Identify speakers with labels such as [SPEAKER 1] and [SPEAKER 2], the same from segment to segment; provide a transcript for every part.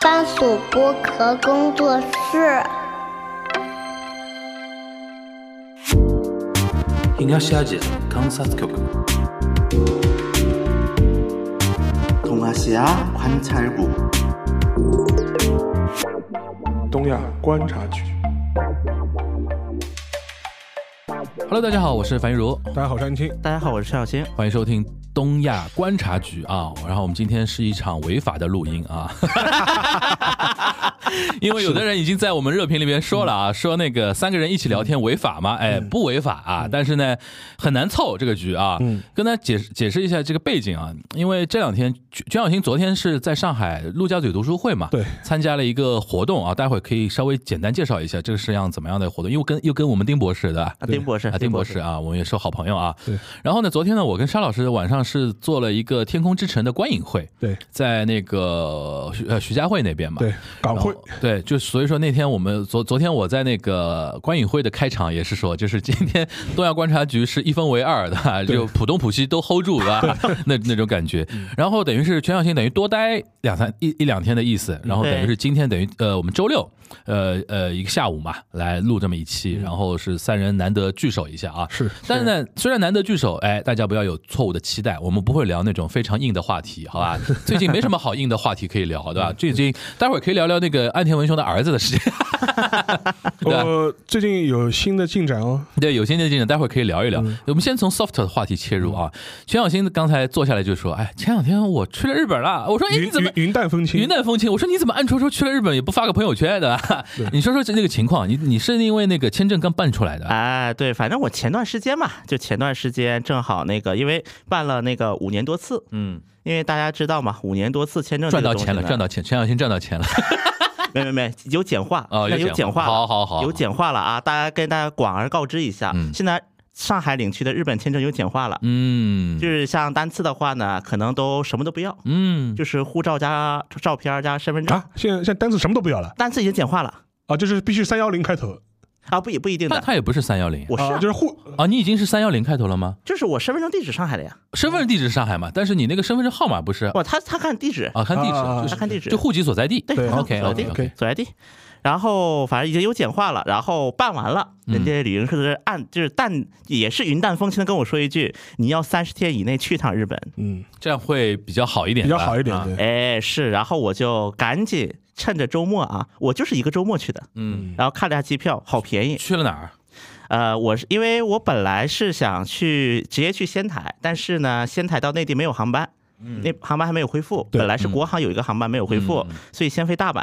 [SPEAKER 1] 番薯剥壳工作室。
[SPEAKER 2] 東アジア観察局
[SPEAKER 3] 동아시아관찰국
[SPEAKER 4] 东亚观察局。
[SPEAKER 5] Hello，大家好，我是樊玉茹，
[SPEAKER 4] 大家好，我是安青。
[SPEAKER 3] 大家好，我是邵星。
[SPEAKER 5] 欢迎收听东亚观察局啊。然后我们今天是一场违法的录音啊， 因为有的人已经在我们热评里边说了啊，说那个三个人一起聊天违法吗？哎，
[SPEAKER 4] 嗯
[SPEAKER 5] 不违法啊，但是呢很难凑这个局啊。
[SPEAKER 4] 嗯
[SPEAKER 5] 跟大家解释解释一下这个背景啊，因为这两天卷卷小新昨天是在上海陆家嘴读书会嘛，
[SPEAKER 4] 对
[SPEAKER 5] 参加了一个活动啊，待会儿可以稍微简单介绍一下这个是样怎么样的活动，因为跟又跟我们丁博士的
[SPEAKER 3] 啊，丁博士，
[SPEAKER 5] 啊，丁博士，啊，我们也是好朋友啊。
[SPEAKER 4] 对
[SPEAKER 5] 然后呢，昨天呢，我跟沙老师晚上是做了一个《天空之城》的观影会，
[SPEAKER 4] 对
[SPEAKER 5] 在那个徐呃徐家汇那边嘛。
[SPEAKER 4] 对，港
[SPEAKER 5] 然
[SPEAKER 4] 汇
[SPEAKER 5] 后。对，就所以说那天我们昨昨天我在那个观影会的开场也是说，就是今天东亚观察局是一分为二的，就浦东浦西都 hold 住了，那那种感觉。然后等于是全小新等于多待两三一一两天的意思，然后等于
[SPEAKER 3] 对
[SPEAKER 5] 是今天等于呃我们周六呃呃一个下午嘛来录这么一期，然后是三人难得聚首一下啊。
[SPEAKER 4] 是
[SPEAKER 5] 但是呢，虽然难得聚首，哎，大家不要有错误的期待，我们不会聊那种非常硬的话题，好吧？ 最近没什么好硬的话题可以聊，对吧？最近待会儿可以聊聊那个岸田文雄的儿子的事情， 对啊吧
[SPEAKER 4] 呃，最近有新的进展哦。
[SPEAKER 5] 对，有些那进展，待会儿可以聊一聊。我们先从 soft 的话题切入啊。全小新刚才坐下来就说，哎，前两天我去了日本了，我说，哎，
[SPEAKER 4] 云
[SPEAKER 5] 你怎么
[SPEAKER 4] 云？云淡风轻。
[SPEAKER 5] 云淡风轻，我说你怎么暗戳戳去了日本也不发个朋友圈的、你说说这那个情况，你你是因为那个签证刚办出来的，
[SPEAKER 3] 哎，对，反正我前段时间嘛，就前段时间正好那个，因为办了那个五年多次，
[SPEAKER 5] 嗯，
[SPEAKER 3] 因为大家知道嘛，五年多次签证
[SPEAKER 5] 赚到钱了，赚
[SPEAKER 3] 到，
[SPEAKER 5] 到钱，全小新赚到钱了，
[SPEAKER 3] 没没没，有简化
[SPEAKER 5] 哦
[SPEAKER 3] 那
[SPEAKER 5] 有
[SPEAKER 3] 有
[SPEAKER 5] 简
[SPEAKER 3] 简
[SPEAKER 5] 化
[SPEAKER 3] 化
[SPEAKER 5] 好
[SPEAKER 3] 了，
[SPEAKER 5] 好好
[SPEAKER 3] 有简化了啊，大家跟大家广而告知一下
[SPEAKER 5] 嗯，
[SPEAKER 3] 现在上海领区的日本签证有简化了，
[SPEAKER 5] 嗯，
[SPEAKER 3] 就是像单次的话呢，可能都什么都不要，
[SPEAKER 5] 嗯，
[SPEAKER 3] 就是护照加照片加身份证，
[SPEAKER 4] 啊，现在现在单子什么都不要了
[SPEAKER 3] 单次已经简化了
[SPEAKER 4] 啊，就是必须三幺零开头
[SPEAKER 3] 啊，不也不一定
[SPEAKER 5] 他
[SPEAKER 3] 的，
[SPEAKER 5] 他也哦不是三幺零
[SPEAKER 3] 我是啊
[SPEAKER 4] 啊，就是户
[SPEAKER 5] 啊，你已经是三幺零开头了吗？
[SPEAKER 3] 就是我身份证地址上海的呀。
[SPEAKER 5] 身份证地址是上海嘛，但是你那个身份证号码不是
[SPEAKER 3] 不，他他看地址，
[SPEAKER 5] 啊？看
[SPEAKER 4] 啊
[SPEAKER 5] 地址，就
[SPEAKER 3] 他
[SPEAKER 5] 是
[SPEAKER 3] 看地址，
[SPEAKER 5] 就户籍所在地。
[SPEAKER 4] 对
[SPEAKER 3] 对他
[SPEAKER 5] ，OK
[SPEAKER 3] 所在
[SPEAKER 5] OK
[SPEAKER 3] 地
[SPEAKER 4] OK，
[SPEAKER 5] OK，
[SPEAKER 3] 所在地。然后反正已经有简化了，然后办完了，
[SPEAKER 5] 嗯
[SPEAKER 3] 人家旅行社的按就是淡也是云淡风轻的跟我说一句，你要三十天以内去一趟日本。
[SPEAKER 4] 嗯
[SPEAKER 5] 这样会比较好一点
[SPEAKER 4] 比
[SPEAKER 5] 吧，
[SPEAKER 4] 较好一点
[SPEAKER 5] 啊。
[SPEAKER 4] 对。
[SPEAKER 3] 哎，是，然后我就赶紧趁着周末啊，我就是一个周末去的，
[SPEAKER 5] 嗯，
[SPEAKER 3] 然后看了一下机票，好便宜。
[SPEAKER 5] 去了哪儿？
[SPEAKER 3] 呃，我是因为我本来是想去直接去仙台，但是呢，仙台到内地没有航班，那航班还没有恢复。
[SPEAKER 4] 对
[SPEAKER 3] 本来是国航有一个航班没有恢复，
[SPEAKER 5] 嗯
[SPEAKER 3] 所以先飞大阪，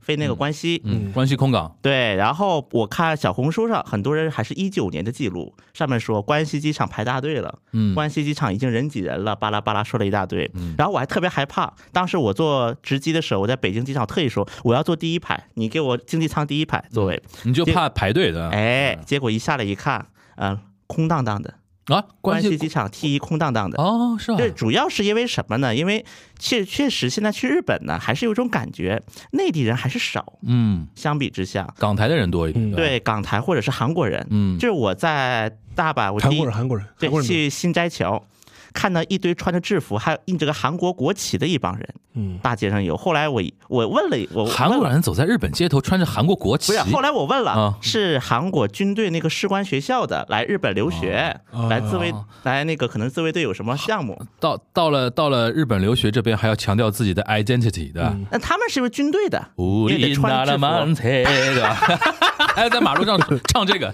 [SPEAKER 3] 飞那个关西。
[SPEAKER 5] 嗯，关西空港。
[SPEAKER 3] 对，然后我看小红书上很多人还是一九年的记录，上面说关西机场排大队了，
[SPEAKER 5] 嗯，
[SPEAKER 3] 关西机场已经人挤人了，巴拉巴拉说了一大堆。然后我还特别害怕，当时我坐直机的时候，我在北京机场特意说我要坐第一排，你给我经济舱第一排座位。
[SPEAKER 5] 你就怕排队的
[SPEAKER 3] 哎，结果一下来一看，嗯、空荡荡的，
[SPEAKER 5] 啊？
[SPEAKER 3] 关西
[SPEAKER 5] 西
[SPEAKER 3] 机场 T 一空荡荡的。
[SPEAKER 5] 哦，是吧？
[SPEAKER 3] 这主要是因为什么呢？因为确确实现在去日本呢，还是有一种感觉，内地人还是少，
[SPEAKER 5] 嗯，
[SPEAKER 3] 相比之下，
[SPEAKER 5] 港台的人多一
[SPEAKER 4] 嗯
[SPEAKER 5] 点。吧，
[SPEAKER 3] 对港台或者是韩国人，
[SPEAKER 5] 嗯
[SPEAKER 3] 就是我在大阪，我
[SPEAKER 4] 韩
[SPEAKER 3] 第
[SPEAKER 4] 国
[SPEAKER 3] 一
[SPEAKER 4] 人，韩国人，韩国
[SPEAKER 3] 对
[SPEAKER 4] 人多，
[SPEAKER 3] 去新斋桥，看到一堆穿着制服还有印着个韩国国旗的一帮人，
[SPEAKER 4] 嗯，
[SPEAKER 3] 大街上有。后来我我问了我
[SPEAKER 5] 韩国
[SPEAKER 3] 问了
[SPEAKER 5] 人走在日本街头穿着韩国国旗
[SPEAKER 3] 不是，，后来我问了，
[SPEAKER 5] 啊
[SPEAKER 3] 是韩国军队那个士官学校的来日本留学，
[SPEAKER 4] 哦
[SPEAKER 3] 来自卫、
[SPEAKER 5] 哦
[SPEAKER 3] 来那个可能自卫队有什么项目？
[SPEAKER 5] 到到了到了日本留学这边还要强调自己的 identity，对吧？
[SPEAKER 4] 嗯
[SPEAKER 3] 那他们是不是军队的？
[SPEAKER 5] 无
[SPEAKER 3] 因为
[SPEAKER 5] 力
[SPEAKER 3] 得
[SPEAKER 5] 拿
[SPEAKER 3] 穿
[SPEAKER 5] 了
[SPEAKER 3] 制
[SPEAKER 5] 满
[SPEAKER 3] 服，
[SPEAKER 5] 菜，对 吧？哎，在马路上唱这个，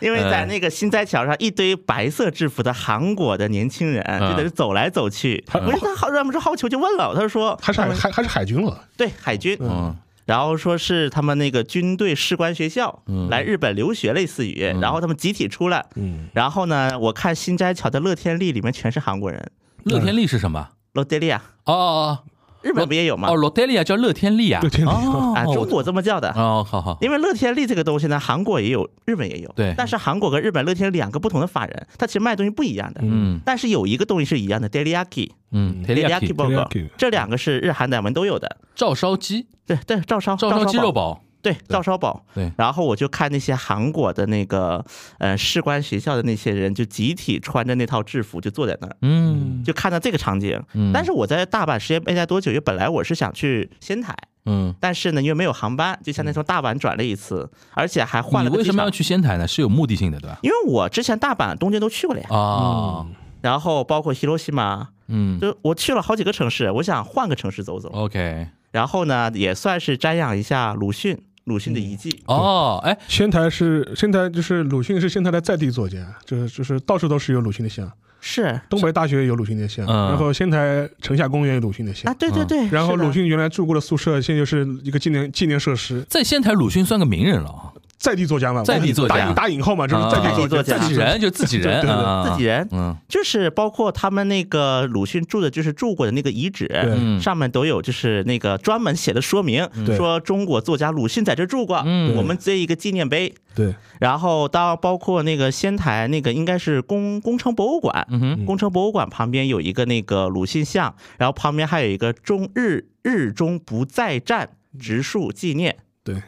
[SPEAKER 3] 因为在那个新斋桥上一堆白色制服的韩国的年轻人，
[SPEAKER 5] 嗯
[SPEAKER 3] 就在这走来走去。我就他好，忍不住好奇，我就问了，他说
[SPEAKER 4] 还是海还还是海军了，
[SPEAKER 3] 对海军，
[SPEAKER 5] 嗯
[SPEAKER 3] 然后说是他们那个军队士官学校
[SPEAKER 5] 嗯
[SPEAKER 3] 来日本留学，类似于，然后他们集体出来。
[SPEAKER 4] 嗯，
[SPEAKER 3] 然后呢，我看新斋桥的乐天利里面全是韩国人，
[SPEAKER 5] 乐天利是什么？
[SPEAKER 3] 乐天利啊，
[SPEAKER 5] 哦哦
[SPEAKER 3] 日本不也有
[SPEAKER 5] 哦，
[SPEAKER 3] 吗
[SPEAKER 5] 哦，？罗德利亚叫乐天利啊，
[SPEAKER 4] 乐天利
[SPEAKER 5] 哦
[SPEAKER 3] 啊，中
[SPEAKER 5] 我
[SPEAKER 3] 国这么叫的。
[SPEAKER 5] 哦，好好，
[SPEAKER 3] 因为乐天利这个东西呢，韩国也有，日本也有。
[SPEAKER 5] 对
[SPEAKER 3] 但是韩国跟日本乐天两个不同的法人，它其实卖东西不一样的。
[SPEAKER 5] 嗯
[SPEAKER 3] 但是有一个东西是一样的 d e l i y a k i
[SPEAKER 5] 嗯，
[SPEAKER 3] d
[SPEAKER 5] 铁
[SPEAKER 3] e l
[SPEAKER 5] 利
[SPEAKER 3] i y
[SPEAKER 5] 亚
[SPEAKER 3] a k i
[SPEAKER 5] 皮
[SPEAKER 3] b o g
[SPEAKER 4] teriyaki
[SPEAKER 3] o 这两个是日韩两文都有的。
[SPEAKER 5] 照烧鸡，
[SPEAKER 3] 对对，照烧
[SPEAKER 5] 照烧鸡肉
[SPEAKER 3] 堡，
[SPEAKER 5] 堡，
[SPEAKER 3] 对照烧堡。
[SPEAKER 5] 对
[SPEAKER 3] 然后我就看那些韩国的那个呃士官学校的那些人，就集体穿着那套制服就坐在那儿，
[SPEAKER 5] 嗯
[SPEAKER 3] 就看到这个场景。
[SPEAKER 5] 嗯
[SPEAKER 3] 但是我在大阪时间没待多久，因为本来我是想去仙台，
[SPEAKER 5] 嗯，
[SPEAKER 3] 但是呢，因为没有航班，就相当于从大阪转了一次，而且还换
[SPEAKER 5] 你
[SPEAKER 3] 了个
[SPEAKER 5] 为
[SPEAKER 3] 机
[SPEAKER 5] 什么
[SPEAKER 3] 场
[SPEAKER 5] 要。去仙台呢？是有目的性的，对吧？
[SPEAKER 3] 因为我之前大阪、东京都去过了呀，
[SPEAKER 5] 啊，
[SPEAKER 3] 然后包括 Hiroshima，
[SPEAKER 5] 嗯
[SPEAKER 3] 就我去了好几个城市，我想换个城市走
[SPEAKER 5] 哦
[SPEAKER 3] 走，
[SPEAKER 5] ，OK，
[SPEAKER 3] 然后呢，也算是瞻仰一下鲁迅，鲁迅的遗迹。
[SPEAKER 5] 哦，哎，
[SPEAKER 4] 仙台是仙台，就是鲁迅是仙台的在地作家，就是就是到处都是有鲁迅的像，
[SPEAKER 3] 是
[SPEAKER 4] 东北大学有鲁迅的像，
[SPEAKER 5] 嗯
[SPEAKER 4] 然后仙台城下公园有鲁迅的
[SPEAKER 3] 啊，
[SPEAKER 4] 像，
[SPEAKER 3] 对对
[SPEAKER 5] 嗯
[SPEAKER 3] 对。
[SPEAKER 4] 然后
[SPEAKER 3] 是的
[SPEAKER 4] 鲁迅原来住过的宿舍现在就是一个纪念纪念设施，
[SPEAKER 5] 在仙台鲁迅算个名人了啊，
[SPEAKER 4] 在地作家嘛，
[SPEAKER 5] 在地作家
[SPEAKER 4] 打引打引号嘛，就是在地作
[SPEAKER 3] 啊
[SPEAKER 4] 在
[SPEAKER 5] 自己
[SPEAKER 4] 地
[SPEAKER 5] 人就自己 人，
[SPEAKER 4] 对对对
[SPEAKER 5] 啊
[SPEAKER 3] 自己，人
[SPEAKER 5] 嗯
[SPEAKER 3] 就是包括他们那个鲁迅住的，就是住过的那个遗址，
[SPEAKER 4] 对
[SPEAKER 5] 嗯
[SPEAKER 3] 上面都有就是那个专门写的说明，
[SPEAKER 4] 对
[SPEAKER 3] 说中国作家鲁迅在这住过，
[SPEAKER 5] 嗯
[SPEAKER 3] 我们这一个纪念碑。
[SPEAKER 4] 对，
[SPEAKER 3] 然后到包括那个仙台那个应该是工工程博物馆，
[SPEAKER 5] 嗯哼，
[SPEAKER 3] 工程博物馆旁边有一个那个鲁迅像，然后旁边还有一个中日日中不再战植树纪念。
[SPEAKER 4] 对，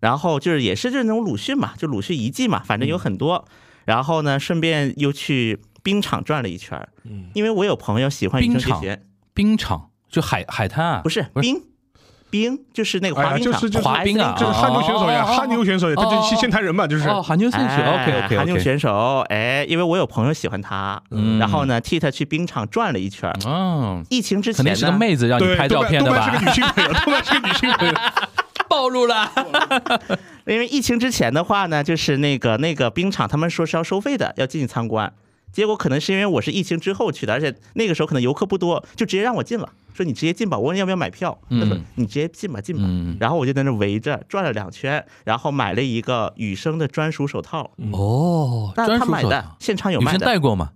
[SPEAKER 3] 然后就是也是就是那种鲁迅嘛，就鲁迅遗迹嘛，反
[SPEAKER 5] 嗯
[SPEAKER 3] 正有很多。然后呢，顺便又去冰场转了一圈儿，
[SPEAKER 4] 嗯
[SPEAKER 3] 因为我有朋友喜欢羽
[SPEAKER 5] 冰
[SPEAKER 3] 生结
[SPEAKER 5] 场
[SPEAKER 3] 弦，
[SPEAKER 5] 冰场就海海滩啊，
[SPEAKER 3] 不是
[SPEAKER 5] 不是
[SPEAKER 3] 冰冰就是那个
[SPEAKER 4] 哎
[SPEAKER 3] 滑
[SPEAKER 4] 呀
[SPEAKER 3] 冰场，
[SPEAKER 4] 就是就是
[SPEAKER 5] 滑冰啊
[SPEAKER 4] 就是
[SPEAKER 5] 哦
[SPEAKER 4] 哈牛选手呀，
[SPEAKER 5] 哦哦哦
[SPEAKER 4] 哈牛选手呀，他
[SPEAKER 5] 哦
[SPEAKER 4] 就
[SPEAKER 5] 哦
[SPEAKER 4] 是仙台人嘛，就是
[SPEAKER 5] 哦，韩牛
[SPEAKER 3] 哎
[SPEAKER 5] 选手，OK OK
[SPEAKER 3] 韩牛
[SPEAKER 5] OK，
[SPEAKER 3] 选手，哎，因为我有朋友喜欢他，
[SPEAKER 5] 嗯
[SPEAKER 3] 然后呢替他去冰场转了一圈儿。
[SPEAKER 5] 嗯，
[SPEAKER 3] 疫情之
[SPEAKER 5] 肯
[SPEAKER 3] 前
[SPEAKER 5] 定
[SPEAKER 3] 呢，
[SPEAKER 5] 是个妹子让你
[SPEAKER 4] 对，
[SPEAKER 5] 拍照片的
[SPEAKER 4] 多半
[SPEAKER 5] 吧
[SPEAKER 4] 是个？女性 朋友，多半是个女性朋友，
[SPEAKER 5] 暴露了，
[SPEAKER 3] 因为疫情之前的话呢，就是那个那个冰场，他们说是要收费的，要进去参观。结果可能是因为我是疫情之后去的，而且那个时候可能游客不多，就直接让我进了，说你直接进吧。我问要不要买票，
[SPEAKER 5] 嗯
[SPEAKER 3] 他说你直接进吧，进吧
[SPEAKER 5] 嗯。
[SPEAKER 3] 然后我就在那围着转了两圈，然后买了一个雨生的专属手套，
[SPEAKER 5] 哦，
[SPEAKER 3] 那
[SPEAKER 5] 专
[SPEAKER 3] 他
[SPEAKER 5] 属
[SPEAKER 3] 买
[SPEAKER 5] 手
[SPEAKER 3] 的
[SPEAKER 5] 套，
[SPEAKER 3] 现场有
[SPEAKER 5] 女
[SPEAKER 3] 卖
[SPEAKER 5] 生
[SPEAKER 3] 的，
[SPEAKER 5] 戴过吗？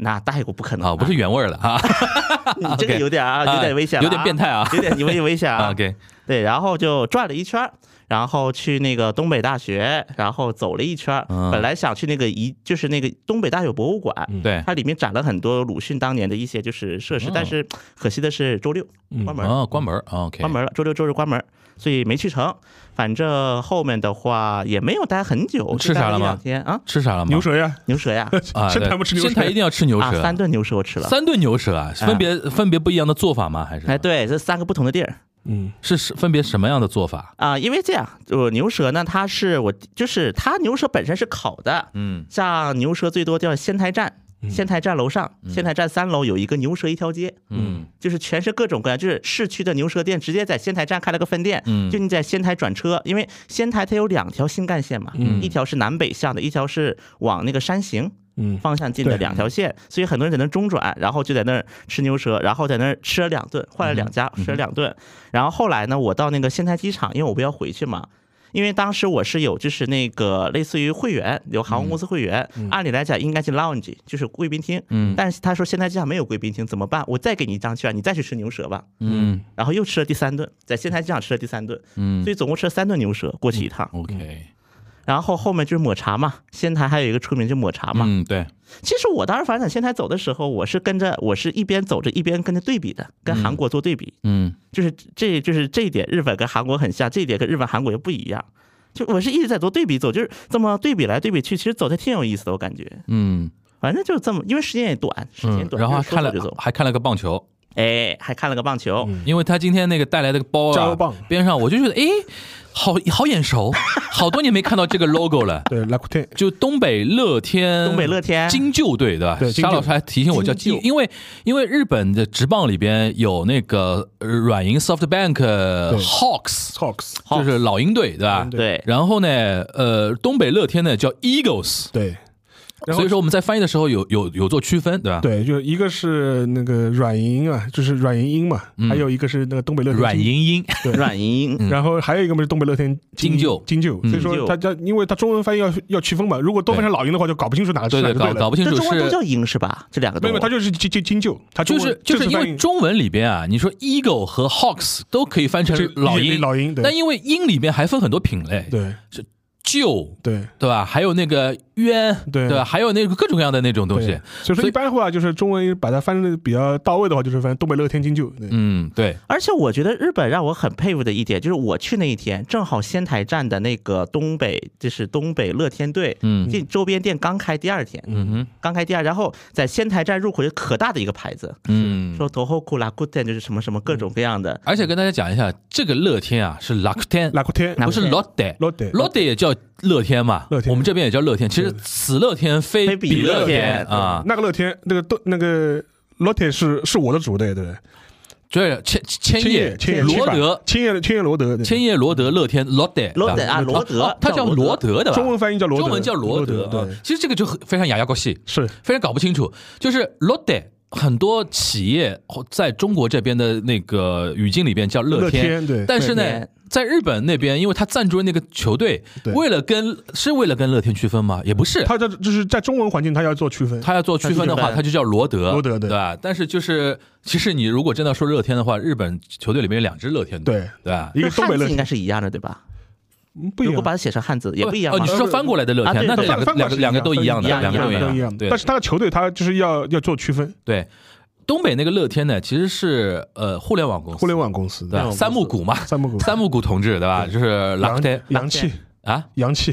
[SPEAKER 3] 那带过不可能
[SPEAKER 5] 啊，不是
[SPEAKER 3] 啊
[SPEAKER 5] 原味儿的啊，
[SPEAKER 3] 你这个
[SPEAKER 5] OK
[SPEAKER 3] 有点啊，有点危险了
[SPEAKER 5] 有
[SPEAKER 3] 啊，
[SPEAKER 5] 点变态 啊
[SPEAKER 3] 有点有点危险啊。
[SPEAKER 5] ，OK，
[SPEAKER 3] 对，然后就转了一圈儿，然后去那个东北大学，然后走了一圈儿。
[SPEAKER 5] 嗯
[SPEAKER 3] 本来想去那个遗，就是那个东北大学博物馆，
[SPEAKER 5] 对，
[SPEAKER 3] 它里面展了很多鲁迅当年的一些就是设施，但是可惜的是周六关门儿，
[SPEAKER 5] 嗯哦，关门儿，OK，
[SPEAKER 3] 关门了，周六周日关门儿，所以没去成。反正后面的话也没有待很久，
[SPEAKER 5] 嗯吃啥了
[SPEAKER 3] 就待一
[SPEAKER 5] 吗
[SPEAKER 3] 两 天啊，
[SPEAKER 5] 吃啥了吗？
[SPEAKER 4] 牛舌呀，
[SPEAKER 3] 牛舌呀，
[SPEAKER 5] 啊，
[SPEAKER 4] 仙台不吃牛
[SPEAKER 5] 仙台一
[SPEAKER 4] 舌，
[SPEAKER 5] 定要吃牛
[SPEAKER 3] 啊，
[SPEAKER 5] 舌，
[SPEAKER 3] 三顿牛舌我吃了。嗯
[SPEAKER 5] 三顿牛舌啊，分别分别不一样的做法吗？还是
[SPEAKER 3] 哎，对，这三个不同的地儿
[SPEAKER 4] 嗯，
[SPEAKER 5] 是是分别什么样的做法？
[SPEAKER 3] 啊、因为这样，我牛舌呢，它是我就是它牛舌本身是烤的，
[SPEAKER 5] 嗯
[SPEAKER 3] 像牛舌最多叫仙台站，仙台站楼上，仙台站三楼有一个牛舌一条街，
[SPEAKER 5] 嗯，
[SPEAKER 3] 就是全是各种各样，就是市区的牛舌店直接在仙台站开了个分店，
[SPEAKER 5] 嗯
[SPEAKER 3] 就你在仙台转车，因为仙台它有两条新干线嘛，
[SPEAKER 4] 嗯
[SPEAKER 3] 一条是南北向的，一条是往那个山形。
[SPEAKER 4] 嗯
[SPEAKER 3] 方向进的
[SPEAKER 4] 对
[SPEAKER 3] 两条线，所以很多人在那儿中转，然后就在那儿吃牛舌，然后在那儿吃了两顿，换了两
[SPEAKER 4] 嗯
[SPEAKER 3] 家，吃了两顿。然后后来呢，我到那个仙台机场，因为我不要回去嘛。因为当时我是有就是那个类似于会员，有航空公司
[SPEAKER 4] 嗯
[SPEAKER 3] 会员，按理来讲应该去 lounge，就是贵宾厅。
[SPEAKER 5] 嗯
[SPEAKER 3] 但是他说现在机场没有贵宾厅，怎么办？我再给你一张券，你再去吃牛舌吧。
[SPEAKER 5] 嗯
[SPEAKER 3] 然后又吃了第三顿，在仙台机场吃了第三顿，
[SPEAKER 5] 嗯
[SPEAKER 3] 所以总共吃了三顿牛舌过去一趟。
[SPEAKER 5] ，OK，
[SPEAKER 3] 然后后面就是抹茶嘛，仙台还有一个出名就抹茶嘛。
[SPEAKER 5] 嗯对，
[SPEAKER 3] 其实我当时反正仙台走的时候，我是跟着，我是一边走着一边跟着对比的，跟韩国做对比，
[SPEAKER 5] 嗯
[SPEAKER 3] 就是这就是这一点，日本跟韩国很像，这一点跟日本韩国又不一样。就我是一直在做对比走，就是这么对比来对比去，其实走的挺有意思的，我感觉。
[SPEAKER 5] 嗯
[SPEAKER 3] 反正就这么，因为时间也短，时间
[SPEAKER 5] 嗯，
[SPEAKER 3] 短，
[SPEAKER 5] 然后还
[SPEAKER 3] 就是说
[SPEAKER 5] 看了
[SPEAKER 3] 走就走。
[SPEAKER 5] 还看了个棒球，
[SPEAKER 3] 哎，还看了个棒球，
[SPEAKER 4] 嗯
[SPEAKER 5] 因为他今天那个带来的 包
[SPEAKER 4] 加
[SPEAKER 5] 啊
[SPEAKER 4] 油棒，
[SPEAKER 5] 边上我就觉得诶，好好眼熟， 好多年没看到这个 logo 了。
[SPEAKER 4] 对，来天，
[SPEAKER 5] 就东北乐天，
[SPEAKER 3] 东北乐天
[SPEAKER 5] 金鹫队对吧？
[SPEAKER 4] 对金
[SPEAKER 5] 沙
[SPEAKER 4] 鹫
[SPEAKER 5] 老师还提醒我叫
[SPEAKER 3] 金
[SPEAKER 5] 金
[SPEAKER 3] 鹫，
[SPEAKER 5] 因为因为日本的职棒里边有那个呃软银 SoftBank Hawks，
[SPEAKER 4] Talks，
[SPEAKER 3] Hawks
[SPEAKER 5] 就是老鹰队对吧？
[SPEAKER 4] 鹰队
[SPEAKER 3] 对，
[SPEAKER 5] 然后呢，呃，东北乐天呢叫 Eagles，
[SPEAKER 4] 对，然后
[SPEAKER 5] 所以说我们在翻译的时候有有有做区分对吧？，
[SPEAKER 4] 对，就一个是那个软银啊，就是软银鹰嘛，
[SPEAKER 5] 嗯
[SPEAKER 4] 还有一个是那个东北乐天
[SPEAKER 5] 软
[SPEAKER 4] 金，
[SPEAKER 5] 银鹰，
[SPEAKER 3] 软银
[SPEAKER 5] 嗯
[SPEAKER 4] 然后还有一个嘛是东北乐天
[SPEAKER 5] 金鹫
[SPEAKER 4] 金鹫，所以
[SPEAKER 3] 嗯
[SPEAKER 4] 说它它因为它中文翻译要要区分嘛，如果都翻成老鹰的话，就搞不清楚哪个是啊
[SPEAKER 5] 对
[SPEAKER 4] 哪
[SPEAKER 5] 对，
[SPEAKER 4] 个队
[SPEAKER 5] 搞
[SPEAKER 4] 了
[SPEAKER 5] 搞。不清
[SPEAKER 3] 这
[SPEAKER 5] 楚
[SPEAKER 3] 中文都
[SPEAKER 5] 是。
[SPEAKER 3] 叫鹰是吧？这两个
[SPEAKER 4] 没
[SPEAKER 3] 都
[SPEAKER 4] 有，它就是金金金鹫，它中
[SPEAKER 5] 就
[SPEAKER 4] 文
[SPEAKER 5] 是就是因
[SPEAKER 4] 翻
[SPEAKER 5] 为
[SPEAKER 4] 译
[SPEAKER 5] 中文里边啊，你说 eagle 和 hawks 都可以翻成
[SPEAKER 4] 就是
[SPEAKER 5] 老鹰，
[SPEAKER 4] 老鹰对
[SPEAKER 5] 但因为鹰里边还分很多品类，
[SPEAKER 4] 对
[SPEAKER 5] 是臼，
[SPEAKER 4] 对
[SPEAKER 5] 对吧？还有那个鸳，
[SPEAKER 4] 对
[SPEAKER 5] 吧？还有那个各种各样的那种东西
[SPEAKER 4] 对，所以
[SPEAKER 5] 所
[SPEAKER 4] 说
[SPEAKER 5] 以
[SPEAKER 4] 一般的话，就是中文把它翻译的比较到位的话，就是翻东北乐天金鹫。对，
[SPEAKER 5] 嗯，对，
[SPEAKER 3] 而且我觉得日本让我很佩服的一点，就是我去那一天，正好仙台站的那个东北，就是东北乐天队，
[SPEAKER 5] 嗯
[SPEAKER 3] 这周边店刚开第二天，
[SPEAKER 5] 嗯
[SPEAKER 3] 刚开第二，然后在仙台站入口有可大的一个牌子，
[SPEAKER 5] 哼，嗯。
[SPEAKER 3] 说头后库拉古店就是什么什么各
[SPEAKER 4] 嗯
[SPEAKER 3] 种各样的，
[SPEAKER 5] 而且跟大家讲一下，这个乐天啊是 l a k t e n
[SPEAKER 4] 拉库天，
[SPEAKER 5] 不是
[SPEAKER 3] Rakuten
[SPEAKER 5] Lotte。
[SPEAKER 4] Lotte
[SPEAKER 5] Lotte 也叫乐天嘛，
[SPEAKER 4] 乐天
[SPEAKER 5] 我们这边也叫乐天。其实此乐天非
[SPEAKER 3] 非彼
[SPEAKER 5] 彼乐天
[SPEAKER 3] 乐天
[SPEAKER 5] 啊，
[SPEAKER 4] 那个乐天，那个都那个 Lotte 是是我的主队，对不对？
[SPEAKER 5] 对，千千
[SPEAKER 4] 千
[SPEAKER 5] 叶
[SPEAKER 4] 叶千叶
[SPEAKER 5] 罗德，
[SPEAKER 4] 千叶千叶罗德，对
[SPEAKER 5] 千叶罗德乐天 Lotte
[SPEAKER 3] 罗德
[SPEAKER 5] 对吧
[SPEAKER 3] 啊罗德
[SPEAKER 5] 哦他叫
[SPEAKER 3] 叫罗德
[SPEAKER 5] 罗德的吧？
[SPEAKER 4] 中文翻译叫罗德，
[SPEAKER 5] 中文叫罗德
[SPEAKER 4] 德，
[SPEAKER 5] 啊
[SPEAKER 4] 对，。
[SPEAKER 5] 其实这个就很非常牙牙高戏，
[SPEAKER 4] 是
[SPEAKER 5] 非常搞不清楚。就是 Lotte 很多企业在中国这边的那个语境里边叫乐
[SPEAKER 4] 乐
[SPEAKER 5] 天，
[SPEAKER 4] 天，对，
[SPEAKER 5] 但是
[SPEAKER 3] 乐
[SPEAKER 5] 呢
[SPEAKER 3] 天，
[SPEAKER 5] 在日本那边，因为他赞助那个球队，
[SPEAKER 4] 对
[SPEAKER 5] 为了跟是为了跟乐天区分吗？也不是，
[SPEAKER 4] 他在就是在中文环境，他要做区分，
[SPEAKER 5] 他要做区分的话，
[SPEAKER 3] 他就
[SPEAKER 5] 他就叫罗德，
[SPEAKER 4] 罗德对
[SPEAKER 5] 对吧？但是就是，其实你如果真的说乐天的话，日本球队里面有两支乐天队，
[SPEAKER 4] 对
[SPEAKER 5] 对吧？
[SPEAKER 4] 一个
[SPEAKER 3] 这
[SPEAKER 4] 东北
[SPEAKER 3] 汉
[SPEAKER 4] 乐
[SPEAKER 3] 字
[SPEAKER 4] 天
[SPEAKER 3] 应该是一样的对吧？
[SPEAKER 4] 嗯不一
[SPEAKER 3] 如果
[SPEAKER 4] 样
[SPEAKER 3] 把。它写成汉字也不一样
[SPEAKER 5] 哦，
[SPEAKER 3] 吗
[SPEAKER 5] 你？是说翻过来的乐天？
[SPEAKER 3] 啊对
[SPEAKER 5] 那
[SPEAKER 3] 对
[SPEAKER 5] 两个
[SPEAKER 4] 翻
[SPEAKER 5] 两
[SPEAKER 4] 翻
[SPEAKER 5] 个
[SPEAKER 4] 过
[SPEAKER 5] 两个
[SPEAKER 4] 来
[SPEAKER 5] 都
[SPEAKER 4] 是
[SPEAKER 5] 一
[SPEAKER 4] 一
[SPEAKER 5] 样
[SPEAKER 4] 样的
[SPEAKER 5] 的，两个
[SPEAKER 3] 一
[SPEAKER 5] 都
[SPEAKER 3] 样
[SPEAKER 5] 一
[SPEAKER 4] 都一
[SPEAKER 5] 样
[SPEAKER 4] 样
[SPEAKER 5] 的。
[SPEAKER 4] 的，
[SPEAKER 5] 对
[SPEAKER 4] 但是他的球队他就是要要做区分，
[SPEAKER 5] 对，东北那个乐天呢，其实是呃互联网公司，
[SPEAKER 4] 互联网公司
[SPEAKER 5] 对
[SPEAKER 4] 对
[SPEAKER 5] 吧？三木谷嘛，
[SPEAKER 4] 三木谷
[SPEAKER 5] 三木谷同志，对吧？就是乐天
[SPEAKER 4] 洋洋气
[SPEAKER 5] 啊，
[SPEAKER 4] 洋气，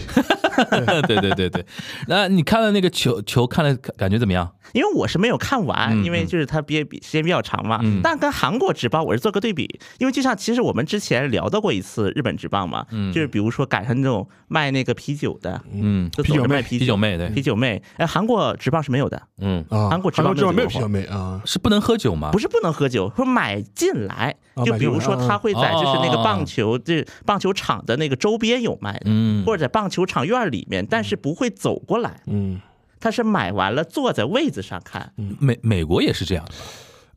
[SPEAKER 5] 对对对对。那你看了那个球球，看了感觉怎么样？
[SPEAKER 3] 因为我是没有看完，
[SPEAKER 5] 嗯
[SPEAKER 3] 因为就是它比比时间比较长嘛。
[SPEAKER 5] 嗯
[SPEAKER 3] 但跟韩国职棒我是做个对比，因为就像其实我们之前聊到过一次日本职棒嘛，就是比如说赶上那种卖那个啤酒的，
[SPEAKER 5] 嗯，
[SPEAKER 3] 就走着卖啤
[SPEAKER 5] 啤酒妹对，
[SPEAKER 3] 啤酒妹，哎，韩国职棒是没有的，
[SPEAKER 5] 嗯，
[SPEAKER 4] 啊，
[SPEAKER 3] 韩国职
[SPEAKER 4] 韩国
[SPEAKER 3] 棒
[SPEAKER 4] 职棒没
[SPEAKER 3] 没有
[SPEAKER 4] 有
[SPEAKER 3] 啤
[SPEAKER 4] 啤
[SPEAKER 3] 酒
[SPEAKER 4] 酒妹啊，
[SPEAKER 5] 是不能喝酒吗？
[SPEAKER 3] 不是不能喝酒，说买进来
[SPEAKER 4] 啊，
[SPEAKER 3] 就比如说
[SPEAKER 4] 买进来
[SPEAKER 3] 他会在就是那
[SPEAKER 5] 哦
[SPEAKER 3] 个棒球这棒球场的那个周边有卖的，
[SPEAKER 5] 嗯
[SPEAKER 3] 或者在棒球场院里面，但是不会走过来，
[SPEAKER 4] 嗯，
[SPEAKER 3] 他是买完了坐在位子上看，
[SPEAKER 5] 美美国也是这样的，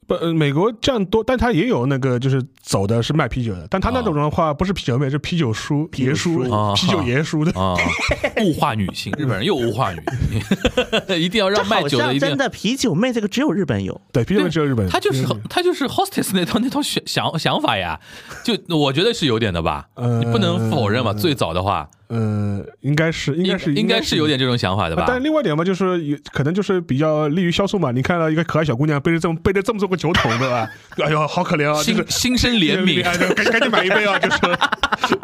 [SPEAKER 4] 不，呃美国这样多，但他也有那个就是走的是卖啤酒的，但他那种的话不是啤酒妹，是啤酒叔、
[SPEAKER 3] 酒
[SPEAKER 4] 爷叔
[SPEAKER 3] 叔
[SPEAKER 5] 啊、
[SPEAKER 4] 啤酒爷叔的。
[SPEAKER 5] 啊，物化女性，日本人又物化女性， 一定要
[SPEAKER 3] 这
[SPEAKER 5] 让卖
[SPEAKER 3] 好
[SPEAKER 5] 酒的
[SPEAKER 3] 像
[SPEAKER 5] 一定
[SPEAKER 3] 真。的啤酒妹这个只有日本有。
[SPEAKER 4] 对，嗯啤酒妹只有日本，
[SPEAKER 5] 他就是
[SPEAKER 4] 只有日本
[SPEAKER 5] 他就是 hostess 那 套那套想想想法呀，就我觉得是有点的吧，
[SPEAKER 4] 呃
[SPEAKER 5] 你不能否认嘛。最早的话，
[SPEAKER 4] 呃，应该是嗯应该是
[SPEAKER 5] 应该是有。点这种想法的吧
[SPEAKER 4] 啊。但另外一点嘛，就是有可能就是比较利于销售嘛。你看到一个可爱小姑娘背着这么背着这么多个酒桶，对吧？ 哎呦，好可怜啊！就
[SPEAKER 5] 心
[SPEAKER 4] 是
[SPEAKER 5] 心生怜悯，
[SPEAKER 4] 哎赶紧赶紧买一杯啊！ 就是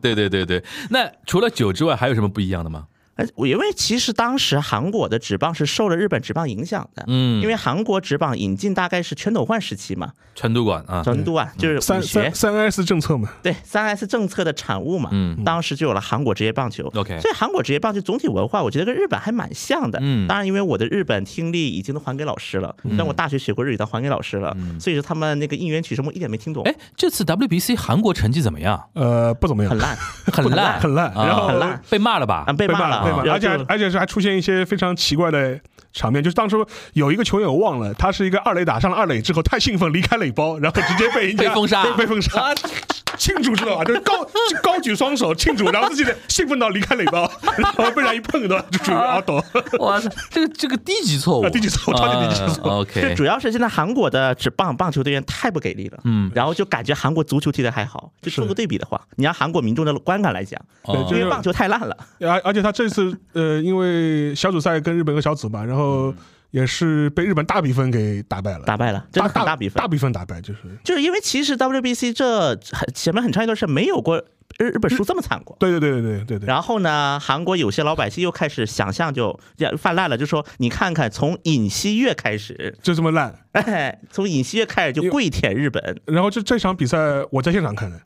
[SPEAKER 5] 对对对对。那除了酒之外，还有什么不一样的吗？
[SPEAKER 3] 呃，我因为其实当时韩国的职棒是受了日本职棒影响的，
[SPEAKER 5] 嗯
[SPEAKER 3] 因为韩国职棒引进大概是全斗焕时期嘛，
[SPEAKER 5] 川都馆啊，
[SPEAKER 3] 成都啊，就是武
[SPEAKER 4] 嗯三
[SPEAKER 3] 学
[SPEAKER 4] 三三 S 政策嘛，
[SPEAKER 3] 对三 S 政策的产物嘛，
[SPEAKER 5] 嗯
[SPEAKER 3] 当时就有了韩国职业棒球。
[SPEAKER 5] OK
[SPEAKER 3] 所以韩国职业棒球总体文化，我觉得跟日本还蛮像的。
[SPEAKER 5] 嗯
[SPEAKER 3] 当然，因为我的日本听力已经都还给老师了，
[SPEAKER 4] 嗯
[SPEAKER 3] 但我大学学过日语，但还给老师了，所以说他们那个应援曲什么我一点没听懂，
[SPEAKER 5] 哎，这次 WBC 韩国成绩怎么样？
[SPEAKER 4] 呃，不怎么样
[SPEAKER 3] 很，烂
[SPEAKER 5] 很烂，
[SPEAKER 4] 很烂
[SPEAKER 5] 啊
[SPEAKER 4] 然后
[SPEAKER 3] 很烂
[SPEAKER 5] 被骂了吧
[SPEAKER 3] 啊，？被
[SPEAKER 4] 被了，被骂
[SPEAKER 3] 骂然
[SPEAKER 4] 了，
[SPEAKER 3] 后
[SPEAKER 4] 而且还
[SPEAKER 3] 就
[SPEAKER 4] 而且是还出现一些非常奇怪的场面，就是当初有一个球员我忘了，他是一个二垒打上了二垒之后太兴奋离开垒包，然后直接被人 家
[SPEAKER 5] 被封杀
[SPEAKER 4] 被被封
[SPEAKER 3] 啊
[SPEAKER 4] 杀。 庆祝知道吧？就是高就高举双手庆祝，然后自己的兴奋到离开垒包，然后被人家一碰的，就属于
[SPEAKER 3] 啊
[SPEAKER 4] 啊阿斗。
[SPEAKER 5] 哇塞，这个这个低级错误，
[SPEAKER 4] 啊低级错误超级低级错误
[SPEAKER 5] 啊
[SPEAKER 3] 就
[SPEAKER 5] OK，
[SPEAKER 3] 主要是现在韩国的职棒棒球队员太不给力了，嗯，然后就感觉韩国足球踢得还好。就做个对比的话，你让韩国民众的观感来讲，
[SPEAKER 5] 哦
[SPEAKER 4] 对
[SPEAKER 3] 因
[SPEAKER 4] 就
[SPEAKER 3] 为
[SPEAKER 4] 是
[SPEAKER 3] 棒球太烂了，
[SPEAKER 4] 而而且他这次呃，因为小组赛跟日本有个小组嘛，然后也是被日本大比分给打败了，
[SPEAKER 3] 打败了，真的很
[SPEAKER 4] 大
[SPEAKER 3] 大比分
[SPEAKER 4] 大。比分打败，就是
[SPEAKER 3] 就是因为其实 WBC 这很前面很长一段时间没有过日日本输这么惨过。
[SPEAKER 4] 对对对对对对对。
[SPEAKER 3] 然后呢，韩国有些老百姓又开始想象就呀泛滥了，就说你看看，从尹锡悦开始，
[SPEAKER 4] 就这么烂，
[SPEAKER 3] 哎，从尹锡悦开始就跪舔日本，
[SPEAKER 4] 然后这这场比赛我在现场看的。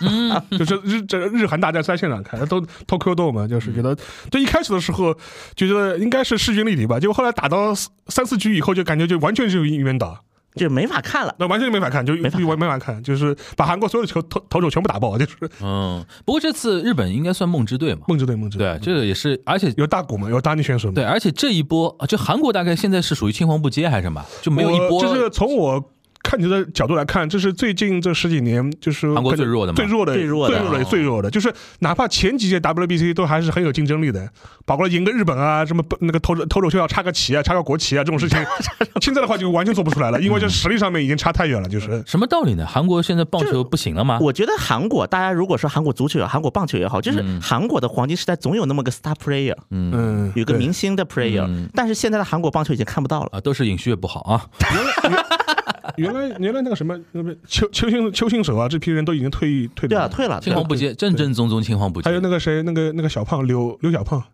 [SPEAKER 5] 嗯
[SPEAKER 4] 就是日这日韩大战在现场看，都都 Q 斗嘛，就是
[SPEAKER 5] 嗯
[SPEAKER 4] 觉得，就一开始的时候就觉得应该是势均力敌吧，结果后来打到四三四局以后，就感觉就完全是一边倒，
[SPEAKER 3] 就没法看了。
[SPEAKER 4] 那完全就没法看，就
[SPEAKER 3] 没法看
[SPEAKER 4] 完没法看，就是把韩国所有的球投投手全部打爆，就是
[SPEAKER 5] 嗯，不过这次日本应该算梦之队嘛，
[SPEAKER 4] 梦之队梦之队
[SPEAKER 5] 对，，这个也是，而且
[SPEAKER 4] 有大鼓嘛，有大力选手嘛，
[SPEAKER 5] 对，而且这一波，啊就韩国大概现在是属于青黄不接还是什么，就没有一
[SPEAKER 4] 我
[SPEAKER 5] 波
[SPEAKER 4] 就是从我。看球的角度来看，这是最近这十几年就是
[SPEAKER 5] 韩国
[SPEAKER 4] 可能
[SPEAKER 5] 最弱的嘛
[SPEAKER 4] 最弱的、啊
[SPEAKER 3] 最弱的
[SPEAKER 4] 最弱的、
[SPEAKER 5] 哦
[SPEAKER 4] 最弱的，就是哪怕前几届 WBC 都还是很有竞争力的，包括赢个日本啊，什么那个投手投手秀要插个旗啊、插个国旗啊这种 事情，现在的话就完全做不出来了，因为这实力上面已经差太远了，就是。
[SPEAKER 5] 什么道理呢？韩国现在棒球不行了吗？
[SPEAKER 3] 我觉得韩国，大家如果说韩国足球也好，韩国棒球也好，就是
[SPEAKER 5] 嗯
[SPEAKER 3] 韩国的黄金时代总有那么个 star player，
[SPEAKER 5] 嗯
[SPEAKER 4] 嗯，
[SPEAKER 3] 有个
[SPEAKER 4] 对
[SPEAKER 3] 明星的 player，、
[SPEAKER 5] 嗯
[SPEAKER 3] 但是现在的韩国棒球已经看不到了。
[SPEAKER 5] 啊，都是尹旭不好啊，
[SPEAKER 4] 原来原来那个什么那个邱邱信邱信手啊，这批人都已经退役退
[SPEAKER 3] 对
[SPEAKER 4] 掉
[SPEAKER 3] 啊，
[SPEAKER 4] 了。
[SPEAKER 3] 退了。
[SPEAKER 5] 青黄不接，正正宗宗青黄不接。
[SPEAKER 4] 还有那个谁，那个那个小胖刘刘小胖啊，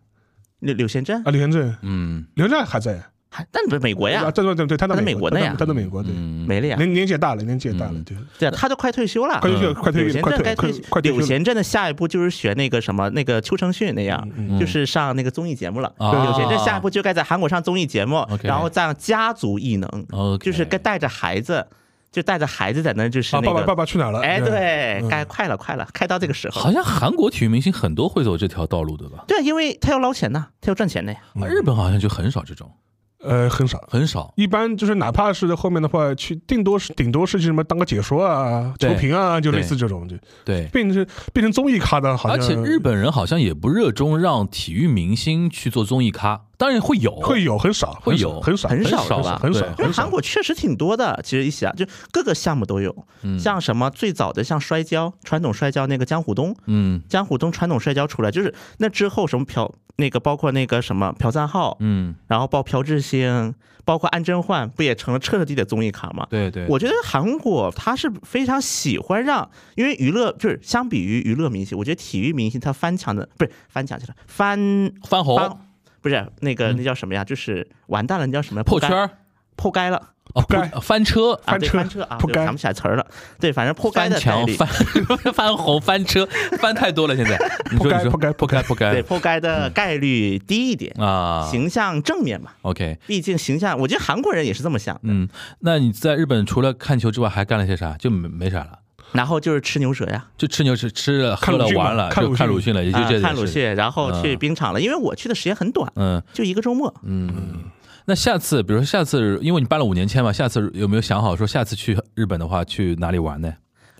[SPEAKER 3] 柳柳贤珍，
[SPEAKER 4] 刘元正，
[SPEAKER 5] 嗯
[SPEAKER 4] 刘元正还在
[SPEAKER 3] 还但不是美国
[SPEAKER 4] 啊，
[SPEAKER 3] 哎呀，
[SPEAKER 4] 对对对对，他在
[SPEAKER 3] 他在美国的呀
[SPEAKER 4] 他在他在美国对，
[SPEAKER 5] 嗯，
[SPEAKER 3] 没了呀。
[SPEAKER 4] 年年纪也大了，年纪也大了
[SPEAKER 5] 嗯，
[SPEAKER 4] 对，
[SPEAKER 3] 对啊，他都快退休了。
[SPEAKER 4] 快退
[SPEAKER 5] 嗯
[SPEAKER 4] 休，快退
[SPEAKER 3] 柳
[SPEAKER 4] 休，
[SPEAKER 3] 贤
[SPEAKER 4] 快
[SPEAKER 3] 镇
[SPEAKER 4] 退，
[SPEAKER 3] 该
[SPEAKER 4] 快
[SPEAKER 3] 退
[SPEAKER 4] 快退
[SPEAKER 3] 柳
[SPEAKER 4] 休了，
[SPEAKER 3] 贤镇的下一步就是学那个什么那个邱承旭那样，
[SPEAKER 5] 嗯
[SPEAKER 3] 就是上那个综艺节目了。
[SPEAKER 5] 啊
[SPEAKER 3] 柳贤镇下一步就该在韩国上综艺节目，
[SPEAKER 5] OK
[SPEAKER 3] 然后再让家族异能，
[SPEAKER 5] OK
[SPEAKER 3] 就是该带着孩子，就带着孩子在那就是
[SPEAKER 4] 啊，
[SPEAKER 3] 那
[SPEAKER 4] 爸爸爸
[SPEAKER 3] 个。
[SPEAKER 4] 爸去哪儿了？
[SPEAKER 3] 哎，对
[SPEAKER 4] 嗯，
[SPEAKER 3] 该快了，快了，快到这个时候。
[SPEAKER 5] 好像韩国体育明星很多会走这条道路，对吧？啊
[SPEAKER 3] 对啊，因为他要捞钱呐，他要赚钱的呀。
[SPEAKER 4] 嗯
[SPEAKER 5] 日本好像就很少这种，
[SPEAKER 4] 呃，很少。
[SPEAKER 5] 很少。
[SPEAKER 4] 一般就是哪怕是后面的话，去顶多是顶多是去什么当个解说啊、球
[SPEAKER 5] 对
[SPEAKER 4] 评啊，就类
[SPEAKER 5] 对
[SPEAKER 4] 似这种，就
[SPEAKER 5] 对，
[SPEAKER 4] 变成变成综艺咖的，好像
[SPEAKER 5] 而且日本人好像也不热衷让体育明星去做综艺咖，当然会有，
[SPEAKER 4] 会有很少，
[SPEAKER 5] 会有
[SPEAKER 4] 很少，
[SPEAKER 3] 很
[SPEAKER 4] 少，
[SPEAKER 3] 少
[SPEAKER 5] 很少
[SPEAKER 3] 吧
[SPEAKER 4] 很少
[SPEAKER 5] 对
[SPEAKER 3] 因为韩国确实挺多的，其实一啊想就各个项目都有，
[SPEAKER 5] 嗯
[SPEAKER 3] 像什么最早的像摔跤，传统摔跤那个江虎东，
[SPEAKER 5] 嗯
[SPEAKER 3] 江虎东传统摔跤出来，就是那之后什么朴那个包括那个什么朴赞浩，
[SPEAKER 5] 嗯，
[SPEAKER 3] 然后包括朴智星，包括安贞焕，不也成了彻彻底底的综艺咖吗？
[SPEAKER 5] 对对，
[SPEAKER 3] 我觉得韩国他是非常喜欢让，因为娱乐就是相比于娱乐明星，我觉得体育明星他翻墙的不是翻墙去了，翻
[SPEAKER 5] 翻红
[SPEAKER 3] 翻不是那个那叫什么呀？就是完蛋了，那叫什么呀？
[SPEAKER 5] 嗯破圈
[SPEAKER 3] 街
[SPEAKER 5] 儿
[SPEAKER 3] 破街了。
[SPEAKER 5] 啊，
[SPEAKER 4] 该
[SPEAKER 5] 破翻车。
[SPEAKER 3] 啊，对
[SPEAKER 4] 车
[SPEAKER 3] 翻车啊，
[SPEAKER 4] 扑
[SPEAKER 3] 对
[SPEAKER 4] 街
[SPEAKER 3] 想不起来词儿了。对，反正破街
[SPEAKER 5] 翻
[SPEAKER 3] 的代
[SPEAKER 5] 墙、
[SPEAKER 3] 理，
[SPEAKER 5] 翻翻 红、翻车、翻太多了，现在你说
[SPEAKER 4] 该
[SPEAKER 5] 你说
[SPEAKER 4] 不该
[SPEAKER 5] 不
[SPEAKER 4] 不
[SPEAKER 5] 该不
[SPEAKER 3] 对
[SPEAKER 5] 该
[SPEAKER 3] 破街的概率低一点，
[SPEAKER 5] 嗯啊
[SPEAKER 3] 形象正面嘛。
[SPEAKER 5] ，OK，
[SPEAKER 3] 毕竟形象，我觉得韩国人也是这么想。
[SPEAKER 5] 嗯，那你在日本除了看球之外还干了些啥？就没没啥了，
[SPEAKER 3] 然后就是吃牛舌呀，
[SPEAKER 5] 就吃牛吃吃了喝
[SPEAKER 4] 看鲁
[SPEAKER 5] 了
[SPEAKER 4] 迅吧
[SPEAKER 5] 玩了，
[SPEAKER 4] 看
[SPEAKER 5] 就
[SPEAKER 4] 鲁迅
[SPEAKER 5] 看鲁迅了，也就
[SPEAKER 3] 啊
[SPEAKER 5] 这点事。
[SPEAKER 3] 看鲁迅，然后去冰场了。因为我去的时间很短，
[SPEAKER 5] 嗯，
[SPEAKER 3] 就一个周末。
[SPEAKER 5] 那下次，比如说下次，因为你办了五年签嘛，下次有没有想好说下次去日本的话去哪里玩呢？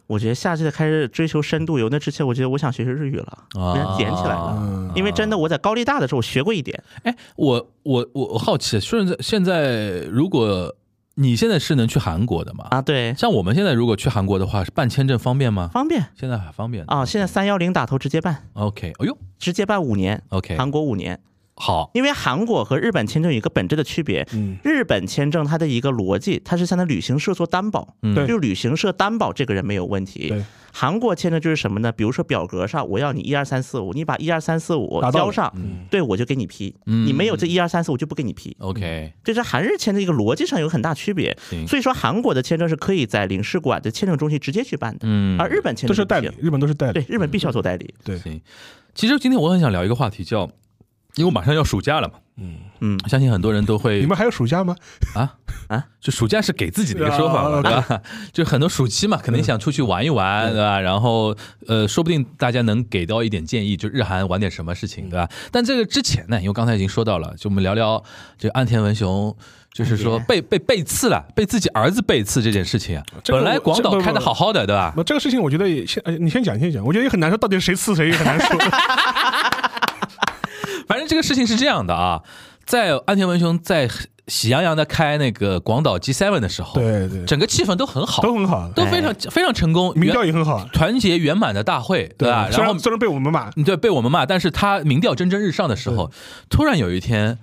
[SPEAKER 3] 我觉得下次开始追求深度游，那之前我觉得我想学学日语了，
[SPEAKER 5] 啊
[SPEAKER 3] 我想捡起来了。
[SPEAKER 4] 嗯，
[SPEAKER 3] 因为真的，我在高丽大的时候我学过一点，
[SPEAKER 5] 哎，我我我我好奇，现在现在如果你现在是能去韩国的吗？
[SPEAKER 3] 啊，对，
[SPEAKER 5] 像我们现在如果去韩国的话，是办签证方便吗？
[SPEAKER 3] 方便
[SPEAKER 5] 现在还方便
[SPEAKER 3] 啊。现在三幺零打头直接办，
[SPEAKER 5] OK，哎呦
[SPEAKER 3] 直接办五年，
[SPEAKER 5] ，OK，
[SPEAKER 3] 韩国五年。
[SPEAKER 5] 好，
[SPEAKER 3] 因为韩国和日本签证有一个本质的区别，
[SPEAKER 4] 嗯
[SPEAKER 3] 日本签证它的一个逻辑，它是相当于旅行社做担保，
[SPEAKER 5] 嗯
[SPEAKER 4] 对
[SPEAKER 3] 就旅行社担保这个人没有问题
[SPEAKER 4] 对。
[SPEAKER 3] 韩国签证就是什么呢？比如说表格上我要你一二三四五，你把一二三四五
[SPEAKER 4] 达到
[SPEAKER 3] 交
[SPEAKER 4] 了
[SPEAKER 3] 上，对我就给你批，
[SPEAKER 5] 嗯
[SPEAKER 3] 你没有这一二三四五就不给你批。
[SPEAKER 5] ，OK，
[SPEAKER 3] 这是韩日签的一个逻辑上有很大区别
[SPEAKER 5] 行，
[SPEAKER 3] 所以说韩国的签证是可以在领事馆的签证中心直接去办的，
[SPEAKER 5] 嗯，
[SPEAKER 3] 而日本签
[SPEAKER 4] 都
[SPEAKER 3] 证
[SPEAKER 4] 是代
[SPEAKER 3] 不
[SPEAKER 4] 理
[SPEAKER 3] 行，
[SPEAKER 4] 日本都是代理
[SPEAKER 3] 对，日本必须要做代理，
[SPEAKER 5] 行。其实今天我很想聊一个话题，叫因为我马上要暑假了嘛，
[SPEAKER 3] 嗯，
[SPEAKER 5] 相信很多人都会
[SPEAKER 4] 你们还有暑假吗？
[SPEAKER 5] 啊
[SPEAKER 3] 啊！
[SPEAKER 5] 就暑假是给自己的一个说法嘛，
[SPEAKER 4] 啊嗯
[SPEAKER 5] 对吧？ 就很多暑期嘛，肯定想出去玩一玩，对吧？然后呃，说不定大家能给到一点建议，就日韩玩点什么事
[SPEAKER 4] 嗯
[SPEAKER 5] 情，对吧？但这个之前呢，因为刚才已经说到了，就我们聊聊这个安田文雄。就是说
[SPEAKER 4] 嗯
[SPEAKER 3] 安田
[SPEAKER 5] 被被背刺了，被自己儿子背刺这件事情啊，
[SPEAKER 4] 这个
[SPEAKER 5] 本来
[SPEAKER 4] 我
[SPEAKER 5] 广
[SPEAKER 4] 这
[SPEAKER 5] 岛
[SPEAKER 4] 不
[SPEAKER 5] 开的
[SPEAKER 4] 不
[SPEAKER 5] 好好的，对吧？
[SPEAKER 4] 那这个事情我觉得也先，哎你先讲，你先讲，我觉得也很难说到底谁刺谁，也很难说。
[SPEAKER 5] 反正这个事情是这样的啊，在安田文雄在喜洋洋的开那个广岛 G7 的时候，
[SPEAKER 4] 对对
[SPEAKER 5] 整个气氛都很好，
[SPEAKER 4] 都哎很好，
[SPEAKER 5] 都非常非常成功，
[SPEAKER 4] 民调也很好，
[SPEAKER 5] 团结圆满的大会，对吧？
[SPEAKER 4] 虽
[SPEAKER 5] 然后嗯
[SPEAKER 4] 然虽然被我们骂，
[SPEAKER 5] 对被我们骂，但是他民调蒸蒸日上的时候，突然有一天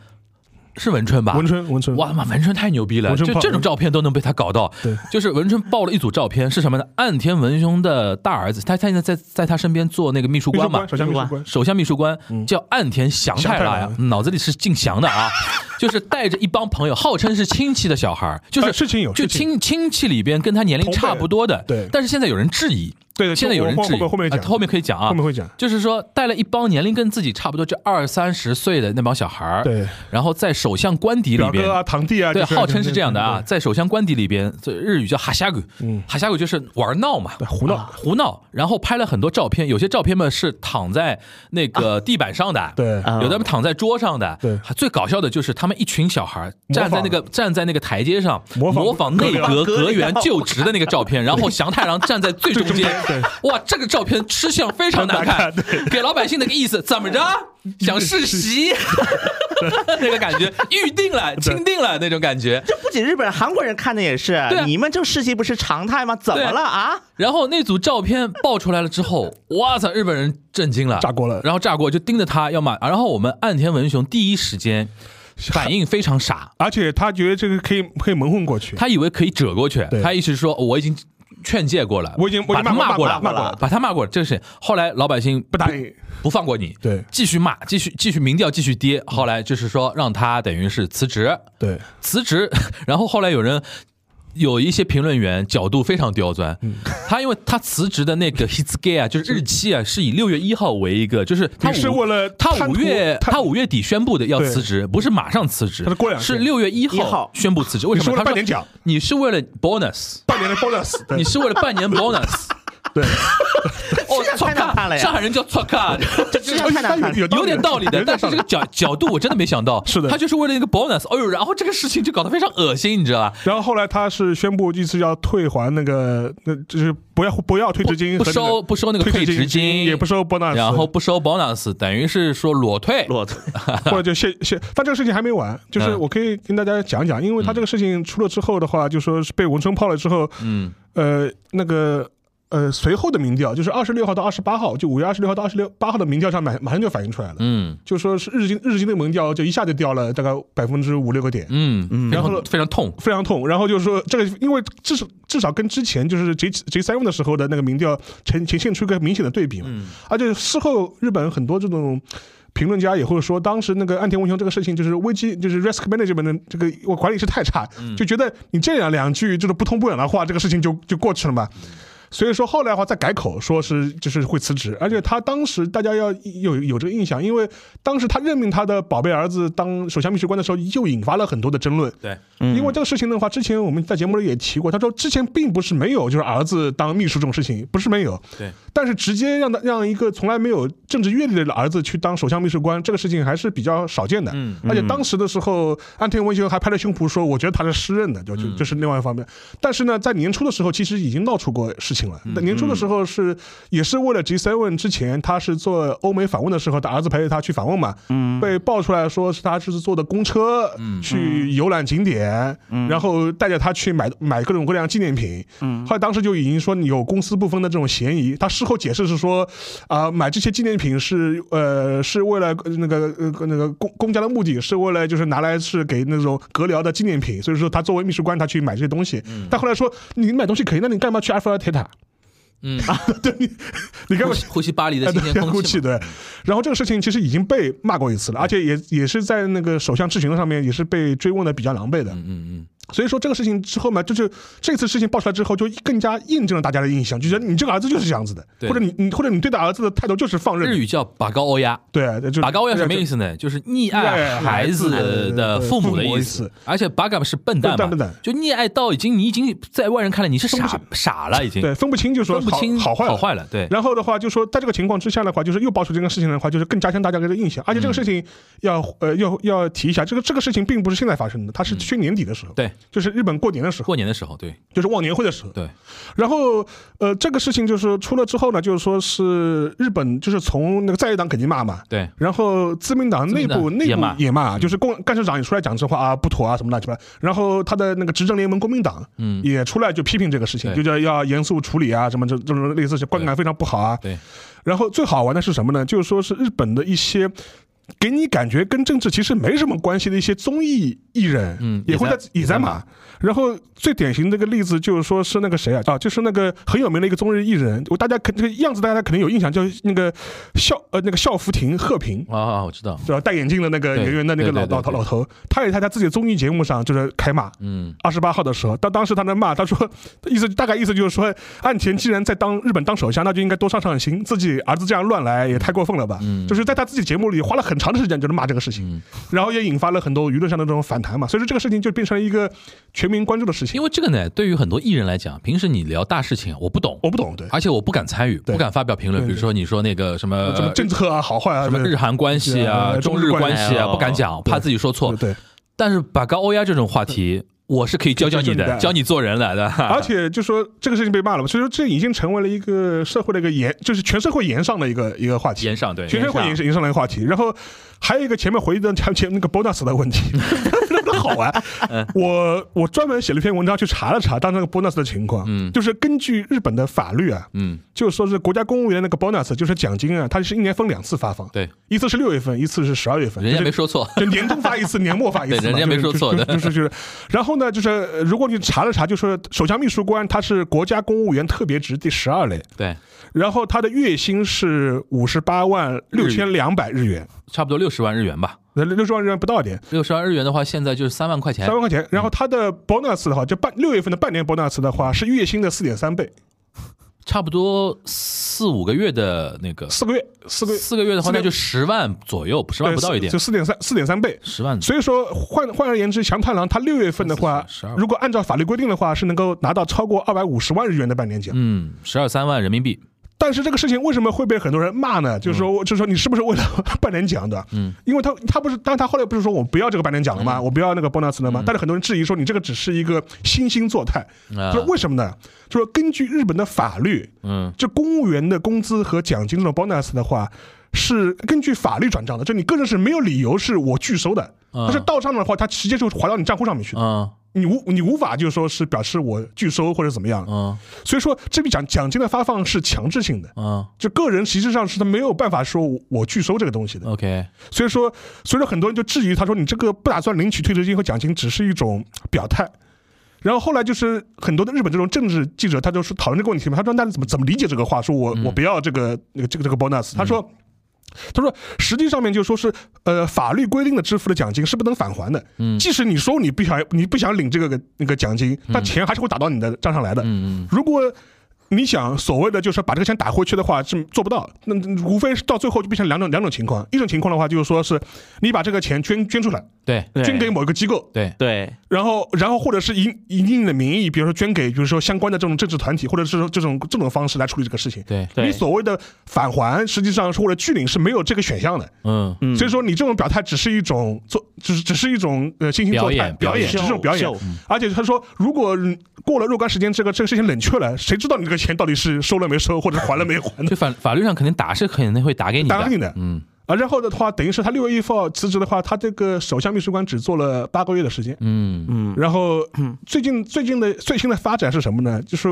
[SPEAKER 5] 是文春吧？
[SPEAKER 4] 文春文春
[SPEAKER 5] 啊哇妈，文春太牛逼了！
[SPEAKER 4] 文
[SPEAKER 5] 就
[SPEAKER 4] 春炮
[SPEAKER 5] 这种照片都能被他搞到
[SPEAKER 4] 对，
[SPEAKER 5] 就是文春爆了一组照片，是什么呢？岸田文雄的大儿子，他他现在在在他身边做那个秘书
[SPEAKER 4] 秘书
[SPEAKER 5] 官嘛
[SPEAKER 4] 官，，首相秘书
[SPEAKER 3] 秘书
[SPEAKER 4] 官，
[SPEAKER 5] 首相秘书官叫岸田祥太郎呀
[SPEAKER 4] 祥，太啊
[SPEAKER 5] 脑子里是姓祥 的啊，就是带着一帮朋友，号称是亲戚的小孩儿，就
[SPEAKER 4] 啊
[SPEAKER 5] 是
[SPEAKER 4] 是亲友
[SPEAKER 5] 就是
[SPEAKER 4] 亲
[SPEAKER 5] 亲亲戚里边跟他年龄
[SPEAKER 4] 同辈
[SPEAKER 5] 差不多的，
[SPEAKER 4] 对
[SPEAKER 5] 但是现在有人质疑，
[SPEAKER 4] 对对，
[SPEAKER 5] 现在有人
[SPEAKER 4] 后
[SPEAKER 5] 质
[SPEAKER 4] 后
[SPEAKER 5] 疑，
[SPEAKER 4] 面后面
[SPEAKER 5] 啊
[SPEAKER 4] 讲，
[SPEAKER 5] 后面可以讲啊，
[SPEAKER 4] 后面会讲，
[SPEAKER 5] 就是说带了一帮年龄跟自己差不多就二三十岁的那帮小孩儿，
[SPEAKER 4] 对，
[SPEAKER 5] 然后在首相官邸里
[SPEAKER 4] 表
[SPEAKER 5] 边
[SPEAKER 4] 哥啊、堂弟啊，
[SPEAKER 5] 对，
[SPEAKER 4] 就是
[SPEAKER 5] 号称是这样的啊，，在首相官邸里边，这日语叫哈夏古，
[SPEAKER 4] 嗯
[SPEAKER 5] 哈夏古就是玩闹嘛，
[SPEAKER 4] 对胡闹
[SPEAKER 5] 啊胡闹，然后拍了很多照片，有些照片嘛是躺在那个地板上的，
[SPEAKER 4] 啊对
[SPEAKER 3] 啊
[SPEAKER 5] 有的们躺在桌上的，
[SPEAKER 4] 对
[SPEAKER 5] 还最搞笑的就是他们一群小孩
[SPEAKER 4] 模
[SPEAKER 5] 站
[SPEAKER 4] 仿
[SPEAKER 5] 在那个站在那个台阶上
[SPEAKER 4] 模仿
[SPEAKER 5] 内阁
[SPEAKER 3] 格格
[SPEAKER 5] 阁员
[SPEAKER 3] 料
[SPEAKER 5] 就职的那个照片，然后祥太郎站在最中间，哇，这个照片吃相非常难看，给老百姓那个意思 怎么着？想世袭， 那个感觉预定了、钦定了那种感觉。
[SPEAKER 3] 这不仅日本人，韩国人看的也是。
[SPEAKER 5] 对啊
[SPEAKER 3] 你们这世袭不是常态吗？怎么了啊？
[SPEAKER 5] 然后那组照片爆出来了之后，哇操，日本人震惊了，
[SPEAKER 4] 炸锅了
[SPEAKER 5] 然后炸锅就盯着他要骂，然后我们岸田文雄第一时间反应非常傻，
[SPEAKER 4] 而且他觉得这个可以可以蒙混过去，
[SPEAKER 5] 他以为可以折过去
[SPEAKER 4] 对，
[SPEAKER 5] 他意思是说我已经劝诫过了，
[SPEAKER 4] 我已经我已
[SPEAKER 5] 把
[SPEAKER 4] 经
[SPEAKER 5] 他骂过
[SPEAKER 4] 过
[SPEAKER 5] 了，
[SPEAKER 4] 骂了，
[SPEAKER 5] 把他骂过了，这个事情。后来老百姓
[SPEAKER 4] 不答应，
[SPEAKER 5] 不放过你，
[SPEAKER 4] 对
[SPEAKER 5] 继续骂，继续继续民调继续跌。后来就是说让他等于是辞职，
[SPEAKER 4] 对，
[SPEAKER 5] 辞职。 然后后来有人。有一些评论员角度非常刁钻，
[SPEAKER 4] 嗯
[SPEAKER 5] 他因为他辞职的那个 his gay 啊，就是日期啊，是以六月一号为一个，就是他
[SPEAKER 4] 你是
[SPEAKER 5] 五
[SPEAKER 4] 为了
[SPEAKER 5] 他
[SPEAKER 4] 贪
[SPEAKER 5] 五
[SPEAKER 4] 图
[SPEAKER 5] 月
[SPEAKER 4] 贪
[SPEAKER 5] 他五月底宣布的要
[SPEAKER 4] 对
[SPEAKER 5] 辞职，不是马上辞职
[SPEAKER 4] 他是过，两
[SPEAKER 5] 是
[SPEAKER 4] 天
[SPEAKER 5] 六月一
[SPEAKER 3] 一
[SPEAKER 5] 号
[SPEAKER 3] 号
[SPEAKER 5] 宣布辞职。为什
[SPEAKER 4] 你
[SPEAKER 5] 么？
[SPEAKER 4] 说了
[SPEAKER 5] 他
[SPEAKER 4] 半
[SPEAKER 5] 说
[SPEAKER 4] 年奖，
[SPEAKER 5] 你是为了 bonus，
[SPEAKER 4] 半年的 bonus，对
[SPEAKER 5] 你是为了 半年 bonus。
[SPEAKER 4] 对，
[SPEAKER 5] 哦，
[SPEAKER 3] 这样
[SPEAKER 5] 错
[SPEAKER 3] 太难看了呀
[SPEAKER 5] 上海人叫错卡，
[SPEAKER 3] 这这样太难看了。
[SPEAKER 4] 有
[SPEAKER 5] 有点道理的，
[SPEAKER 4] 有点
[SPEAKER 5] 但是这个角角度我真的没想到，
[SPEAKER 4] 是的
[SPEAKER 5] 他就是为了一个 bonus，哎呦，然后这个事情就搞得非常恶心，你知道吧？
[SPEAKER 4] 然后后来他是宣布这次要退还那个，那就是不要不要退职金
[SPEAKER 5] 不
[SPEAKER 4] 和那个
[SPEAKER 5] 收不收那个
[SPEAKER 4] 退
[SPEAKER 5] 退职
[SPEAKER 4] 金，
[SPEAKER 5] 金
[SPEAKER 4] 也不收 bonus，
[SPEAKER 5] 然后不收 bonus，等于是说裸退，
[SPEAKER 3] 裸退，
[SPEAKER 4] 或者就谢谢。但这个事情还没完，就是
[SPEAKER 5] 嗯
[SPEAKER 4] 我可以跟大家讲讲，因为他这个事情出了之后的话，就说是被文春泡了之后，
[SPEAKER 5] 嗯，
[SPEAKER 4] 呃，那个。呃，随后的民调就是二十六号到二十八号，就五月二十六号到二十六八号的民调上，马马上就反映出来了，
[SPEAKER 5] 嗯
[SPEAKER 4] 就说是日经日经的民调就一下就掉了大概百分之五六个点，
[SPEAKER 5] 嗯嗯，非
[SPEAKER 4] 然后
[SPEAKER 5] 常非常痛，
[SPEAKER 4] 非常痛。然后就是说，这个因为至少至少跟之前就是 J J 三用的时候的那个民调呈呈现出一个明显的对比嘛。而且事后日本很多这种。评论家也会说，当时那个岸田文雄这个事情，就是危机，就是 risk management 的这个我管理是太差，就觉得你这样两句就是不痛不痒的话，这个事情就就过去了嘛。所以说后来的话再改口，说是就是会辞职，而且他当时大家要有有这个印象，因为当时他任命他的宝贝儿子当首相秘书官的时候，又引发了很多的争论。
[SPEAKER 5] 对，
[SPEAKER 4] 因为这个事情的话，之前我们在节目里也提过，他说之前并不是没有，就是儿子当秘书这种事情，不是没有。
[SPEAKER 5] 对。
[SPEAKER 4] 但是直接让他让一个从来没有政治阅历的儿子去当首相秘书官，这个事情还是比较少见的。
[SPEAKER 5] 嗯。
[SPEAKER 4] 而且当时的时候，安田文雄还拍着胸脯说：“我觉得他是失任的。”就就就是另外一方面。但是呢，在年初的时候，其实已经闹出过事情了。
[SPEAKER 5] 嗯
[SPEAKER 4] 那年初的时候是也是为了 G7 之前，他是做欧美访问的时候，他儿子陪着他去访问嘛，被爆出来说是他是坐的公车去游览景点，然后带着他去买买各种各样纪念品。后来当时就已经说你有公私不分的这种嫌疑。他事后解释是说，啊、买这些纪念品是呃是为了呃那个呃那个公公家的目的，是为了就是拿来是给那种阁僚的纪念品，所以说他作为秘书官他去买这些东西。但后来说你买东西可以，那你干嘛去埃菲尔铁塔？
[SPEAKER 5] 嗯，
[SPEAKER 4] 你干
[SPEAKER 5] 呼
[SPEAKER 4] 嘛
[SPEAKER 5] 吸呼吸巴黎的新鲜
[SPEAKER 4] 对，
[SPEAKER 5] 空气
[SPEAKER 4] 气
[SPEAKER 5] 嘛， 嗯
[SPEAKER 4] 对。然后这个事情其实已经被骂过一次了，而且也也是在那个首相质询上面也是被追问的比较狼狈的。
[SPEAKER 5] 嗯嗯嗯，
[SPEAKER 4] 所以说这个事情之后嘛，就是这次事情爆出来之后，就更加印证了大家的印象，就觉得你这个儿子就是这样子的，
[SPEAKER 5] 对
[SPEAKER 4] 或者你你或者你对待儿子的态度就是放任的
[SPEAKER 5] 日语叫把高欧压。
[SPEAKER 4] 对，就是
[SPEAKER 5] 拔高要什么意思呢？就是溺爱孩子的父母
[SPEAKER 4] 溺爱孩子的父母
[SPEAKER 5] 的意
[SPEAKER 4] 的意
[SPEAKER 5] 思
[SPEAKER 4] 思，
[SPEAKER 5] 而且拔高是笨蛋
[SPEAKER 4] 笨蛋
[SPEAKER 5] 嘛
[SPEAKER 4] 笨蛋，
[SPEAKER 5] 就溺爱到已经你已经在外人看来你是傻傻了，已经
[SPEAKER 4] 对，分不清就说
[SPEAKER 5] 分不
[SPEAKER 4] 好
[SPEAKER 5] 清
[SPEAKER 4] 好坏
[SPEAKER 5] 好坏了，对，
[SPEAKER 4] 然后的话，就说在这个情况之下的话，就是又爆出这个事情的话，就是更加深大家的印象。而且这个事情要、呃要要提一下，这个这个事情并不是现在发生的，它是去年底的时候，
[SPEAKER 5] 嗯对，
[SPEAKER 4] 就是日本过年的时候，
[SPEAKER 5] 过年的时候，对
[SPEAKER 4] 就是忘年会的时候，
[SPEAKER 5] 对，
[SPEAKER 4] 然后，呃，这个事情就是出了之后呢，就是说是日本就是从那个在野党肯定骂嘛，
[SPEAKER 5] 对，
[SPEAKER 4] 然后自民党内
[SPEAKER 5] 自民
[SPEAKER 4] 部
[SPEAKER 5] 党
[SPEAKER 4] 内
[SPEAKER 5] 也
[SPEAKER 4] 部
[SPEAKER 5] 骂嗯
[SPEAKER 4] 也骂，就是共干事长也出来讲这话啊，不妥啊什么乱七八糟。然后他的那个执政联盟国民党，
[SPEAKER 5] 嗯
[SPEAKER 4] 也出来就批评这个事情，
[SPEAKER 5] 对
[SPEAKER 4] 就叫要严肃处理啊，什么这这种类似是观感非常不好啊。
[SPEAKER 5] 对，
[SPEAKER 4] 然后最好玩的是什么呢？就是说是日本的一些给你感觉跟政治其实没什么关系的一些综艺艺人，
[SPEAKER 5] 嗯
[SPEAKER 4] 也会
[SPEAKER 5] 也在
[SPEAKER 4] 在也在码。然后最典型的一个例子就是说是那个谁啊啊，就是那个很有名的一个综艺艺人，我大家肯这个样子大家可能有印象，就是那个孝呃那个孝福亭贺平。
[SPEAKER 5] 啊，我知道，
[SPEAKER 4] 对吧？戴眼镜的那个
[SPEAKER 5] 对
[SPEAKER 4] 圆圆的那个
[SPEAKER 5] 对
[SPEAKER 4] 老
[SPEAKER 5] 对
[SPEAKER 4] 老头
[SPEAKER 5] 对对
[SPEAKER 4] 老头，他也在他自己的综艺节目上就是开骂，
[SPEAKER 5] 嗯
[SPEAKER 4] 二十八号的时候，当当时他在骂，他说意思大概意思就是说，岸田既然在当日本当首相，那就应该多上上心，自己儿子这样乱来也太过分了吧。
[SPEAKER 5] 嗯
[SPEAKER 4] 就是在他自己节目里花了很长的时间就是骂这个事情，
[SPEAKER 5] 嗯，
[SPEAKER 4] 然后也引发了很多舆论上的这种反弹嘛，所以说这个事情就变成了一个全民关注的事情。
[SPEAKER 5] 因
[SPEAKER 4] 为
[SPEAKER 5] 为这个呢，对于很多艺人来讲，平时你聊大事情，我不懂，
[SPEAKER 4] 我不懂，对，
[SPEAKER 5] 而且我不敢参与，
[SPEAKER 4] 对
[SPEAKER 5] 不敢发表评论。
[SPEAKER 4] 对
[SPEAKER 5] 比如说你说那个什么
[SPEAKER 4] 什么呃政策啊，好坏啊，
[SPEAKER 5] 呃什么
[SPEAKER 4] 对
[SPEAKER 5] 日韩关系啊、
[SPEAKER 4] 对
[SPEAKER 5] 中日关
[SPEAKER 3] 中
[SPEAKER 5] 系
[SPEAKER 3] 日
[SPEAKER 5] 啊，
[SPEAKER 3] 关系
[SPEAKER 5] 不敢讲，
[SPEAKER 4] 哦对
[SPEAKER 5] 怕自己说错
[SPEAKER 4] 对。对，
[SPEAKER 5] 但是把高欧亚这种话
[SPEAKER 4] 嗯
[SPEAKER 5] 题，我是可以教教你
[SPEAKER 4] 教教你
[SPEAKER 5] 的，
[SPEAKER 4] 的
[SPEAKER 5] 教你做人来的。
[SPEAKER 4] 而且就说这个事情被骂了嘛，所以说这已经成为了一个社会的一个延，就是全社会延上的一个一个话题
[SPEAKER 5] 言。上对，
[SPEAKER 4] 学生会影响影响了一个话题，然后还有一个前面回的前前那个 bonus 的问 题，那好玩。
[SPEAKER 5] 嗯
[SPEAKER 4] 我我专门写了一篇文章去查了查当时那个 bonus 的情况，
[SPEAKER 5] 嗯
[SPEAKER 4] 就是根据日本的法律啊，
[SPEAKER 5] 嗯，
[SPEAKER 4] 就是说是国家公务员那个 bonus 就是奖金啊，它是一年分两次发放，
[SPEAKER 5] 对，
[SPEAKER 4] 一次是六月份，一次是十二月份，
[SPEAKER 5] 人家
[SPEAKER 4] 就是
[SPEAKER 5] 没 说错。
[SPEAKER 4] 就年终发一次，年末发一次嘛，
[SPEAKER 5] 对人家没说错的
[SPEAKER 4] 就是就是就是。然后呢，就是呃如果你查了查，就是首相秘书官他是国家公务员特别职第十二类，
[SPEAKER 5] 对，
[SPEAKER 4] 然后他的月薪是五十八万六千两百日元，
[SPEAKER 5] 差不多六十万日元吧，
[SPEAKER 4] 那六十万日元不到一点，
[SPEAKER 5] 六十万日元的话，现在就是三万块钱
[SPEAKER 4] 三。万块钱。然后他的 bonus 的话，就半六月份的半年 bonus 的话是月薪的四点三倍，
[SPEAKER 5] 差不多四五个月的那个，
[SPEAKER 4] 四个月，四个月，
[SPEAKER 5] 四个月的话，
[SPEAKER 4] 四个
[SPEAKER 5] 那就十万左右，十万不到一点嗯
[SPEAKER 4] 就，四点三四点三倍。
[SPEAKER 5] 十万。
[SPEAKER 4] 所以说，换换而言之，祥太郎他六月份的话
[SPEAKER 5] 12，
[SPEAKER 4] 如果按照法律规定的话，是能够拿到超过二百五十万日元的半年奖。
[SPEAKER 5] 嗯，十二三万人民币，
[SPEAKER 4] 但是这个事情为什么会被很多人骂呢？就是说，
[SPEAKER 5] 嗯
[SPEAKER 4] 就是说你是不是为了 半年奖的？嗯，因为他他不是，但他后来不是说我不要这个半年奖了吗？
[SPEAKER 5] 嗯
[SPEAKER 4] 我不要那个 bonus 了吗？但是很多人质疑说你这个只是一个惺惺作态，
[SPEAKER 5] 啊
[SPEAKER 4] 就是为什么呢？就是根据日本的法律，
[SPEAKER 5] 嗯，
[SPEAKER 4] 就公务员的工资和奖金这种 bonus 的话。是根据法律转账的，就你个人是没有理由是我拒收的，
[SPEAKER 5] 嗯
[SPEAKER 4] 但是到账的话，它直接就划到你账户上面去的，
[SPEAKER 5] 嗯
[SPEAKER 4] 你无你无法就是说是表示我拒收或者怎么样，
[SPEAKER 5] 嗯
[SPEAKER 4] 所以说这笔奖奖金的发放是强制性的，
[SPEAKER 5] 嗯
[SPEAKER 4] 就个人实际上是他没有办法说我我拒收这个东西的，
[SPEAKER 5] ，OK，
[SPEAKER 4] 所以说所以说很多人就质疑他说你这个不打算领取退职金和奖金只是一种表态。然后后来就是很多的日本这种政治记者，他就说讨论这个问题嘛，他说那你怎么怎么理解这个话？说我
[SPEAKER 5] 嗯
[SPEAKER 4] 我不要这个那个这个这个 bonus，他说。他说：“实际上面就说是，呃，法律规定的支付的奖金是不能返还的。
[SPEAKER 5] 嗯
[SPEAKER 4] 即使你说你不想你不想领这个那个奖金，但钱还是会打到你的账上来的。
[SPEAKER 5] 嗯嗯
[SPEAKER 4] 如果你想所谓的就是把这个钱打回去的话是做不到，那那无非是到最后就变成两种两种情况，一种情况的话就是说是你把这个钱捐捐出来，
[SPEAKER 5] 对
[SPEAKER 3] 对
[SPEAKER 4] 捐给某一个机构，
[SPEAKER 5] 对，
[SPEAKER 3] 对
[SPEAKER 4] 然后然后或者是以以一定的名义，比如说捐给比如说相关的这种政治团体，或者是说这种这种方式来处理这个事情。
[SPEAKER 5] 对，
[SPEAKER 3] 对
[SPEAKER 4] 你所谓的返还，实际上是或者拒领是没有这个选项的，
[SPEAKER 5] 嗯
[SPEAKER 3] 嗯
[SPEAKER 4] 所以说你这种表态只是一种做，只是只是一种呃惺惺作态
[SPEAKER 5] 表演表演
[SPEAKER 4] 只是一种表演
[SPEAKER 3] 秀秀。
[SPEAKER 4] 而且他说，如果嗯过了若干时间，这个这个事情冷却了，谁知道你这个钱到底是收了没收，或者还了没还 呢？
[SPEAKER 5] 就法法律上肯定打是肯定会打给你的，
[SPEAKER 4] 答应的
[SPEAKER 5] 嗯
[SPEAKER 4] 啊，然后的话，等于是他六月一号辞职的话，他这个首相秘书官只做了八个月的时间。
[SPEAKER 5] 嗯
[SPEAKER 3] 嗯
[SPEAKER 4] 然后最近最近的最新的发展是什么呢？就是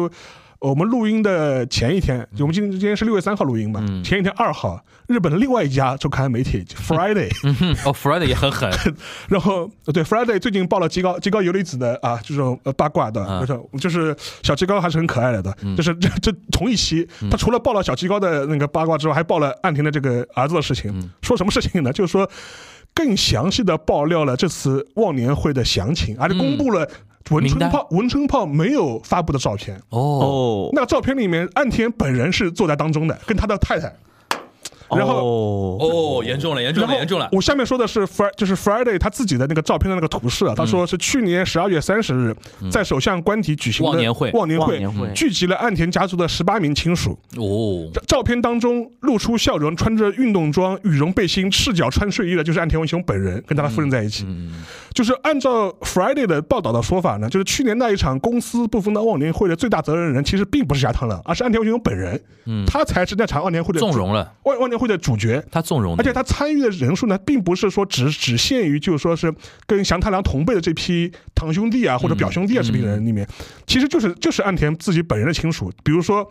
[SPEAKER 4] 我们录音的前一天，
[SPEAKER 5] 嗯
[SPEAKER 4] 就我们今今天是六月三号录音嘛，前一天二号，日本的另外一家周刊媒体 Friday，
[SPEAKER 5] 嗯，哦，Fred 也很狠，
[SPEAKER 4] 然后呃对 Friday 最近爆了极高极高游离子的啊这种呃八卦的，
[SPEAKER 5] 嗯
[SPEAKER 4] 就是就是小极高还是很可爱的的，就是 这这同一期，
[SPEAKER 5] 嗯
[SPEAKER 4] 他除了爆了小极高的那个八卦之外，还爆了岸田的这个儿子的事情。
[SPEAKER 5] 嗯
[SPEAKER 4] 说什么事情呢？就是说更详细的爆料了这次忘年会的详情，而且公布了文
[SPEAKER 5] 嗯名
[SPEAKER 4] 春
[SPEAKER 5] 单
[SPEAKER 4] 炮文春炮没有发布的照片。
[SPEAKER 5] 哦，
[SPEAKER 3] 哦，
[SPEAKER 4] 那照片里面，岸田本人是坐在当中的，跟他的太太。然后
[SPEAKER 3] 后
[SPEAKER 5] 哦，严重了，严重
[SPEAKER 4] 然
[SPEAKER 5] 了，
[SPEAKER 4] 后
[SPEAKER 5] 严重了，
[SPEAKER 4] 我下面说的是 Fri 就是 Friday 他自己的那个照片的那个图
[SPEAKER 5] 嗯
[SPEAKER 4] 示啊，他说是去年十二月三十日在首相官邸举行的
[SPEAKER 5] 忘年会
[SPEAKER 4] 忘年
[SPEAKER 3] 忘
[SPEAKER 4] 会
[SPEAKER 3] 年会
[SPEAKER 4] 聚集了岸田家族的十八名亲属。
[SPEAKER 5] 哦，
[SPEAKER 4] 照照片当中露出笑容、穿着运动装、羽绒背心、赤脚穿睡衣的，就是岸田文雄本人跟他的夫人在一
[SPEAKER 5] 嗯
[SPEAKER 4] 起。就是按照 Friday 的报道的说法呢，就是去年那一场公私不分的忘年会的最大责任人其实并不是加藤朗，而是岸田文雄本人，他才是那场忘年会的主
[SPEAKER 5] 嗯纵容了，
[SPEAKER 4] 忘忘年会的主角。
[SPEAKER 5] 他纵容你，
[SPEAKER 4] 而且他参与的人数呢，并不是说只只限于就是说是跟祥太郎同辈的这批堂兄
[SPEAKER 5] 嗯
[SPEAKER 4] 弟啊或者表兄弟啊这批人里面，其实就是就是岸田自己本人的亲属，比如说。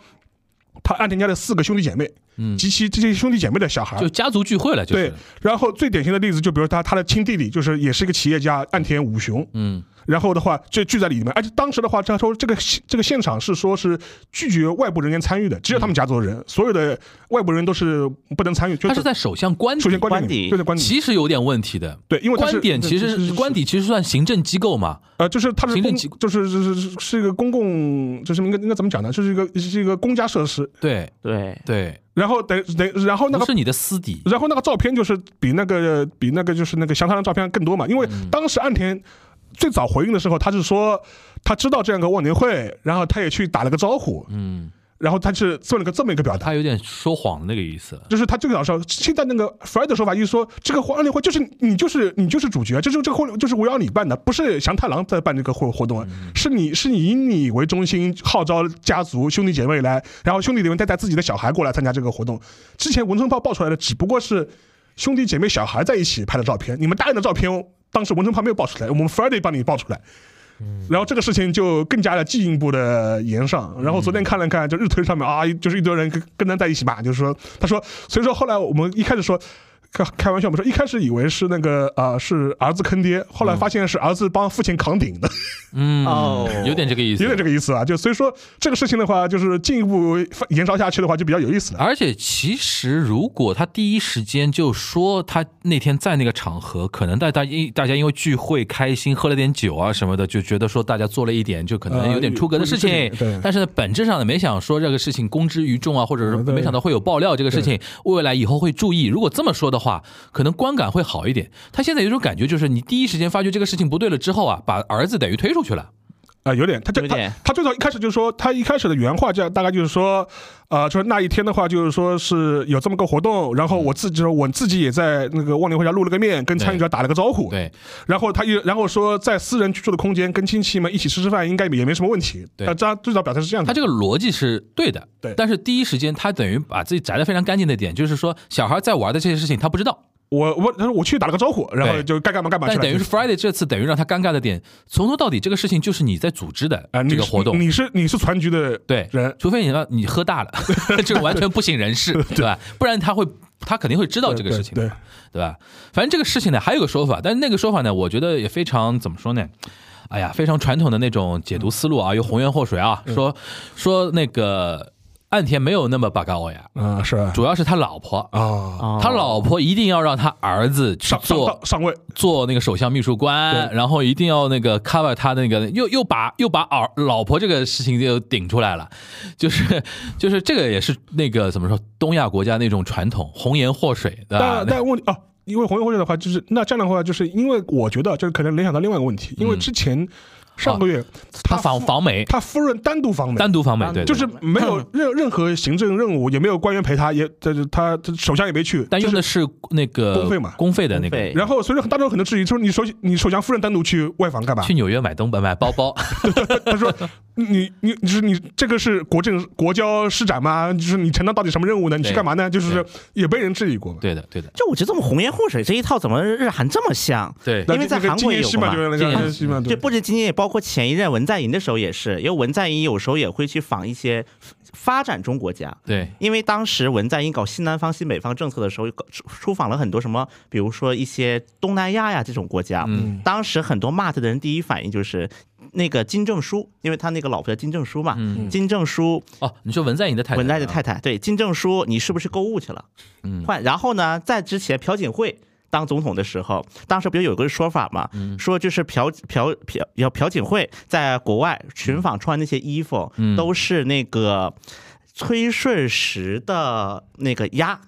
[SPEAKER 4] 他岸田家的四个兄弟姐妹，
[SPEAKER 5] 嗯
[SPEAKER 4] 及其这些兄弟姐妹的小孩，
[SPEAKER 5] 就家族聚会了，就是
[SPEAKER 4] 对，。然后最典型的例子就比如他他的亲弟弟，就是也是一个企业家岸田武雄，
[SPEAKER 5] 嗯
[SPEAKER 4] 然后的话就聚在里面，而且当时的话，他说这个这个现场是说是拒绝外部人员参与的，只有他们家族的人，所有的外部人都是不能参与。就
[SPEAKER 5] 嗯他是在首相官邸
[SPEAKER 4] 首先官邸里
[SPEAKER 3] 官邸
[SPEAKER 4] 面，就在官邸，
[SPEAKER 5] 其实有点问题的。
[SPEAKER 4] 对，因为他是
[SPEAKER 5] 官邸其
[SPEAKER 4] 是是
[SPEAKER 5] 实
[SPEAKER 4] 是
[SPEAKER 5] 官邸其实算行政机构嘛，
[SPEAKER 4] 呃，就是它是
[SPEAKER 5] 行政
[SPEAKER 4] 公，
[SPEAKER 5] 机构
[SPEAKER 4] 就是是是是一个公共，就是应该应该怎么讲呢？就是一个是一个公家设施。
[SPEAKER 5] 对
[SPEAKER 3] 对，
[SPEAKER 5] 对，
[SPEAKER 4] 然后等等，然后那
[SPEAKER 5] 不
[SPEAKER 4] 个
[SPEAKER 5] 是你的私邸，
[SPEAKER 4] 然后那个照片就是比那个比那个就是那个详谈的照片更多嘛，因为
[SPEAKER 5] 嗯
[SPEAKER 4] 当时岸田最早回应的时候，他是说他知道这样一个忘年会，然后他也去打了个招呼，
[SPEAKER 5] 嗯，
[SPEAKER 4] 然后他是做了个这么一个表达。
[SPEAKER 5] 他有点说谎的那个意思了。
[SPEAKER 4] 就是他最早说，现在那个 Fred 的说法就是说，这个婚礼会就是你就是你就是主角，这就是这个婚礼就是围绕你办的，不是祥太郎在办这个活活动，啊是你是你以你为中心号召家族兄弟姐妹来，然后兄弟姐妹带带自己的小孩过来参加这个活动。之前文春炮爆出来的只不过是兄弟姐妹小孩在一起拍的照片，你们大人的照片哦当时文春炮没有爆出来，我们 Friday 帮你爆出来。然后这个事情就更加的进一步的延上。然后昨天看了看，就日推上面啊，就是一堆人跟跟他在一起骂，就是说，他说，所以说后来我们一开始说。开开玩笑，我们说一开始以为是那个啊、呃是儿子坑爹，后来发现是儿子帮父亲扛顶的，
[SPEAKER 5] 嗯，
[SPEAKER 3] 哦
[SPEAKER 5] 有点这个意思，
[SPEAKER 4] 有点这个意思啊。就所以说这个事情的话，就是进一步发延烧下去的话，就比较有意思了。
[SPEAKER 5] 而且其实，如果他第一时间就说他那天在那个场合，可能大家因大家因为聚会开心喝了点酒啊什么的，就觉得说大家做了一点就可能有点出格的事情。
[SPEAKER 4] 呃出格的事情对
[SPEAKER 5] 但是呢，本质上呢，没想说这个事情公之于众啊，或者是
[SPEAKER 4] 嗯对
[SPEAKER 5] 没想到会有爆料这
[SPEAKER 4] 嗯
[SPEAKER 5] 个事情，未来以后会注意。如果这么说的话，可能观感会好一点。他现在有一种感觉，就是你第一时间发觉这个事情不对了之后啊，把儿子等于推出去了。
[SPEAKER 4] 啊、有点，他就
[SPEAKER 3] 有
[SPEAKER 4] 他
[SPEAKER 3] 点
[SPEAKER 4] 他最早一开始就说，他一开始的原话这样，大概就是说，呃，就是那一天的话，就是说是有这么个活动，然后我自己我自己也在那个忘年会上露了个面，跟参与者打了个招呼，，
[SPEAKER 5] 嗯对
[SPEAKER 4] 然后他又然后说在私人居住的空间跟亲戚们一起吃吃饭，应该也没什么问题，
[SPEAKER 5] 对
[SPEAKER 4] 但他最早表达是这样的，
[SPEAKER 5] 他这个逻辑是对的，
[SPEAKER 4] 嗯对
[SPEAKER 5] 但是第一时间他等于把自己摘得非常干净的点，就是说小孩在玩的这些事情他不知道，
[SPEAKER 4] 我我他说我去打了个招呼，然后
[SPEAKER 5] 对
[SPEAKER 4] 就该干嘛干嘛去
[SPEAKER 5] 但
[SPEAKER 4] 了，
[SPEAKER 5] 等于
[SPEAKER 4] 就
[SPEAKER 5] 是
[SPEAKER 4] 是
[SPEAKER 5] Friday 这次等于让他尴尬的点，从头到底这个事情就是你在组织的
[SPEAKER 4] 啊、你
[SPEAKER 5] 这个
[SPEAKER 4] 是
[SPEAKER 5] 活动。
[SPEAKER 4] 你是你是船局的
[SPEAKER 5] 对
[SPEAKER 4] 人，
[SPEAKER 5] 除非你让你喝大了， 这个完全不省 人事，对吧？不然他会，他肯定会知道这个事情的
[SPEAKER 4] 对，
[SPEAKER 5] 对吧？反正这个事情呢，还有个说法，但是那个说法呢，我觉得也非常怎么说呢？哎呀，非常传统的那种解读思路啊，又红颜祸水啊，
[SPEAKER 4] 嗯
[SPEAKER 5] 说说那个岸田没有那么拔高呀，
[SPEAKER 4] 啊、是吧
[SPEAKER 5] 主要是他老婆，
[SPEAKER 4] 啊、
[SPEAKER 3] 哦
[SPEAKER 5] 他老婆一定要让他儿子去
[SPEAKER 4] 上上
[SPEAKER 5] 做
[SPEAKER 4] 上上位，
[SPEAKER 5] 做那个首相秘书官，然后一定要那个 cover 他那个，又又把又把儿老婆这个事情就顶出来了，就是就是这个也是那个怎么说东亚国家那种传统红颜祸水，对吧
[SPEAKER 4] 但？但问题啊，因为红叶会的话，就是那这样的话，就是因为我觉得，就是可能联想到另外一个问题，因为之前上个月
[SPEAKER 5] 他
[SPEAKER 4] 夫
[SPEAKER 5] 访访美，
[SPEAKER 4] 他夫人单独访美，
[SPEAKER 5] 单独访美，对，对
[SPEAKER 4] 就是没有任任何行政任务，也没有官员陪他，也这这他这首相也没去，
[SPEAKER 5] 但用的是那个
[SPEAKER 4] 公费嘛
[SPEAKER 5] 公费的那
[SPEAKER 3] 公
[SPEAKER 5] 个
[SPEAKER 3] 费。
[SPEAKER 4] 然后，所以说大众很多质疑，说你首你首相夫人单独去外访干嘛
[SPEAKER 5] 去？纽约买东买包包，
[SPEAKER 4] 他说你你你是你这个是国政国交施展吗？就是你承担到底什么任务呢？你去
[SPEAKER 5] 对
[SPEAKER 4] 干嘛呢？就是
[SPEAKER 5] 对
[SPEAKER 4] 也被人质疑过嘛。
[SPEAKER 5] 对的，对的，
[SPEAKER 3] 就我觉得我们红颜祸水这一套怎么日韩这么像？
[SPEAKER 5] 对
[SPEAKER 4] 那
[SPEAKER 3] 因为在
[SPEAKER 4] 那个
[SPEAKER 3] 韩
[SPEAKER 4] 金
[SPEAKER 3] 国也
[SPEAKER 4] 延
[SPEAKER 3] 有
[SPEAKER 4] 熙
[SPEAKER 3] 过
[SPEAKER 4] 嘛，
[SPEAKER 3] 嘛
[SPEAKER 4] 就是那
[SPEAKER 5] 金
[SPEAKER 4] 个
[SPEAKER 5] 延
[SPEAKER 4] 金延熙嘛，
[SPEAKER 3] 这
[SPEAKER 4] 对。
[SPEAKER 3] 嗯不止今天，也包括前一任文在寅的时候也是，因为文在寅有时候也会去访一些发展中国家。
[SPEAKER 5] 对，
[SPEAKER 3] 因为当时文在寅搞新南方、新北方政策的时候，搞出出访了很多什么，比如说一些东南亚呀这种国家。
[SPEAKER 5] 嗯，
[SPEAKER 3] 当时很多骂他的人第一反应就是那个金正书，因为他那个老婆叫金正书嘛。
[SPEAKER 5] 嗯
[SPEAKER 3] 金正书
[SPEAKER 5] 哦，你说文在寅的太太，啊
[SPEAKER 3] 文在寅的太太，对金正书，你是不是购物去了？
[SPEAKER 5] 嗯
[SPEAKER 3] 换然后呢，在之前朴槿惠当总统的时候，当时不是有个说法嘛，
[SPEAKER 5] 嗯
[SPEAKER 3] 说就是朴朴朴朴朴槿惠在国外群访穿那些衣服，
[SPEAKER 5] 嗯
[SPEAKER 3] 都是那个崔顺实的那个鸭，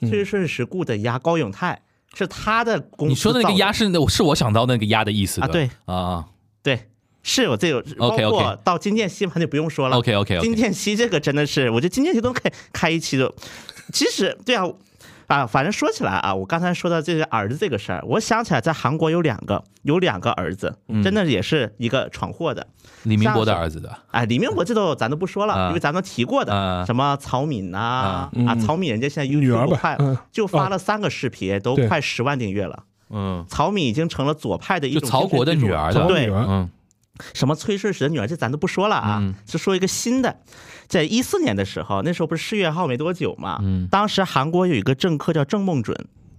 [SPEAKER 5] 嗯
[SPEAKER 3] 崔顺实雇的鸭高永泰是他的公
[SPEAKER 5] 你
[SPEAKER 3] 司
[SPEAKER 5] 说的那个
[SPEAKER 3] 造
[SPEAKER 5] 鸭是那是我想到那个鸭的意思
[SPEAKER 3] 啊对
[SPEAKER 5] 啊啊
[SPEAKER 3] 对。是有这种，包
[SPEAKER 5] OK，OK
[SPEAKER 3] 括到金建熙嘛，就不用说了。
[SPEAKER 5] ，OK OK
[SPEAKER 3] 金
[SPEAKER 5] OK，
[SPEAKER 3] 建熙这个真的是，我觉得金建熙都可以开一期的。其实对啊，啊，反正说起来啊，我刚才说到这个儿子这个事儿，我想起来在韩国有两个，有两个儿子，
[SPEAKER 5] 嗯
[SPEAKER 3] 真的也是一个闯祸的。
[SPEAKER 5] 李明博的儿子的，
[SPEAKER 3] 哎，李明博这都咱都不说
[SPEAKER 5] 啊
[SPEAKER 3] 了，因为咱都提过
[SPEAKER 5] 啊
[SPEAKER 3] 的，什么曹敏呐
[SPEAKER 5] 啊，
[SPEAKER 3] 啊，曹敏人家现在
[SPEAKER 4] 女儿
[SPEAKER 3] YouTube
[SPEAKER 4] 吧
[SPEAKER 3] 快
[SPEAKER 4] 嗯
[SPEAKER 3] 就发了三个视频，都
[SPEAKER 4] 对
[SPEAKER 3] 快十万订阅了。
[SPEAKER 5] 嗯，
[SPEAKER 3] 曹敏已经成了左派的一
[SPEAKER 5] 就
[SPEAKER 3] 种
[SPEAKER 5] 曹国的
[SPEAKER 3] 精神
[SPEAKER 5] 女
[SPEAKER 3] 支柱
[SPEAKER 5] 儿的，
[SPEAKER 4] 曹国
[SPEAKER 3] 对
[SPEAKER 4] 女儿
[SPEAKER 5] 嗯，
[SPEAKER 3] 什么崔顺实的女儿，这咱都不说了啊，
[SPEAKER 5] 嗯
[SPEAKER 3] 就说一个新的，在一四年的时候，那时候不是世越号没多久嘛，
[SPEAKER 5] 嗯
[SPEAKER 3] 当时韩国有一个政客叫郑梦准，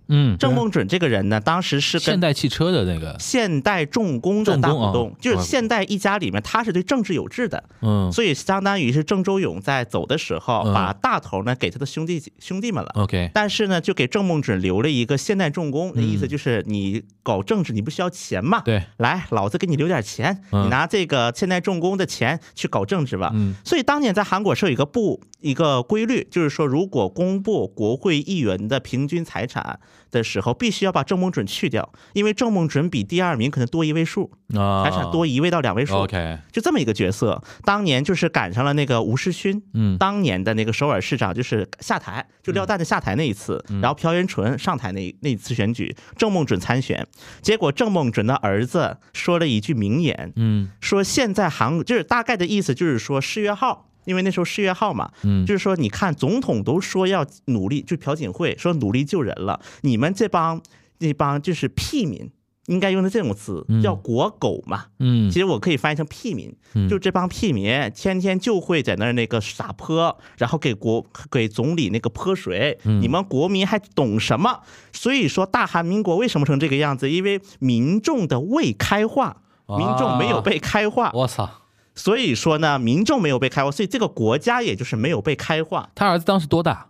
[SPEAKER 5] 嗯，
[SPEAKER 3] 郑梦准这个人呢，当时是
[SPEAKER 5] 现
[SPEAKER 3] 跟
[SPEAKER 5] 代汽车的那个，
[SPEAKER 3] 现代重工的大
[SPEAKER 5] 重工
[SPEAKER 3] 股
[SPEAKER 5] 啊
[SPEAKER 3] 东，就
[SPEAKER 5] 我
[SPEAKER 3] 是现代一家里面，他是对政治有制的，
[SPEAKER 5] 嗯
[SPEAKER 3] 所以相当于是郑周永在走的时候，
[SPEAKER 5] 嗯
[SPEAKER 3] 把大头呢给他的兄弟兄弟们了。
[SPEAKER 5] ，OK，
[SPEAKER 3] 但是呢，就给郑梦准留了一个现代重工，那
[SPEAKER 5] 嗯
[SPEAKER 3] 意思就是你搞政治，你不需要钱嘛？
[SPEAKER 5] 对，
[SPEAKER 3] 来，老子给你留点钱，
[SPEAKER 5] 嗯
[SPEAKER 3] 你拿这个现代重工的钱去搞政治吧。
[SPEAKER 5] 嗯
[SPEAKER 3] 所以当年在韩国是有一个部一个规律，就是说，如果公布国会议员的平均财产的时候，必须要把郑梦准去掉，因为郑梦准比第二名可能多一位数，
[SPEAKER 5] 啊，
[SPEAKER 3] 财产多一位到两位数。
[SPEAKER 5] ，OK，
[SPEAKER 3] 就这么一个角色，当年就是赶上了那个吴世勋，
[SPEAKER 5] 嗯
[SPEAKER 3] 当年的那个首尔市长就是下台，就廖蛋的下台那一次，
[SPEAKER 5] 嗯
[SPEAKER 3] 然后朴元淳上台那一那一次选举，郑梦准参选，结果郑梦准的儿子说了一句名言，
[SPEAKER 5] 嗯
[SPEAKER 3] 说现在韩国就是大概的意思就是说世越号，因为那时候世越号嘛，
[SPEAKER 5] 嗯
[SPEAKER 3] 就是说你看总统都说要努力，就朴槿惠说努力救人了，你们这帮那帮就是屁民。应该用的这种词
[SPEAKER 5] 嗯
[SPEAKER 3] 叫“国狗”嘛，
[SPEAKER 5] 嗯
[SPEAKER 3] 其实我可以翻译成屁民，
[SPEAKER 5] 嗯
[SPEAKER 3] 就这帮屁民天天就会在那儿那个撒泼，然后给国给总理那个泼水，
[SPEAKER 5] 嗯
[SPEAKER 3] 你们国民还懂什么？所以说大韩民国为什么成这个样子？因为民众的未开化。
[SPEAKER 5] 啊
[SPEAKER 3] 民众没有被开化，
[SPEAKER 5] 我操，
[SPEAKER 3] 所以说呢，民众没有被开化，所以这个国家也就是没有被开化。
[SPEAKER 5] 他儿子当时多大？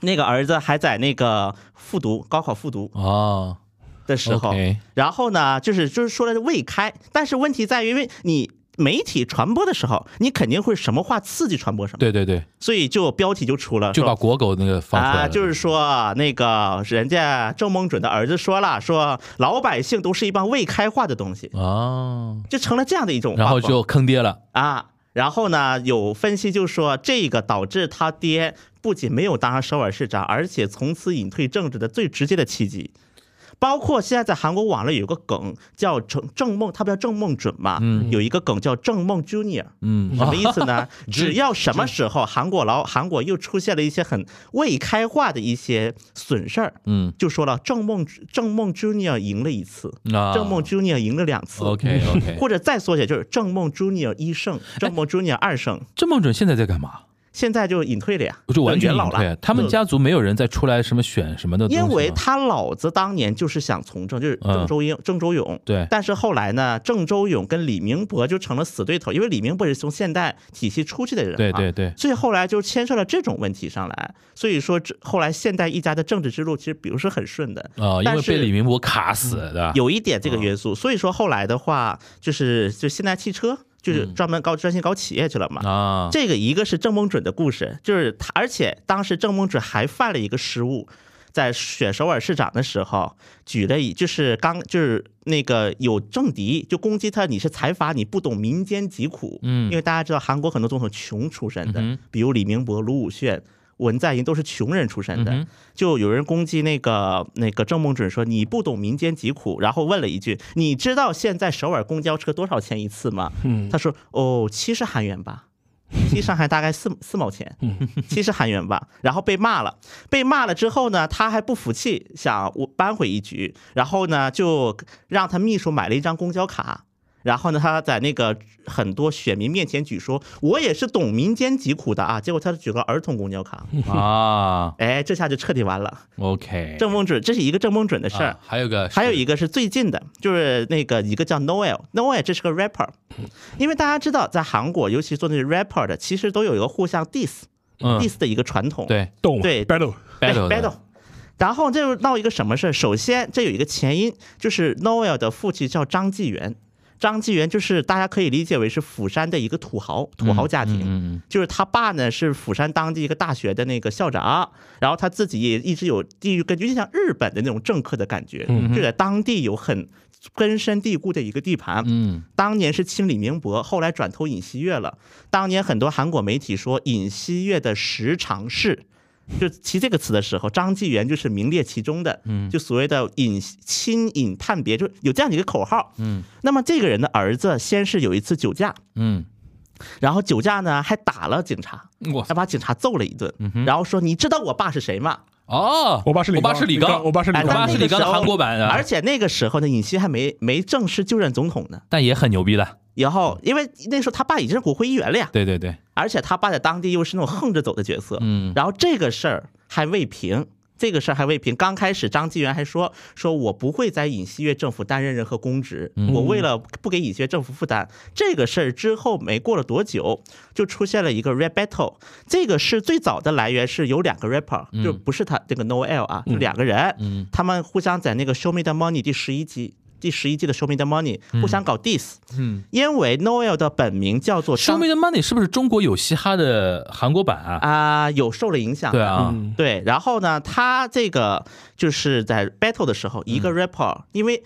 [SPEAKER 3] 那个儿子还在那个复读高考复读
[SPEAKER 5] 哦
[SPEAKER 3] 的时候，
[SPEAKER 5] ，OK，
[SPEAKER 3] 然后呢，就是就是说了未开，但是问题在于，因为你媒体传播的时候，你肯定会什么话刺激传播什么，
[SPEAKER 5] 对对对，
[SPEAKER 3] 所以就标题就出了，
[SPEAKER 5] 就把
[SPEAKER 3] 啊说。
[SPEAKER 5] 国狗那个放出来
[SPEAKER 3] 啊，
[SPEAKER 5] 了，
[SPEAKER 3] 就是说那个人家郑梦准的儿子说了，说老百姓都是一帮未开化的东西，
[SPEAKER 5] 哦，
[SPEAKER 3] 就成了这样的一种画
[SPEAKER 5] 然
[SPEAKER 3] 风。
[SPEAKER 5] 后就坑爹了，
[SPEAKER 3] 啊，然后呢，有分析就说这个导致他爹不仅没有当上首尔市长，而且从此隐退政治的最直接的契机。包括现在在韩国网络有个梗叫郑郑梦，他不叫郑梦准嘛？
[SPEAKER 5] 嗯
[SPEAKER 3] 有一个梗叫郑梦 Junior，
[SPEAKER 5] 嗯
[SPEAKER 3] 什么意思 呢？只要什么时候韩国老韩国又出现了一些很未开化的一些损事儿，
[SPEAKER 5] 嗯
[SPEAKER 3] 就说了郑梦郑梦 Junior 赢了一次，
[SPEAKER 5] 啊，
[SPEAKER 3] 嗯郑梦 Junior 赢了两次。
[SPEAKER 5] ，OK OK，哎
[SPEAKER 3] 或者再缩写就是郑梦 Junior 一胜，郑梦 Junior 二胜，
[SPEAKER 5] 郑梦准现在在干嘛？
[SPEAKER 3] 现在就隐退了呀，
[SPEAKER 5] 就完全
[SPEAKER 3] 元
[SPEAKER 5] 隐
[SPEAKER 3] 老
[SPEAKER 5] 退啊
[SPEAKER 3] 了。，
[SPEAKER 5] 他们
[SPEAKER 3] 就
[SPEAKER 5] 家族没有人再出来什么选什么的东西吗，
[SPEAKER 3] 因为他老子当年就是想从政，就是郑周英、郑周永。
[SPEAKER 5] 对
[SPEAKER 3] 但是后来呢，郑周永跟李明博就成了死对头，因为李明博是从现代体系出去的人嘛，
[SPEAKER 5] 对对对，
[SPEAKER 3] 所以后来就牵涉了这种问题上来。所以说，这后来现代一家的政治之路其实不是很顺的。
[SPEAKER 5] 啊，因
[SPEAKER 3] 但
[SPEAKER 5] 为被
[SPEAKER 3] 是嗯
[SPEAKER 5] 李明博啊嗯卡死的，
[SPEAKER 3] 有一点这个元素，所以说后来的话，就是就现代汽车
[SPEAKER 5] 嗯
[SPEAKER 3] 就是专门搞专心搞企业去了嘛，
[SPEAKER 5] 啊，
[SPEAKER 3] 这个一个是郑梦准的故事，就是他，而且当时郑梦准还犯了一个失误，在选首尔市长的时候，举了一就是刚就是那个有政敌就攻击他，你是财阀，你不懂民间疾苦。
[SPEAKER 5] 嗯
[SPEAKER 3] 因为大家知道韩国很多总统穷出身的，
[SPEAKER 5] 嗯哼
[SPEAKER 3] 比如李明博、卢武铉。文在寅都是穷人出身的，
[SPEAKER 5] 嗯哼
[SPEAKER 3] 就有人攻击那个那个郑梦准说你不懂民间疾苦，然后问了一句：“你知道现在首尔公交车多少钱一次吗？”
[SPEAKER 4] 嗯
[SPEAKER 3] 他说：“哦，七十韩元吧，七十韩大概四四毛钱， 七十韩元吧。”然后被骂了，被骂了之后呢，他还不服气，想我扳回一局，然后呢就让他秘书买了一张公交卡。然后呢，他在那个很多选民面前举说：“我也是懂民间疾苦的啊！”结果他举个儿童公交
[SPEAKER 5] 嗯
[SPEAKER 3] 卡，
[SPEAKER 5] 啊
[SPEAKER 3] 哎，这下就彻底完了。
[SPEAKER 5] ，OK，
[SPEAKER 3] 郑梦准，这是一个郑梦准的事儿
[SPEAKER 5] 哎啊。还有个
[SPEAKER 3] 还有一
[SPEAKER 5] 个
[SPEAKER 3] 个是最近的，就是那个一个叫 Noel，Noel 这是个 rapper，因为大家知道，在韩国，尤其做那些 rapper 的，其实都有一个互相 diss、
[SPEAKER 5] 嗯
[SPEAKER 3] diss 的一个传统，
[SPEAKER 5] 对
[SPEAKER 4] 动
[SPEAKER 3] 对
[SPEAKER 4] battle，
[SPEAKER 3] 对
[SPEAKER 5] battle 的
[SPEAKER 3] battle。然后这就闹一个什么事儿？首先，这有一个前因，就是 Noel 的父亲叫张纪元，张纪元就是大家可以理解为是釜山的一个土豪土豪家庭，
[SPEAKER 5] 嗯嗯
[SPEAKER 3] 就是他爸呢是釜山当地一个大学的那个校长，然后他自己也一直有地域根据，就像日本的那种政客的感觉，
[SPEAKER 5] 嗯
[SPEAKER 3] 就在当地有很根深蒂固的一个地盘。
[SPEAKER 5] 嗯
[SPEAKER 3] 当年是亲李明博，后来转投尹锡悦了。当年很多韩国媒体说尹锡悦的十常侍，就提这个词的时候，张纪元就是名列其中的，就所谓的尹亲尹叛别，就是有这样的一个口号。嗯，那么这个人的儿子先是有一次酒驾，
[SPEAKER 5] 嗯
[SPEAKER 3] 然后酒驾呢还打了警察，
[SPEAKER 5] 嗯，我
[SPEAKER 3] 还把警察揍了一顿，然后说：“你知道我爸是谁吗？”
[SPEAKER 5] 哦，
[SPEAKER 4] 我爸是李
[SPEAKER 5] 我爸
[SPEAKER 4] 刚
[SPEAKER 5] 是李刚，
[SPEAKER 4] 我爸是李
[SPEAKER 3] 哎
[SPEAKER 4] 刚
[SPEAKER 5] 我爸
[SPEAKER 3] 但
[SPEAKER 5] 是
[SPEAKER 3] 那
[SPEAKER 5] 李刚
[SPEAKER 3] 个
[SPEAKER 5] 的
[SPEAKER 3] 时候
[SPEAKER 5] 韩国版啊，
[SPEAKER 3] 而且那个时候呢，尹锡还没没正式就任总统呢。
[SPEAKER 5] 但也很牛逼的。
[SPEAKER 3] 然后，因为那时候他爸已经是国会议员了呀，
[SPEAKER 5] 对对对，
[SPEAKER 3] 而且他爸在当地又是那种横着走的角色，
[SPEAKER 5] 嗯
[SPEAKER 3] 呃然后这个事儿还未平，这个事儿还未平。刚开始张纪元还说说我不会在尹锡悦政府担任任何公职，
[SPEAKER 5] 嗯
[SPEAKER 3] 我为了不给尹锡悦政府负担。这个事儿之后没过了多久，就出现了一个 rap battle。这个是最早的来源是有两个 rapper，、就不是他这个 Noel 啊，就两个人，
[SPEAKER 5] 嗯
[SPEAKER 3] 他们互相在那个 Show Me the Money 第十一集。第十一季的 Show Me the Money 互相搞 diss，、
[SPEAKER 5] 嗯。
[SPEAKER 3] 因为 Noel 的本名叫做
[SPEAKER 5] 《Show
[SPEAKER 3] 张
[SPEAKER 5] Me the Money》是不是中国有嘻哈的韩国版啊？
[SPEAKER 3] 啊、有受了影响的。
[SPEAKER 5] 对啊，
[SPEAKER 3] 对，然后呢，他这个就是在 battle 的时候，一个
[SPEAKER 5] 嗯
[SPEAKER 3] rapper，、因为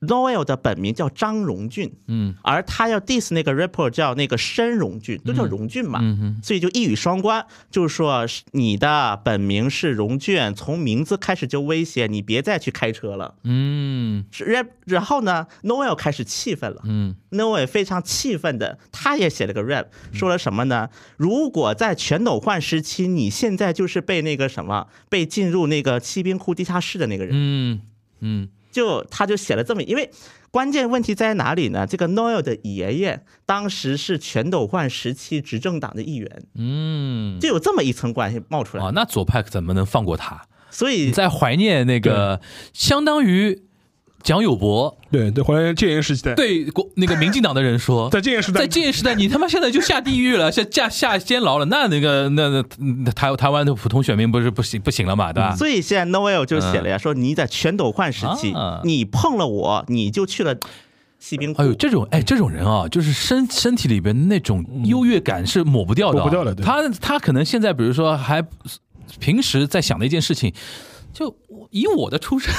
[SPEAKER 3] Noel 的本名叫张荣俊，
[SPEAKER 5] 嗯
[SPEAKER 3] 而他要 diss 那个 rapper 叫那个申荣俊，都叫荣俊嘛，
[SPEAKER 5] 嗯哼
[SPEAKER 3] 所以就一语双关，就是说是你的本名是荣俊，从名字开始就威胁你别再去开车了。
[SPEAKER 5] 嗯
[SPEAKER 3] 是然然后呢，Noel 开始气愤了。
[SPEAKER 5] 嗯，
[SPEAKER 3] Noel 非常气愤的，他也写了个 rap，说了什么呢？如果在全斗焕时期，你现在就是被那个什么，被进入那个骑兵库地下室的那个人，
[SPEAKER 5] 嗯嗯
[SPEAKER 3] 就他就写了这么，因为关键问题在哪里呢？这个 Noel 的爷爷当时是全斗焕时期执政党的议员，
[SPEAKER 5] 嗯，
[SPEAKER 3] 就有这么一层关系冒出
[SPEAKER 5] 啊
[SPEAKER 3] 来，，
[SPEAKER 5] 那左派怎么能放过他？
[SPEAKER 3] 所
[SPEAKER 5] 你
[SPEAKER 3] 以
[SPEAKER 5] 在怀念那个相当于蒋友柏
[SPEAKER 4] 对对，回来戒严时代，
[SPEAKER 5] 对国那个民进党的人说，
[SPEAKER 4] 在戒严时代，
[SPEAKER 5] 在戒严时代，你他妈现在就下地狱了，下下下监牢了，那那个那那那台台湾的普通选民不是不行不行了嘛，对吧？
[SPEAKER 3] 所以现在 Noel 就写了呀，说你在全斗焕时期
[SPEAKER 5] 嗯啊，
[SPEAKER 3] 你碰了我，你就去了骑兵库
[SPEAKER 5] 哎。呦，这种哎，这种人啊，就是身身体里边那种优越感是抹不掉的啊、
[SPEAKER 4] 抹不掉的对
[SPEAKER 5] 他他可能现在比如说还平时在想的一件事情，就我以我的出身，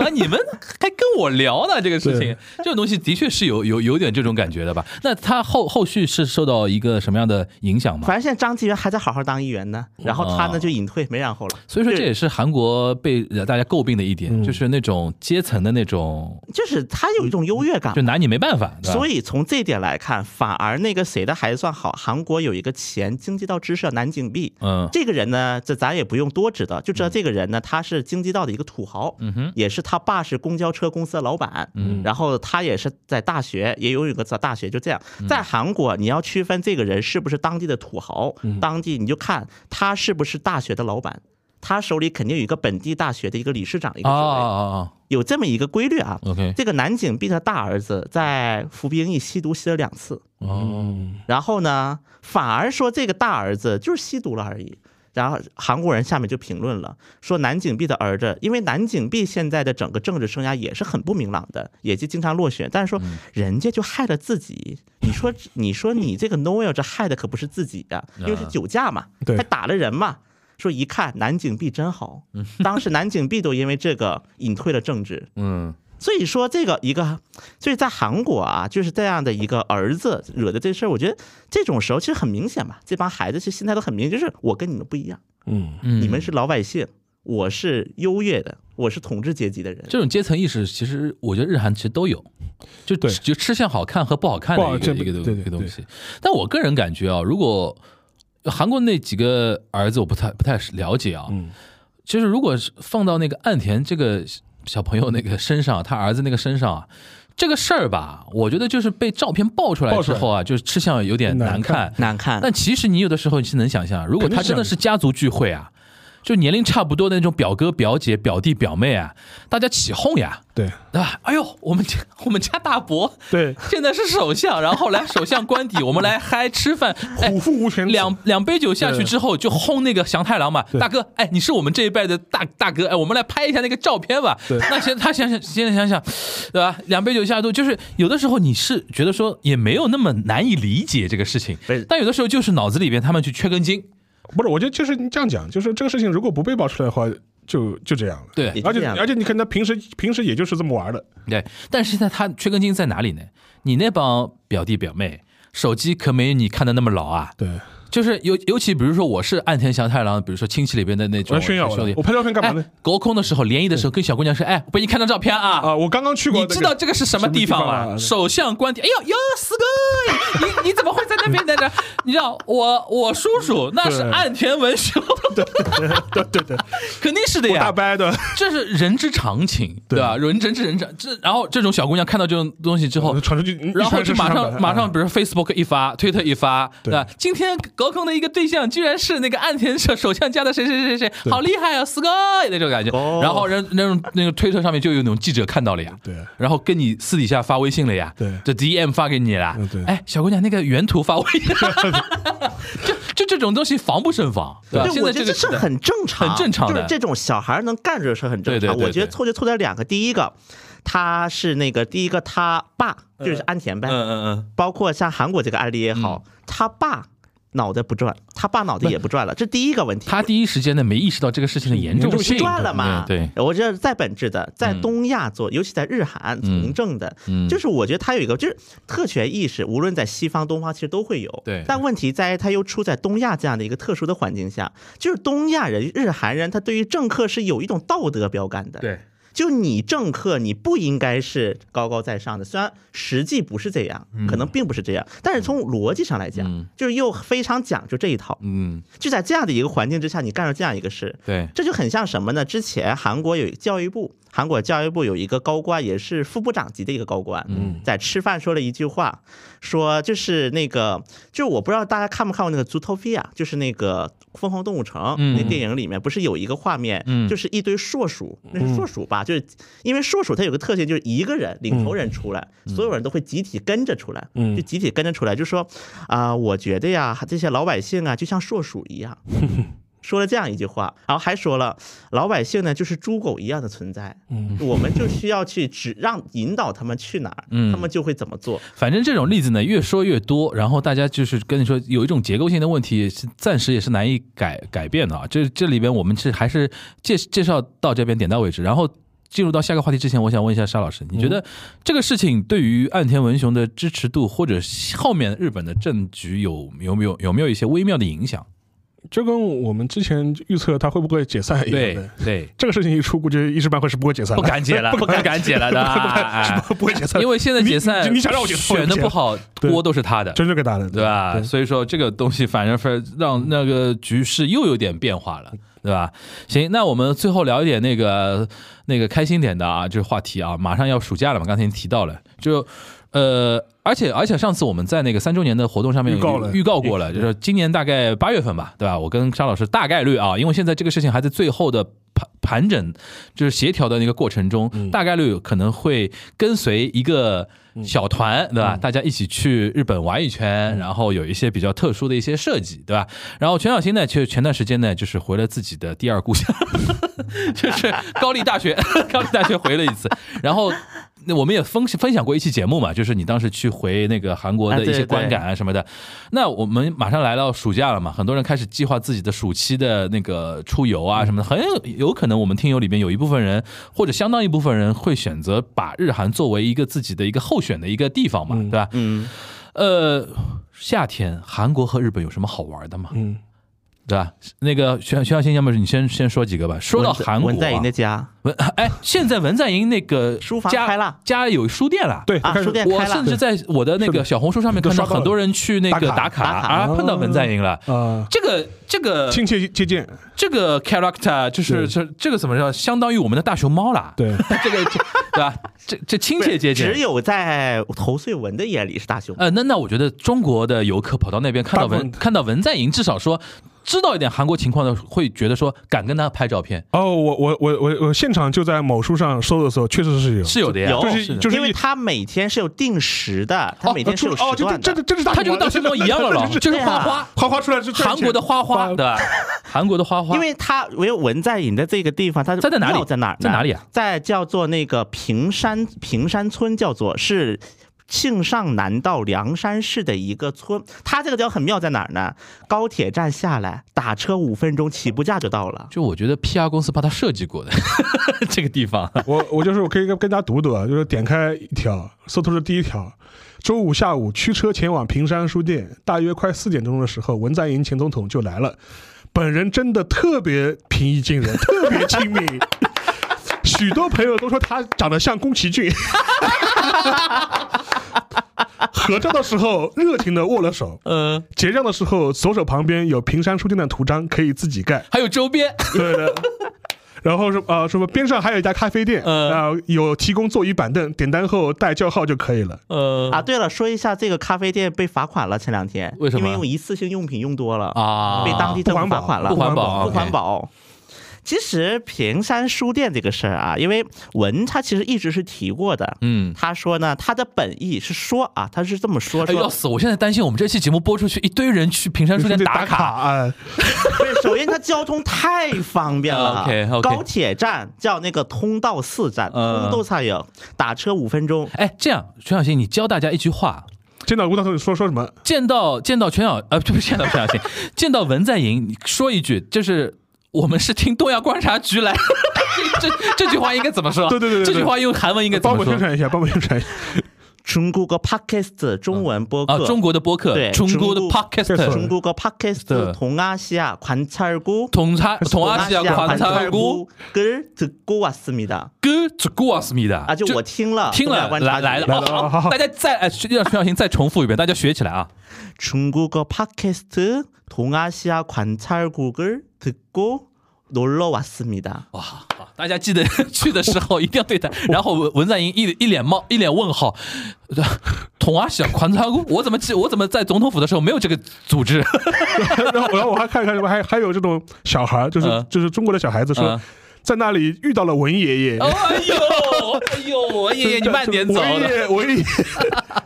[SPEAKER 5] 啊你们还跟我聊呢这个事情
[SPEAKER 4] 对，
[SPEAKER 5] 这种东西的确是有有有点这种感觉的吧？那他后后续是受到一个什么样的影响吗？
[SPEAKER 3] 反正现在张纪元还在好好当议员呢，然后他
[SPEAKER 5] 哦
[SPEAKER 3] 呢就隐退，没然后了。
[SPEAKER 5] 所以说，
[SPEAKER 3] 就
[SPEAKER 5] 这也是韩国被呃大家诟病的一
[SPEAKER 4] 嗯
[SPEAKER 5] 点，就是那种阶层的那种，
[SPEAKER 3] 就是他有一种优越感
[SPEAKER 5] 就，拿你没办法。
[SPEAKER 3] 所
[SPEAKER 5] 以，
[SPEAKER 3] 以从这点来看，反而那个谁的还算好。韩国有一个前经济道知事南景碧，
[SPEAKER 5] 嗯
[SPEAKER 3] 这个人呢，这咱也不用多知道，就知道这个人呢，他是京畿道的一个土豪，
[SPEAKER 5] 嗯哼，
[SPEAKER 3] 也是他爸是公交车公司的老板，
[SPEAKER 5] 嗯
[SPEAKER 3] 然后他也是在大学也有一个在大学就这样，
[SPEAKER 5] 嗯
[SPEAKER 3] 在韩国你要区分这个人是不是当地的土豪，
[SPEAKER 5] 嗯
[SPEAKER 3] 当地你就看他是不是大学的老板。他手里肯定有一个本地大学的一个理事长一个
[SPEAKER 5] 啊
[SPEAKER 3] 职
[SPEAKER 5] 啊
[SPEAKER 3] 位，
[SPEAKER 5] 啊啊
[SPEAKER 3] 有这么一个规律啊。
[SPEAKER 5] ，OK，
[SPEAKER 3] 这个南景碧的大儿子在服兵役吸毒吸了两次，
[SPEAKER 5] 哦，
[SPEAKER 3] 然后呢，反而说这个大儿子就是吸毒了而已。然后韩国人下面就评论了，说南景碧的儿子，因为南景碧现在的整个政治生涯也是很不明朗的，也就经常落选。但是说人家就害了自己，你说你说你这个 Noel 这害的可不是自己呀、因为是酒驾嘛，
[SPEAKER 4] 对
[SPEAKER 3] 还打了人嘛。说一看南景碧真好，当时南景碧都因为这个隐退了政治，
[SPEAKER 5] 嗯
[SPEAKER 3] 所以说这个一个，所以在韩国啊，就是这样的一个儿子惹的这事儿，我觉得这种时候其实很明显嘛，这帮孩子其实心态都很明显，就是我跟你们不一样，
[SPEAKER 4] 嗯，
[SPEAKER 5] 嗯，
[SPEAKER 3] 你们是老百姓，我是优越的，我是统治阶级的人。
[SPEAKER 5] 这种阶层意识，其实我觉得日韩其实都有，就
[SPEAKER 4] 对
[SPEAKER 5] 就吃相好看和不好看的
[SPEAKER 4] 不好
[SPEAKER 5] 一个
[SPEAKER 4] 这
[SPEAKER 5] 一个东
[SPEAKER 4] 对对
[SPEAKER 5] 一个东
[SPEAKER 4] 对
[SPEAKER 5] 西。但我个人感觉啊，如果韩国那几个儿子，我不太不太了解啊。
[SPEAKER 4] 嗯，
[SPEAKER 5] 其实如果是放到那个岸田这个小朋友那个身上，他儿子那个身上啊，这个事儿吧，我觉得就是被照片爆出来
[SPEAKER 4] 爆
[SPEAKER 5] 之
[SPEAKER 4] 出来
[SPEAKER 5] 后啊，就是吃相有点难
[SPEAKER 4] 难看嗯
[SPEAKER 5] 看。
[SPEAKER 3] 难看，
[SPEAKER 5] 但其实你有的时候你是能想象，如果他真的是家族聚会啊，就年龄差不多的那种表哥、表姐、表弟、表妹啊，大家起哄呀，
[SPEAKER 4] 对
[SPEAKER 5] 对吧？哎呦，我们家我们家大伯
[SPEAKER 4] 对，
[SPEAKER 5] 现在是首相，然后来首相 官邸，我们来嗨吃饭，哎
[SPEAKER 4] 虎。父无犬子，
[SPEAKER 5] 两两杯酒下去之后，就轰那个祥太郎嘛，
[SPEAKER 4] 对
[SPEAKER 5] 大哥，哎，你是我们这一辈的大大哥，哎，我们来拍一下那个照片吧。
[SPEAKER 4] 对
[SPEAKER 5] 那现他想想，现在想想，对吧？两杯酒下肚，就是有的时候你是觉得说也没有那么难以理解这个事情
[SPEAKER 3] 不是，
[SPEAKER 5] 但有的时候就是脑子里边他们去缺根筋，
[SPEAKER 4] 不是，我觉得就是你这样讲，就是这个事情如果不被爆出来的话，就就这样了。
[SPEAKER 5] 对
[SPEAKER 3] 也就
[SPEAKER 4] 而
[SPEAKER 3] 这
[SPEAKER 4] 且
[SPEAKER 3] 样
[SPEAKER 4] 而且你看他平时平时也就是这么玩的，
[SPEAKER 5] 对。但是现在他缺根筋在哪里呢？你那帮表弟表妹，手机可没你看的那么牢啊，
[SPEAKER 4] 对
[SPEAKER 5] 就是尤尤其比如说我是岸田翔太郎，比如说亲戚里边的那
[SPEAKER 4] 我
[SPEAKER 5] 种
[SPEAKER 4] 来炫耀
[SPEAKER 5] 兄
[SPEAKER 4] 了
[SPEAKER 5] 弟，
[SPEAKER 4] 我，拍照片干嘛呢
[SPEAKER 5] 哎？，隔空的时候联谊的时候跟小姑娘说，哎，我给你看张照片啊。
[SPEAKER 4] 啊，我刚刚去过
[SPEAKER 5] 你
[SPEAKER 4] 那个，
[SPEAKER 5] 知道这个是什么地方
[SPEAKER 4] 什么地
[SPEAKER 5] 吗？
[SPEAKER 4] 方啊
[SPEAKER 5] 首相官邸。哎呦哟，四哥，你你怎么会在那边在这？ 你知道我我叔叔那是
[SPEAKER 4] 对
[SPEAKER 5] 岸田文雄，
[SPEAKER 4] 对对对，
[SPEAKER 5] 肯定是的
[SPEAKER 4] 我大
[SPEAKER 5] 呀，
[SPEAKER 4] 伯的，
[SPEAKER 5] 这是人之常情，对
[SPEAKER 4] 对
[SPEAKER 5] 吧？人人之人之这，然后这种小姑娘看到这种东西之后，
[SPEAKER 4] 传出去，一
[SPEAKER 5] 哦然后
[SPEAKER 4] 传
[SPEAKER 5] 就是马
[SPEAKER 4] 上百
[SPEAKER 5] 上马上，
[SPEAKER 4] 啊
[SPEAKER 5] 比如 Facebook 一发，Twitter 一发，对
[SPEAKER 4] 对
[SPEAKER 5] 吧？今天隔空的一个对象居然是那个岸田首首相家的谁谁谁谁，好厉害啊，Sky 那种感觉。
[SPEAKER 3] 哦
[SPEAKER 5] 然后人那种那个推特上面就有那种记者看到了呀，
[SPEAKER 4] 对
[SPEAKER 5] 然后跟你私底下发微信了呀，
[SPEAKER 4] 对
[SPEAKER 5] 这 DM 发给你了
[SPEAKER 4] 嗯，对
[SPEAKER 5] 哎，小姑娘那个原图发微 信，就就这种东西防不胜防，对吧？
[SPEAKER 3] 对，
[SPEAKER 5] 现
[SPEAKER 3] 我
[SPEAKER 5] 在
[SPEAKER 3] 觉
[SPEAKER 5] 这个
[SPEAKER 3] 得这
[SPEAKER 5] 时
[SPEAKER 3] 是
[SPEAKER 5] 代
[SPEAKER 3] 很正常，
[SPEAKER 5] 很正常的
[SPEAKER 3] 就是这种小孩能干这个事儿很正常。
[SPEAKER 5] 对对对对
[SPEAKER 3] 我觉得错就错在两个，第一个，他是那个第一个他爸就是安田呗，
[SPEAKER 5] 嗯嗯嗯，
[SPEAKER 3] 包括像韩国这个案例也好，他爸脑袋不转，他爸脑袋也不转了，这第一个问题。
[SPEAKER 5] 他第一时间呢没意识到这个事情的严重性，
[SPEAKER 3] 赚了嘛？
[SPEAKER 5] 对，
[SPEAKER 3] 我觉得在本质的，在
[SPEAKER 5] 嗯
[SPEAKER 3] 东亚做，尤其在日韩
[SPEAKER 5] 嗯
[SPEAKER 3] 从政的，
[SPEAKER 5] 嗯
[SPEAKER 3] 就是我觉得他有一个就是特权意识，无论在西方、东方其实都会有。
[SPEAKER 5] 对
[SPEAKER 3] 但问题在于他又处在东亚这样的一个特殊的环境下，就是东亚人、日韩人，他对于政客是有一种道德标杆的。。
[SPEAKER 4] 对，
[SPEAKER 3] 就你政客，你不应该是高高在上的，虽然实际不是这样，可能并不是这样，但是从逻辑上来讲，
[SPEAKER 5] 嗯
[SPEAKER 3] 就是又非常讲究这一套。
[SPEAKER 5] 嗯，
[SPEAKER 3] 就在这样的一个环境之下，你干出这样一个事，
[SPEAKER 5] 对，
[SPEAKER 3] 这就很像什么呢？之前韩国有教育部，韩国教育部有一个高官，也是副部长级的一个高官，
[SPEAKER 5] 嗯
[SPEAKER 3] 在吃饭说了一句话，说就是那个，就是我不知道大家看没看过那个《Zootopia》，就是那个《疯狂动物城》
[SPEAKER 5] 嗯
[SPEAKER 3] 那电影里面，不是有一个画面，
[SPEAKER 5] 嗯
[SPEAKER 3] 就是一堆硕鼠，那是硕鼠吧？就是因为硕鼠它有个特性，就是一个人领头人出来，
[SPEAKER 5] 嗯
[SPEAKER 3] 所有人都会集体跟着出来，
[SPEAKER 4] 嗯
[SPEAKER 3] 就集体跟着出来，就说啊、我觉得呀，这些老百姓啊，就像硕鼠一样。说了这样一句话，然后还说了，老百姓呢就是猪狗一样的存在，
[SPEAKER 4] 嗯，
[SPEAKER 3] 我们就需要去指让引导他们去哪儿，
[SPEAKER 5] 嗯
[SPEAKER 3] 他们就会怎么做。
[SPEAKER 5] 反正这种例子呢越说越多，然后大家就是跟你说有一种结构性的问题是暂时也是难以改改变的啊。这这里边我们是还是介介绍到这边点到为止，然后。进入到下个话题之前，我想问一下沙老师，你觉得这个事情对于岸田文雄的支持度，或者后面日本的政局有有没有有没有一些微妙的影响？
[SPEAKER 4] 就跟我们之前预测他会不会解散一样
[SPEAKER 5] 对
[SPEAKER 4] 哎的。
[SPEAKER 5] 对，
[SPEAKER 4] 这个事情一出，估计一时半会是不会解散
[SPEAKER 5] 不
[SPEAKER 4] 的，
[SPEAKER 5] 敢解了，不敢解了 的，哎
[SPEAKER 4] 不会解散，
[SPEAKER 5] 因为现在解
[SPEAKER 4] 你
[SPEAKER 5] 散，
[SPEAKER 4] 你你想让我解散，
[SPEAKER 5] 选的不，好，
[SPEAKER 4] 对
[SPEAKER 5] 锅都是他的，
[SPEAKER 4] 真是给打的，
[SPEAKER 5] 对吧？所以说这个东西反正是让那个局势又有点变化了，对吧？行，那我们最后聊一点那个那个开心点的啊，就是话题啊，马上要暑假了嘛，刚才已经提到了，就呃，而且而且上次我们在那个三周年的活动上面
[SPEAKER 4] 预告了嗯
[SPEAKER 5] 预告过了，就是今年大概八月份吧，对吧？我跟沙老师大概率啊，因为现在这个事情还在最后的。盘盘整就是协调的那个过程中，
[SPEAKER 4] 嗯
[SPEAKER 5] 大概率有可能会跟随一个小团，
[SPEAKER 4] 嗯
[SPEAKER 5] 对吧？大家一起去日本玩一圈，然后有一些比较特殊的一些设计，对吧？然后全小新呢，其实前段时间呢，就是回了自己的第二故乡，就是高丽大学， 高丽大学回了一次，然后。那我们也分分享过一期节目嘛，就是你当时去回那个韩国的一
[SPEAKER 3] 啊对
[SPEAKER 5] 些
[SPEAKER 3] 对
[SPEAKER 5] 观感啊什么的。那我们马上来到暑假了嘛，很多人开始计划自己的暑期的那个出游啊什么的，很有有可能我们听友里面有一部分人或者相当一部分人会选择把日韩作为一个自己的一个候选的一个地方嘛，对吧？
[SPEAKER 3] 嗯，
[SPEAKER 5] 呃，夏天韩国和日本有什么好玩的吗？
[SPEAKER 4] 嗯，
[SPEAKER 5] 对吧？那个徐徐小新，要么你先先说几个吧。说到
[SPEAKER 3] 文在
[SPEAKER 5] 韩国、啊，
[SPEAKER 3] 文在寅的家
[SPEAKER 5] 文 哎，现在文在寅那个
[SPEAKER 3] 书房
[SPEAKER 5] 家
[SPEAKER 3] 开了
[SPEAKER 5] 家有书店了。
[SPEAKER 4] 对，
[SPEAKER 3] 啊，
[SPEAKER 4] 开始
[SPEAKER 3] 书店
[SPEAKER 5] 我
[SPEAKER 3] 开了
[SPEAKER 5] 甚，至在我的那
[SPEAKER 4] 是
[SPEAKER 5] 个
[SPEAKER 4] 的
[SPEAKER 5] 小红书上面
[SPEAKER 4] 都
[SPEAKER 5] 看到
[SPEAKER 4] 刷到了
[SPEAKER 5] 很多人去那个
[SPEAKER 4] 打
[SPEAKER 5] 打
[SPEAKER 4] 卡
[SPEAKER 5] 卡
[SPEAKER 3] 打卡
[SPEAKER 5] 啊，碰到文在寅了。
[SPEAKER 4] 啊，
[SPEAKER 5] 这个这个
[SPEAKER 4] 呃亲切接见，
[SPEAKER 5] 这个 character 就
[SPEAKER 4] 对
[SPEAKER 5] 是这这个怎么说，相当于我们的大熊猫啦。
[SPEAKER 4] 对，
[SPEAKER 5] 这个这对吧？这这亲切接近
[SPEAKER 3] 只。有在侯穗文的眼里是大熊。
[SPEAKER 5] 呃，那那我觉得中国的游客跑到那边看到
[SPEAKER 4] 大部
[SPEAKER 5] 文
[SPEAKER 4] 分
[SPEAKER 5] 看到文在寅，至少说知道一点韩国情况的，会觉得说敢跟他拍照片
[SPEAKER 4] 哦，我我我我我现场就在某书上搜的时候，确实是有，
[SPEAKER 5] 是有的呀。
[SPEAKER 3] 有
[SPEAKER 4] 就是就是
[SPEAKER 3] 因为
[SPEAKER 4] 一
[SPEAKER 3] 他每天是有定时的，他每天是有
[SPEAKER 4] 哦，
[SPEAKER 3] 时
[SPEAKER 4] 就
[SPEAKER 3] 段
[SPEAKER 4] 真的
[SPEAKER 3] 的。
[SPEAKER 4] 真是大，
[SPEAKER 5] 他就跟大熊猫一样 了咯，就是
[SPEAKER 3] 对
[SPEAKER 5] 花
[SPEAKER 3] 啊
[SPEAKER 5] 花，
[SPEAKER 4] 花花出来是
[SPEAKER 5] 韩国的花花，对吧？韩国的花花，
[SPEAKER 3] 因为他唯有文在寅的这个地方，他
[SPEAKER 5] 它在哪里
[SPEAKER 3] 庙在哪儿呢？
[SPEAKER 5] 在哪里啊？
[SPEAKER 3] 在叫做那个平山平山村，叫做是庆尚南道梁山市的一个村。它这个地方很妙在哪儿呢？高铁站下来，打车五分钟起步价就到了。
[SPEAKER 5] 就我觉得 PR 公司帮他设计过的这个地方，
[SPEAKER 4] 我我就是我可以跟跟大家读读啊，就是点开一条，搜图是第一条，周五下午驱车前往平山书店，大约快四点钟的时候，文在寅前总统就来了。本人真的特别平易近人，特别亲民。 许多朋友都说他长得像宫崎骏。合照的时候热情的握了手，
[SPEAKER 3] 嗯，
[SPEAKER 4] 结账的时候左手旁边有平山书店的图章，可以自己盖。
[SPEAKER 5] 还有周边，
[SPEAKER 4] 对的。然后是呃什么边上还有一家咖啡店，
[SPEAKER 5] 嗯
[SPEAKER 4] 啊、有提供座椅板凳，点单后带叫号就可以了。
[SPEAKER 5] 呃
[SPEAKER 3] 啊，对了，说一下这个咖啡店被罚款了，前两天
[SPEAKER 5] 为什么
[SPEAKER 3] 因为用一次性用品用多了，
[SPEAKER 5] 啊，
[SPEAKER 3] 被当地政府罚款了，
[SPEAKER 5] 不环保
[SPEAKER 3] 不环
[SPEAKER 5] OK
[SPEAKER 3] 保。其实平山书店这个事儿啊，因为文他其实一直是提过的，
[SPEAKER 5] 嗯，
[SPEAKER 3] 他说呢，他的本意是说啊，他是这么说，
[SPEAKER 5] 哎
[SPEAKER 3] 说
[SPEAKER 5] 要死！我现在担心我们这期节目播出去，一堆人去平山书店
[SPEAKER 4] 就
[SPEAKER 5] 打
[SPEAKER 4] 打卡
[SPEAKER 5] 卡。
[SPEAKER 4] 啊、哎
[SPEAKER 3] 对，首先它交通太方便了。
[SPEAKER 5] OK，OK
[SPEAKER 3] 高铁站叫那个通道四站，
[SPEAKER 5] 嗯
[SPEAKER 3] 通道上有，打车五分钟。
[SPEAKER 5] 哎，这样，全小新，你教大家一句话：
[SPEAKER 4] 见到吴大头你说说什么？
[SPEAKER 5] 见到见到全小呃，不是见到全小新，见到文在寅，你说一句，就是我们是听东亚观察局来。这这这句话应该怎么说？
[SPEAKER 4] 对对对对对
[SPEAKER 5] 这句话用韩文应该怎
[SPEAKER 4] 帮
[SPEAKER 5] 么
[SPEAKER 4] 我
[SPEAKER 5] 说
[SPEAKER 4] 宣？传一下，帮我宣传 一下。
[SPEAKER 3] 中国个 podcast 中文播客，
[SPEAKER 5] 啊，中国的播客，
[SPEAKER 3] 对
[SPEAKER 5] 中国的
[SPEAKER 3] 中国
[SPEAKER 5] podcast，
[SPEAKER 3] 中国个
[SPEAKER 5] 对
[SPEAKER 3] podcast 동아시아관찰구
[SPEAKER 5] 同差同阿西亚啊
[SPEAKER 3] 啊
[SPEAKER 5] 관찰구
[SPEAKER 3] 를듣고왔습니다
[SPEAKER 5] 그 듣고 왔습니다。
[SPEAKER 3] 啊，就我听了，
[SPEAKER 5] 听了
[SPEAKER 3] 东亚观
[SPEAKER 5] 来
[SPEAKER 3] 察局
[SPEAKER 5] 来了，
[SPEAKER 4] 来了
[SPEAKER 5] 哦
[SPEAKER 4] 好好
[SPEAKER 5] 好
[SPEAKER 4] 好
[SPEAKER 5] 大家再哎，让全小新再重复一遍，大家学起来啊。
[SPEAKER 3] 중국어 팟캐스트 동아시아 관찰국을 듣고 놀러 왔습니다.
[SPEAKER 5] 哇，好大家记得 去的时候一定要对待。然后文文在寅一一脸冒一脸问号， 统啊小狂操，我怎么记我怎么在总统府的时候没有这个组 织？
[SPEAKER 4] 然后然后我还看看什么，还还有这种小孩儿，就是、
[SPEAKER 5] 嗯
[SPEAKER 4] 就是中国的小孩子说，
[SPEAKER 5] 嗯
[SPEAKER 4] 在那里遇到了文爷爷。
[SPEAKER 5] 哎呦哎呦，
[SPEAKER 4] 就是
[SPEAKER 5] 爷爷你慢点
[SPEAKER 4] 就是
[SPEAKER 5] 走
[SPEAKER 4] 文
[SPEAKER 5] 了
[SPEAKER 4] 爷。爷，文爷 爷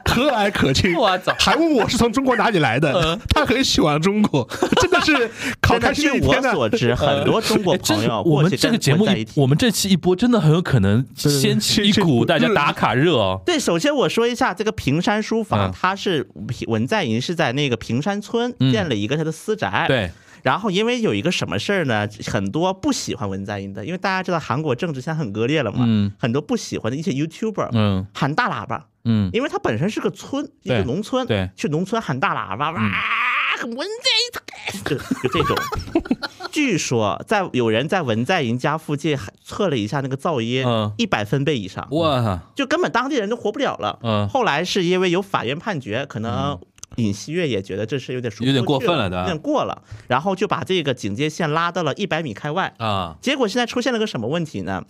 [SPEAKER 4] 和蔼可亲，
[SPEAKER 5] 我操
[SPEAKER 4] 还问我是从中国哪里来
[SPEAKER 5] 嗯
[SPEAKER 4] 的，他很喜欢中国，真的是考
[SPEAKER 3] 真的
[SPEAKER 4] 开心的
[SPEAKER 3] 据
[SPEAKER 4] 一
[SPEAKER 3] 我
[SPEAKER 4] 天啊呢。
[SPEAKER 3] 所知，很多中国
[SPEAKER 5] 哎真
[SPEAKER 3] 朋
[SPEAKER 5] 是
[SPEAKER 3] 友
[SPEAKER 5] 我
[SPEAKER 3] 过
[SPEAKER 5] 们
[SPEAKER 3] 去
[SPEAKER 5] 这
[SPEAKER 3] 跟
[SPEAKER 5] 个节目
[SPEAKER 3] 混在一
[SPEAKER 5] 一，
[SPEAKER 3] 起。
[SPEAKER 5] 我们这期一播，真的很有可能
[SPEAKER 4] 对对
[SPEAKER 5] 掀起一
[SPEAKER 4] 掀
[SPEAKER 5] 股
[SPEAKER 4] 起
[SPEAKER 5] 大家
[SPEAKER 4] 热
[SPEAKER 5] 打卡热哦。
[SPEAKER 3] 对，首先我说一下这个平山书
[SPEAKER 5] 嗯
[SPEAKER 3] 房，它是文在寅是在那个平山村
[SPEAKER 5] 嗯
[SPEAKER 3] 建了一个他的私宅。。
[SPEAKER 5] 对，
[SPEAKER 3] 然后因为有一个什么事儿呢，很多不喜欢文在寅的，因为大家知道韩国政治现在很割裂了嘛，
[SPEAKER 5] 嗯
[SPEAKER 3] 很多不喜欢的一些 YouTuber、
[SPEAKER 5] 嗯
[SPEAKER 3] 喊大喇叭，
[SPEAKER 5] 嗯，
[SPEAKER 3] 因为它本身是个村，一
[SPEAKER 5] 对
[SPEAKER 3] 个农村，
[SPEAKER 5] 对嗯
[SPEAKER 3] 去农村喊大喇叭，哇，文在寅，就就这种。 据说在有人在文在寅家附近还测了一下那个噪音
[SPEAKER 5] 嗯，
[SPEAKER 3] 一百分贝以上，
[SPEAKER 5] 我操，
[SPEAKER 3] 就根本当地人都活不了了。
[SPEAKER 5] 嗯
[SPEAKER 3] 后来是因为有法院判决，可能尹锡悦也觉得这事有点说不
[SPEAKER 5] 有点
[SPEAKER 3] 出去
[SPEAKER 5] 过分了对吧
[SPEAKER 3] 有点过了，然后就把这个警戒线拉到了一百米开外。
[SPEAKER 5] 啊，
[SPEAKER 3] 结果现在出现了个什么问题呢？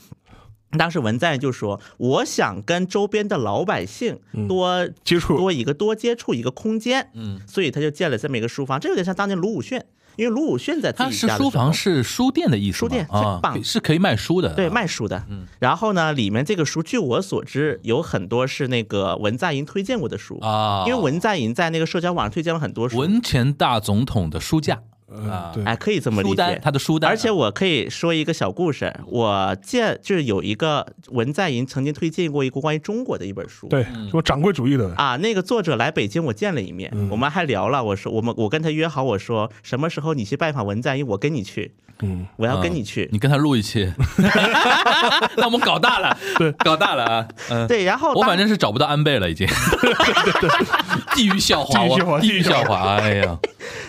[SPEAKER 3] 当时文在寅就说：“我想跟周边的老百姓多、
[SPEAKER 4] 接触
[SPEAKER 3] 多一个多接触一个空间，
[SPEAKER 5] 嗯，
[SPEAKER 3] 所以他就建了这么一个书房。这有点像当年卢武铉，因为卢武铉在自
[SPEAKER 5] 它
[SPEAKER 3] 己
[SPEAKER 5] 是
[SPEAKER 3] 家的
[SPEAKER 5] 书
[SPEAKER 3] 时候
[SPEAKER 5] 房，是书店的意思吗，
[SPEAKER 3] 书店
[SPEAKER 5] 啊
[SPEAKER 3] 最，棒
[SPEAKER 5] 可以是可以卖书的，嗯
[SPEAKER 3] 对，卖书的。然后呢，里面这个书，据我所知，有很多是那个文在寅推荐过的书
[SPEAKER 5] 啊，
[SPEAKER 3] 因为文在寅在那个社交网上推荐了很多书，
[SPEAKER 5] 文前大总统的书架
[SPEAKER 4] 嗯
[SPEAKER 5] 啊，
[SPEAKER 4] 对，
[SPEAKER 3] 哎，可以这么理
[SPEAKER 5] 书单，
[SPEAKER 3] 解。
[SPEAKER 5] 他的书单，啊
[SPEAKER 3] 而且我可以说一个小故事，我见就是有一个文在寅曾经推荐过一个关于中国的一本书，
[SPEAKER 4] 对，
[SPEAKER 5] 嗯
[SPEAKER 4] 什么掌柜主义的，
[SPEAKER 3] 啊，那个作者来北京，我见了一面，
[SPEAKER 5] 嗯
[SPEAKER 3] 我们还聊了。我说我们我跟他约好，我说什么时候你去拜访文在寅，我跟你去，
[SPEAKER 4] 嗯，
[SPEAKER 3] 我要
[SPEAKER 5] 啊
[SPEAKER 3] 跟你去。
[SPEAKER 5] 你跟他录一 期， 那我们搞大了，对，搞大了 啊，嗯，
[SPEAKER 3] 对，然后
[SPEAKER 5] 我
[SPEAKER 3] 哦当
[SPEAKER 5] 反正是找不到安倍了，已 经， 地狱笑话，
[SPEAKER 4] 地狱笑话
[SPEAKER 5] 我
[SPEAKER 4] 地
[SPEAKER 5] 地
[SPEAKER 4] 狱
[SPEAKER 5] 狱
[SPEAKER 4] 笑
[SPEAKER 5] 笑话，哎 呀，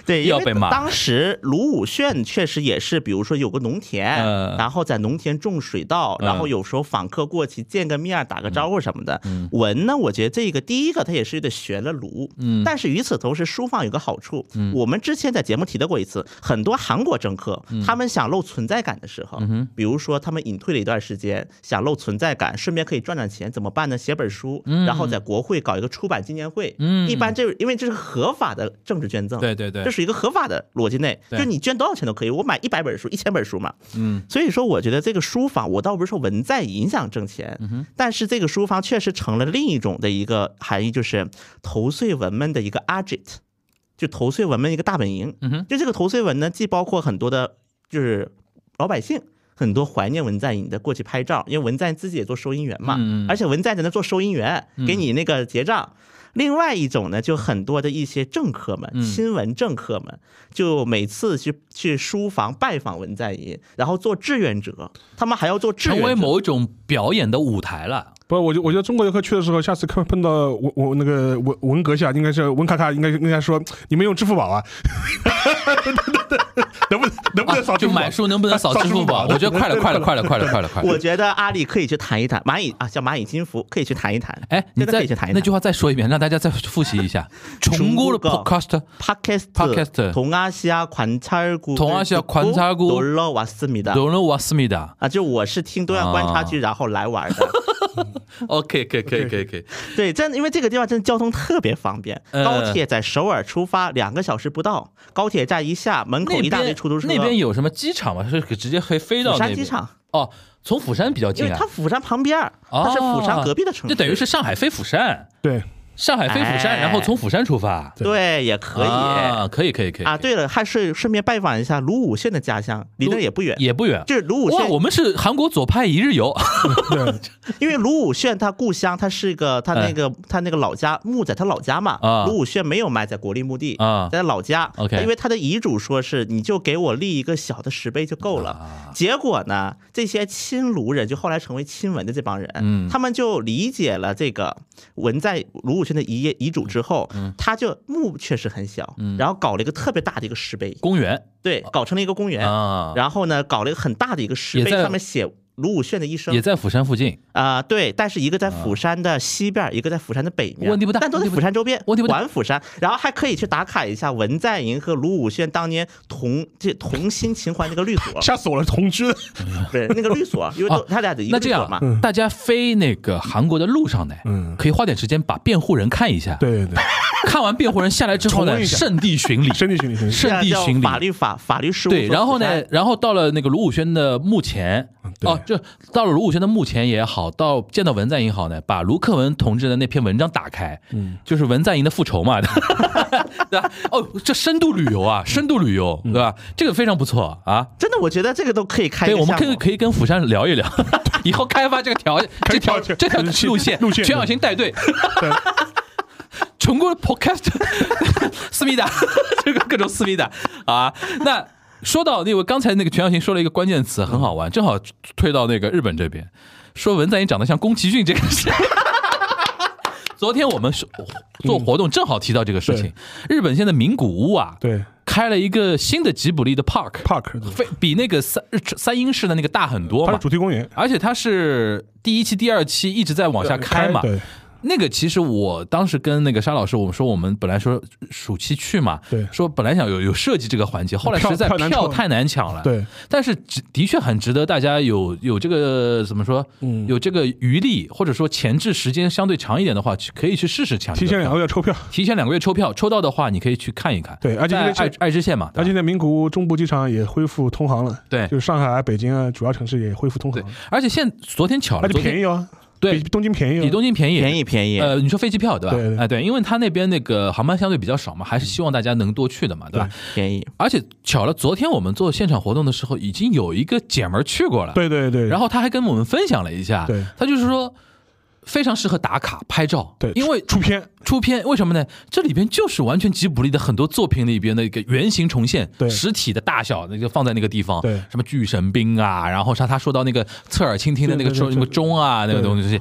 [SPEAKER 3] 对，
[SPEAKER 5] 又
[SPEAKER 3] 因
[SPEAKER 5] 要
[SPEAKER 3] 为
[SPEAKER 5] 被骂
[SPEAKER 3] 当时卢武铉确实也是，比如说有个农田，
[SPEAKER 5] 嗯
[SPEAKER 3] 然后在农田种水稻，然后
[SPEAKER 5] 嗯
[SPEAKER 3] 有时候访客过去见个面儿、打个招呼什么的。文呢，我觉得这个第一个他也是有点悬了卢，
[SPEAKER 5] 嗯
[SPEAKER 3] 但是与此同时，书房有个好处，我们之前在节目提到过一次，很多韩国政客
[SPEAKER 5] 嗯
[SPEAKER 3] 他们想露存在感的时候，比如说他们隐退了一段时间，想露存在感，顺便可以赚赚钱，怎么办呢？写本书，然后在国会搞一个出版纪念会，
[SPEAKER 5] 嗯
[SPEAKER 3] 一般这因为这是合法的政治捐赠，
[SPEAKER 5] 对对对
[SPEAKER 3] 这是一个合法的逻辑内，
[SPEAKER 5] 对
[SPEAKER 3] 就你捐多少钱都可以，我买一百本书、一千本书嘛。
[SPEAKER 5] 嗯，
[SPEAKER 3] 所以说我觉得这个书房，我倒不是说文在寅想挣钱，
[SPEAKER 5] 嗯
[SPEAKER 3] 但是这个书房确实成了另一种的一个含义，就是投税文们的一个 agit，就投税文们一个大本营。
[SPEAKER 5] 嗯哼，
[SPEAKER 3] 就这个投税文呢，既包括很多的，就是老百姓。很多怀念文在寅的过去拍照，因为文在寅自己也做收银员嘛，
[SPEAKER 5] 嗯嗯
[SPEAKER 3] 而且文在寅在那做收银员，给你那个结账。另外一种呢，就很多的一些政客们、亲文政客们，就每次去去书房拜访文在寅，然后做志愿者，他们还要做志
[SPEAKER 5] 成为
[SPEAKER 3] 愿 者。
[SPEAKER 5] 某一种表演的舞台了，
[SPEAKER 4] 不，我觉我觉得中国游客去的时候，下次看碰到文我那个文文阁下，应该是文卡卡，应该应该说你们用支付宝啊， 能不能能不能扫支
[SPEAKER 5] 啊就
[SPEAKER 4] 付宝？啊
[SPEAKER 5] 买书能不能扫支付宝？
[SPEAKER 4] 的
[SPEAKER 5] 我觉得快了，快了，快了，快了，快了，快
[SPEAKER 3] 我
[SPEAKER 5] 了。
[SPEAKER 3] 觉得阿里可以去谈一谈蚂蚁啊，叫蚂蚁金服可以去谈一谈。
[SPEAKER 5] 哎，你
[SPEAKER 3] 真的可
[SPEAKER 5] 再
[SPEAKER 3] 以去谈一谈。
[SPEAKER 5] 那句话再说一遍，让大家再复习一 下。重
[SPEAKER 3] 重
[SPEAKER 5] 估了
[SPEAKER 3] 估个
[SPEAKER 5] podcast
[SPEAKER 3] 팟캐스트,
[SPEAKER 5] 팟캐스트.
[SPEAKER 3] 동아시아 관찰구
[SPEAKER 5] 동아시아 관찰구
[SPEAKER 3] 놀러 왔습니다.
[SPEAKER 5] 놀러 왔습니다.
[SPEAKER 3] 啊，就我是听东亚观察
[SPEAKER 5] 哦
[SPEAKER 3] 局，然后来玩的。
[SPEAKER 5] OK，可以，可以，可以， 可以。
[SPEAKER 3] 对，真的因为这个地方真的交通特别方便，
[SPEAKER 5] 呃
[SPEAKER 3] 高铁在首尔出发两个小时不到，高铁站一下，门口一
[SPEAKER 5] 那
[SPEAKER 3] 大堆
[SPEAKER 5] 边
[SPEAKER 3] 出租车。
[SPEAKER 5] 那边有什么机场吗？是可以直接可以飞到
[SPEAKER 3] 釜
[SPEAKER 5] 那
[SPEAKER 3] 山
[SPEAKER 5] 边
[SPEAKER 3] 机场，
[SPEAKER 5] 哦，从釜山比较
[SPEAKER 3] 因
[SPEAKER 5] 近
[SPEAKER 3] 为
[SPEAKER 5] 啊
[SPEAKER 3] 它，釜山旁边儿，它是釜山隔壁的城市，
[SPEAKER 5] 哦就等于是上海飞釜山，
[SPEAKER 4] 对，，
[SPEAKER 5] 上海飞釜山，
[SPEAKER 3] 哎
[SPEAKER 5] 然后从釜山出发，
[SPEAKER 3] 对，也可以啊。
[SPEAKER 5] 啊，可以，可以，可以
[SPEAKER 3] 对了，还是顺便拜访一下卢武铉的家乡，离那儿也不远。
[SPEAKER 5] 也不远。
[SPEAKER 3] 就是卢武
[SPEAKER 5] 哇，
[SPEAKER 3] 铉
[SPEAKER 5] 我们是韩国左派一日游，
[SPEAKER 3] 因为卢武铉他故乡，他是个他那个、他那个老家墓在他老家嘛，
[SPEAKER 5] 哎啊
[SPEAKER 3] 卢武铉没有埋在国立墓地，
[SPEAKER 5] 啊
[SPEAKER 3] 在他老家。
[SPEAKER 5] OK
[SPEAKER 3] 因为他的遗嘱说是你就给我立一个小的石碑就够了。
[SPEAKER 5] 啊
[SPEAKER 3] 结果呢，这些亲卢人就后来成为亲文的这帮人，
[SPEAKER 5] 嗯
[SPEAKER 3] 他们就理解了这个文在卢武铉的遗遗嘱之后，
[SPEAKER 5] 嗯
[SPEAKER 3] 他就墓确实很小，然后搞了一个特别大的一个石碑，
[SPEAKER 5] 公园
[SPEAKER 3] 对，搞成了一个公园，
[SPEAKER 5] 嗯啊，
[SPEAKER 3] 哎然后呢，搞了一个很大的一个石
[SPEAKER 5] 也
[SPEAKER 3] 碑，
[SPEAKER 5] 在
[SPEAKER 3] 上面写卢武铉的一生
[SPEAKER 5] 也。在釜山附近，
[SPEAKER 3] 啊、对，但是一个在釜山的西边，一个在釜山的北
[SPEAKER 5] 啊
[SPEAKER 3] 面，
[SPEAKER 5] 问题不大
[SPEAKER 3] 但都在
[SPEAKER 5] 问题不
[SPEAKER 3] 釜山周边，
[SPEAKER 5] 问题不大
[SPEAKER 3] 管釜山，然后还可以去打卡一下文在寅和卢武铉当年同这同心秦淮那个律所
[SPEAKER 4] 吓死我了，同居。
[SPEAKER 3] 对，那个律 所，因为都、
[SPEAKER 5] 啊
[SPEAKER 3] 他俩的一个
[SPEAKER 5] 那
[SPEAKER 3] 律
[SPEAKER 5] 这
[SPEAKER 3] 所
[SPEAKER 5] 样
[SPEAKER 3] 嘛。，
[SPEAKER 5] 大家飞那个韩国的路上呢，
[SPEAKER 4] 嗯
[SPEAKER 5] 可以花点时间把辩护人看一下，，
[SPEAKER 4] 对对对，
[SPEAKER 5] 看完辩护人下来之后
[SPEAKER 4] 重温
[SPEAKER 5] 呢，
[SPEAKER 4] 一下
[SPEAKER 5] 圣地巡礼，
[SPEAKER 4] 身体群体群体，
[SPEAKER 3] 这
[SPEAKER 5] 圣
[SPEAKER 3] 样
[SPEAKER 5] 地
[SPEAKER 3] 叫
[SPEAKER 5] 巡礼，
[SPEAKER 3] 法律法法律事务所。
[SPEAKER 5] 对，然后呢，，然后到了那个卢武铉的墓前，
[SPEAKER 4] 对
[SPEAKER 5] 哦，就到了卢武铉的墓前也好，到见到文在寅也好呢，把卢克文同志的那篇文章打开，嗯，就是文在寅的复仇嘛， 对吧？哦，这深度旅游啊，深度旅游，对吧？这个非常不错啊。
[SPEAKER 3] 真的我觉得这个都可以开一
[SPEAKER 5] 对，
[SPEAKER 3] 个
[SPEAKER 5] 我们
[SPEAKER 3] 项
[SPEAKER 5] 可以
[SPEAKER 3] 目。
[SPEAKER 5] 可以跟釜山聊一 聊，以后开发这个条这条
[SPEAKER 4] 开发
[SPEAKER 5] 这条
[SPEAKER 4] 路线
[SPEAKER 5] 路线
[SPEAKER 4] 路线
[SPEAKER 5] 全小新带队， 全国的 podcast 思密达，这个各种思密达啊。那说到那位刚才那个全小新说了一个关键词，很好玩，正好推到那个日本这边，说文在寅长得像宫崎骏这个事。 昨天我们是
[SPEAKER 3] 嗯
[SPEAKER 5] 做活动，正好提到这个事情。日本现在名古屋啊，
[SPEAKER 4] 对
[SPEAKER 5] 开了一个新的吉卜力的 park，
[SPEAKER 4] ，Park，对
[SPEAKER 5] 非比那个三三英市的那个大很多
[SPEAKER 4] 它是
[SPEAKER 5] 嘛
[SPEAKER 4] 主，题公园，
[SPEAKER 5] 而且它是第一期、第二期一直在往下开嘛。
[SPEAKER 4] 对，
[SPEAKER 5] 那个其实我当时跟那个沙老师，我们说我们本来说暑期去嘛，
[SPEAKER 4] 对
[SPEAKER 5] 说本来想有有设计这个环节，后来
[SPEAKER 4] 票
[SPEAKER 5] 实在
[SPEAKER 4] 票难
[SPEAKER 5] 票
[SPEAKER 4] 抢
[SPEAKER 5] 太难抢了，
[SPEAKER 4] 对，
[SPEAKER 5] 但是值的确很值得大家有有这个怎么说，
[SPEAKER 4] 嗯
[SPEAKER 5] 有这个余力或者说前置时间相对长一点的话，去可以去试试抢这
[SPEAKER 4] 提
[SPEAKER 5] 个票，
[SPEAKER 4] 前两个月抽票，
[SPEAKER 5] 提前两个月抽票，抽到的话你可以去看一看，
[SPEAKER 4] 对而且
[SPEAKER 5] 在
[SPEAKER 4] 这
[SPEAKER 5] 爱
[SPEAKER 4] 个
[SPEAKER 5] 爱知县嘛，对吧
[SPEAKER 4] 而且在名古屋中部机场也恢复通航了，
[SPEAKER 5] 对
[SPEAKER 4] 就是上海啊、北京啊主要城市也恢复通航
[SPEAKER 5] 对，，而且现昨天巧了，
[SPEAKER 4] 而且
[SPEAKER 5] 昨天
[SPEAKER 4] 便宜哦，
[SPEAKER 5] 对
[SPEAKER 4] 比东京便宜哦，
[SPEAKER 5] 比东京便宜，
[SPEAKER 3] 便宜便宜，
[SPEAKER 5] 呃，你说飞机票对吧？
[SPEAKER 4] 对对
[SPEAKER 5] 哎，对，因为他那边那个航班相对比较少嘛，还是希望大家能多去的嘛，对吧？
[SPEAKER 3] 便宜，
[SPEAKER 5] 而且巧了，昨天我们做现场活动的时候，已经有一个姐们儿去过了，，
[SPEAKER 4] 对对对，
[SPEAKER 5] 然后她还跟我们分享了一下，
[SPEAKER 4] 对
[SPEAKER 5] 她就是说非常适合打卡拍照，
[SPEAKER 4] 对，
[SPEAKER 5] 因为
[SPEAKER 4] 出出片，
[SPEAKER 5] 出片为什么呢？这里边就是完全吉卜力的很多作品里边的一个原型重现，
[SPEAKER 4] 对
[SPEAKER 5] 实体的大小那就放在那个地方，
[SPEAKER 4] 对
[SPEAKER 5] 什么巨神兵啊，然后像他说到那个侧耳倾听的那个
[SPEAKER 4] 对对
[SPEAKER 5] 钟
[SPEAKER 4] 对
[SPEAKER 5] 那个
[SPEAKER 4] 对
[SPEAKER 5] 钟啊，那个
[SPEAKER 4] 对
[SPEAKER 5] 东西，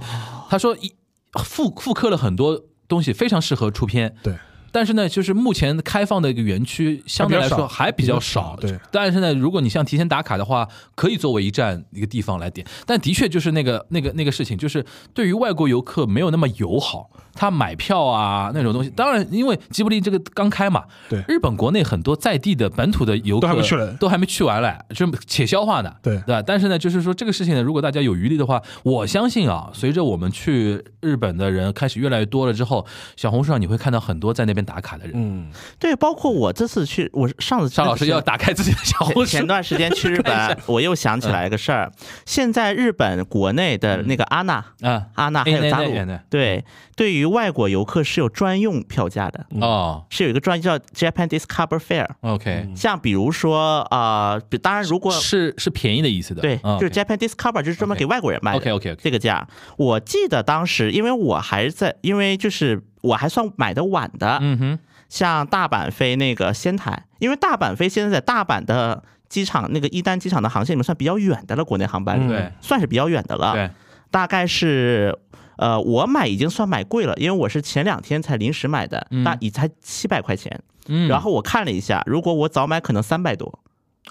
[SPEAKER 5] 他说一复复刻了很多东西，非常适合出片，
[SPEAKER 4] 对。
[SPEAKER 5] 但是呢，就是目前开放的一个园区相对来说还
[SPEAKER 4] 还
[SPEAKER 5] 比
[SPEAKER 4] 比
[SPEAKER 5] 较
[SPEAKER 4] 较
[SPEAKER 5] 少
[SPEAKER 4] 少，嗯对
[SPEAKER 5] 但是呢，如果你像提前打卡的话，可以作为一站一个地方来点。但的确就是那个那个那个事情，就是对于外国游客没有那么友好。他买票啊那种东西，当然因为吉卜力这个刚开嘛，
[SPEAKER 4] 对
[SPEAKER 5] 日本国内很多在地的本土的游客
[SPEAKER 4] 都还没去呢
[SPEAKER 5] 都还没去完嘞，就且消化呢，
[SPEAKER 4] 对
[SPEAKER 5] 对吧？但是呢，就是说这个事情呢，如果大家有余力的话，我相信啊，随着我们去日本的人开始越来越多了之后，小红书上你会看到很多在那边打卡的人。
[SPEAKER 4] 嗯，
[SPEAKER 3] 对，包括我这次去，我上次
[SPEAKER 5] 沙老师要打开自己的小
[SPEAKER 3] 前
[SPEAKER 5] 红书
[SPEAKER 3] 前，段时间去日
[SPEAKER 5] 看一
[SPEAKER 3] 本，我又想起来一个事儿。
[SPEAKER 5] 嗯
[SPEAKER 3] 现在日本国内的那个阿娜，
[SPEAKER 5] 啊
[SPEAKER 3] 阿娜还
[SPEAKER 5] 嗯哎那
[SPEAKER 3] 有扎
[SPEAKER 5] 那
[SPEAKER 3] 鲁
[SPEAKER 5] 那那，
[SPEAKER 3] 对，对于外国游客是有专用票价的，
[SPEAKER 5] 哦
[SPEAKER 3] 是有一个专叫 Japan Discover Fair。
[SPEAKER 5] ，OK，
[SPEAKER 3] 像比如说啊，比当然如果
[SPEAKER 5] 嗯是是便宜的意思的，
[SPEAKER 3] 对，
[SPEAKER 5] 嗯
[SPEAKER 3] 就是 Japan Discover 就是专门
[SPEAKER 5] OK
[SPEAKER 3] 给外国人卖的。
[SPEAKER 5] OK，OK，OK
[SPEAKER 3] 这个价，我记得当时因为我还在，因为就是我还算买的晚的，
[SPEAKER 5] 嗯哼，
[SPEAKER 3] 像大阪飞那个仙台，因为大阪飞现在在大阪的机场那个一丹机场的航线里面算比较远的了，国内航班里
[SPEAKER 5] 对
[SPEAKER 3] 算是比较远的了。
[SPEAKER 5] 嗯对，
[SPEAKER 3] 大概是。呃，我买已经算买贵了，因为我是前两天才临时买的，
[SPEAKER 5] 嗯
[SPEAKER 3] 大也才七百块钱。
[SPEAKER 5] 嗯，
[SPEAKER 3] 然后我看了一下，如果我早买，可能三百多。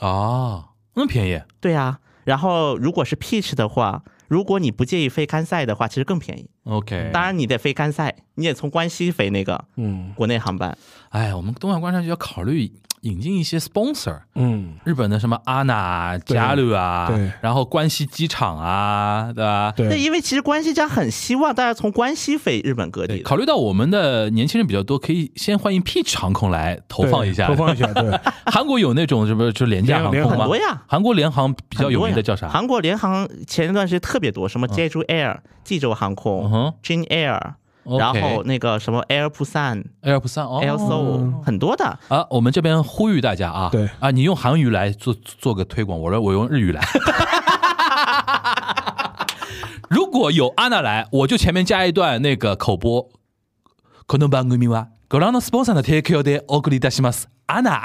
[SPEAKER 5] 哦，那么便宜，
[SPEAKER 3] 对啊，然后如果是 Peach 的话，如果你不介意非干赛的话，其实更便宜。
[SPEAKER 5] OK，
[SPEAKER 3] 嗯当然你得飞干赛，你也从关西飞那个
[SPEAKER 4] 嗯
[SPEAKER 3] 国内航班。
[SPEAKER 5] 哎，我们东亚观察局要考虑引进一些 sponsor，
[SPEAKER 4] 嗯，
[SPEAKER 5] 日本的什么阿娜、
[SPEAKER 4] 对
[SPEAKER 5] 加鲁啊
[SPEAKER 4] 对，
[SPEAKER 5] 然后关西机场啊，对吧？
[SPEAKER 3] 对，
[SPEAKER 4] 对，
[SPEAKER 3] 因为其实关西家很希望大家从关西飞日本各地
[SPEAKER 5] 对，
[SPEAKER 3] 的。
[SPEAKER 5] 考虑到我们的年轻人比较多，可以先欢迎 Peach 航空来投放一下。
[SPEAKER 4] 投放一下，对，
[SPEAKER 5] 韩国有那种什么就廉价航
[SPEAKER 4] 联
[SPEAKER 5] 空
[SPEAKER 4] 联
[SPEAKER 5] 吗
[SPEAKER 3] 很多？呀，
[SPEAKER 5] 韩国联航比较有名的叫啥？
[SPEAKER 3] 韩国联航前一段时间特别多，什么济州 Air、济州航
[SPEAKER 5] 嗯
[SPEAKER 3] 空、
[SPEAKER 5] 哼
[SPEAKER 3] Jin Air，
[SPEAKER 5] OK
[SPEAKER 3] 然后那个什么 Air Busan、
[SPEAKER 5] ，Air 不散哦。
[SPEAKER 3] Air Seoul，很多的。
[SPEAKER 5] 啊，我们这边呼吁大家啊，
[SPEAKER 4] 对
[SPEAKER 5] 啊，你用韩语来做做个推广，我说我用日语来。 如果有安娜来，我就前面加一段那个口播。この番組はご覧のスポンサーの提供でお送りいたします。安娜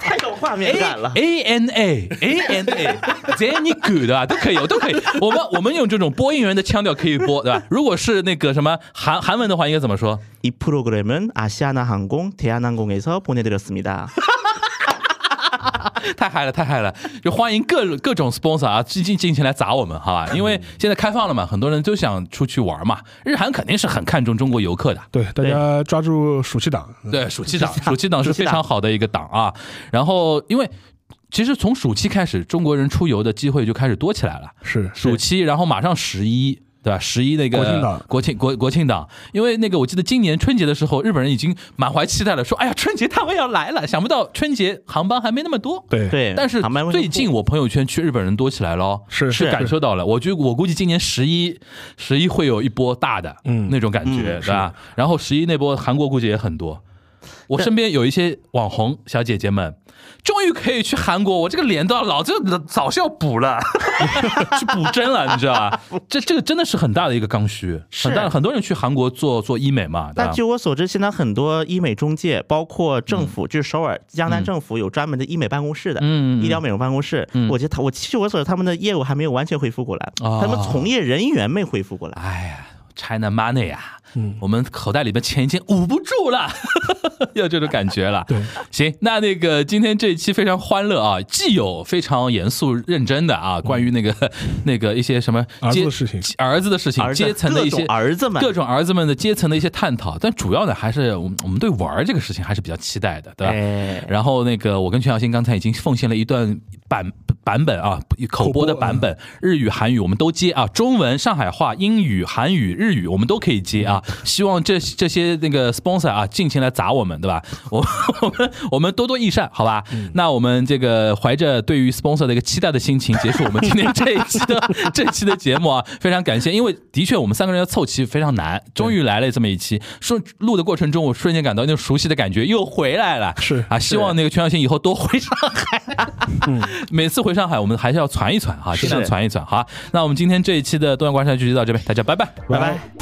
[SPEAKER 3] 太有画面感 了。
[SPEAKER 5] A N A A N A Jenny Good 对吧？都可以，我都可以。我们我们用这种播音员的腔调可以播，对吧？如果是那个什么韩韩文的话，应该怎么说？
[SPEAKER 3] 이 프로그램은 아시아나 항공, 대한항공에서 보내드렸습니다.
[SPEAKER 5] 太嗨了，太嗨了！ 就欢迎各各种 sponsor 啊，尽尽尽情来砸我们，好吧？因为现在开放了嘛，很多人都想出去玩嘛。日韩肯定是很看重中国游客的，
[SPEAKER 4] 对，大家抓住暑期档，
[SPEAKER 5] 对，暑期档，嗯暑期档是非常好的一个档啊。然后，因为其实从暑期开始，中国人出游的机会就开始多起来了。
[SPEAKER 4] 是
[SPEAKER 5] 暑期，然后马上十一。对吧？十一那个
[SPEAKER 4] 国庆档
[SPEAKER 5] 国庆国国庆档，因为那个我记得今年春节的时候，日本人已经满怀期待了，说：“哎呀，春节他们要来了！”想不到春节航班还没那么多。
[SPEAKER 4] 对
[SPEAKER 3] 对，
[SPEAKER 5] 但是
[SPEAKER 3] 航班为了
[SPEAKER 5] 最近我朋友圈去日本人多起来了哦，
[SPEAKER 4] 是
[SPEAKER 5] 是
[SPEAKER 4] 是
[SPEAKER 5] 感受到了。我就我估计今年十一十一会有一波大的，
[SPEAKER 4] 嗯
[SPEAKER 5] 那种感觉，对吧？然后十一那波韩国估计也很多。我身边有一些网红小姐姐们，终于可以去韩国，我这个脸都要老这早是要补了，去补针了，你知道吧？这这个真的是很大的一个刚需，很大很多人去韩国做做医美嘛，对
[SPEAKER 3] 但
[SPEAKER 5] 吧？
[SPEAKER 3] 据我所知，现在很多医美中介，包括政府，就是首尔江南政府有专门的医美办公室的，
[SPEAKER 5] 嗯嗯嗯嗯嗯
[SPEAKER 3] 医疗美容办公室。我觉得他，我据我所知，他们的业务还没有完全恢复过来，
[SPEAKER 5] 哦
[SPEAKER 3] 他们从业人员没恢复过来。
[SPEAKER 5] 哎呀，China money 啊，
[SPEAKER 4] 嗯
[SPEAKER 5] 我们口袋里面钱已经捂不住了， 有这种感觉了。
[SPEAKER 4] 对，
[SPEAKER 5] 行，那那个今天这一期非常欢乐啊，既有非常严肃认真的啊，关于那个、 那个一些什么
[SPEAKER 4] 嗯儿子
[SPEAKER 5] 阶
[SPEAKER 4] 的事情
[SPEAKER 5] 儿子的事情，
[SPEAKER 3] 儿子
[SPEAKER 5] 阶层的一些
[SPEAKER 3] 各种儿子们
[SPEAKER 5] 各种儿子们的阶层的一些探讨，但主要呢还是我们我们对玩儿这个事情还是比较期待的，对吧？
[SPEAKER 3] 哎
[SPEAKER 5] 然后那个，我跟全小新刚才已经奉献了一段版版本啊，口播的嗯版本，日语、韩语我们都接啊，中文、上海话、英语、韩语、日语我们都可以接啊。希望这这些那个 sponsor 啊，尽情来砸我们，对吧？ 我我们我们多多益善，好吧？那我们这个怀着对于 sponsor 的一个期待的心情，结束我们今天这一期的 这期的节目啊，非常感谢，因为的确我们三个人要凑齐非常难，终于来了这么一期。顺录的过程中，我瞬间感到那种熟悉的感觉又回来了，
[SPEAKER 4] 是
[SPEAKER 5] 啊，希望那个全小新以后多回上海。 每次回上海，我们啊还是要传一传哈，尽量传一传哈。那我们今天这一期的东阳观察局就到这边，大家拜拜。
[SPEAKER 3] 拜拜。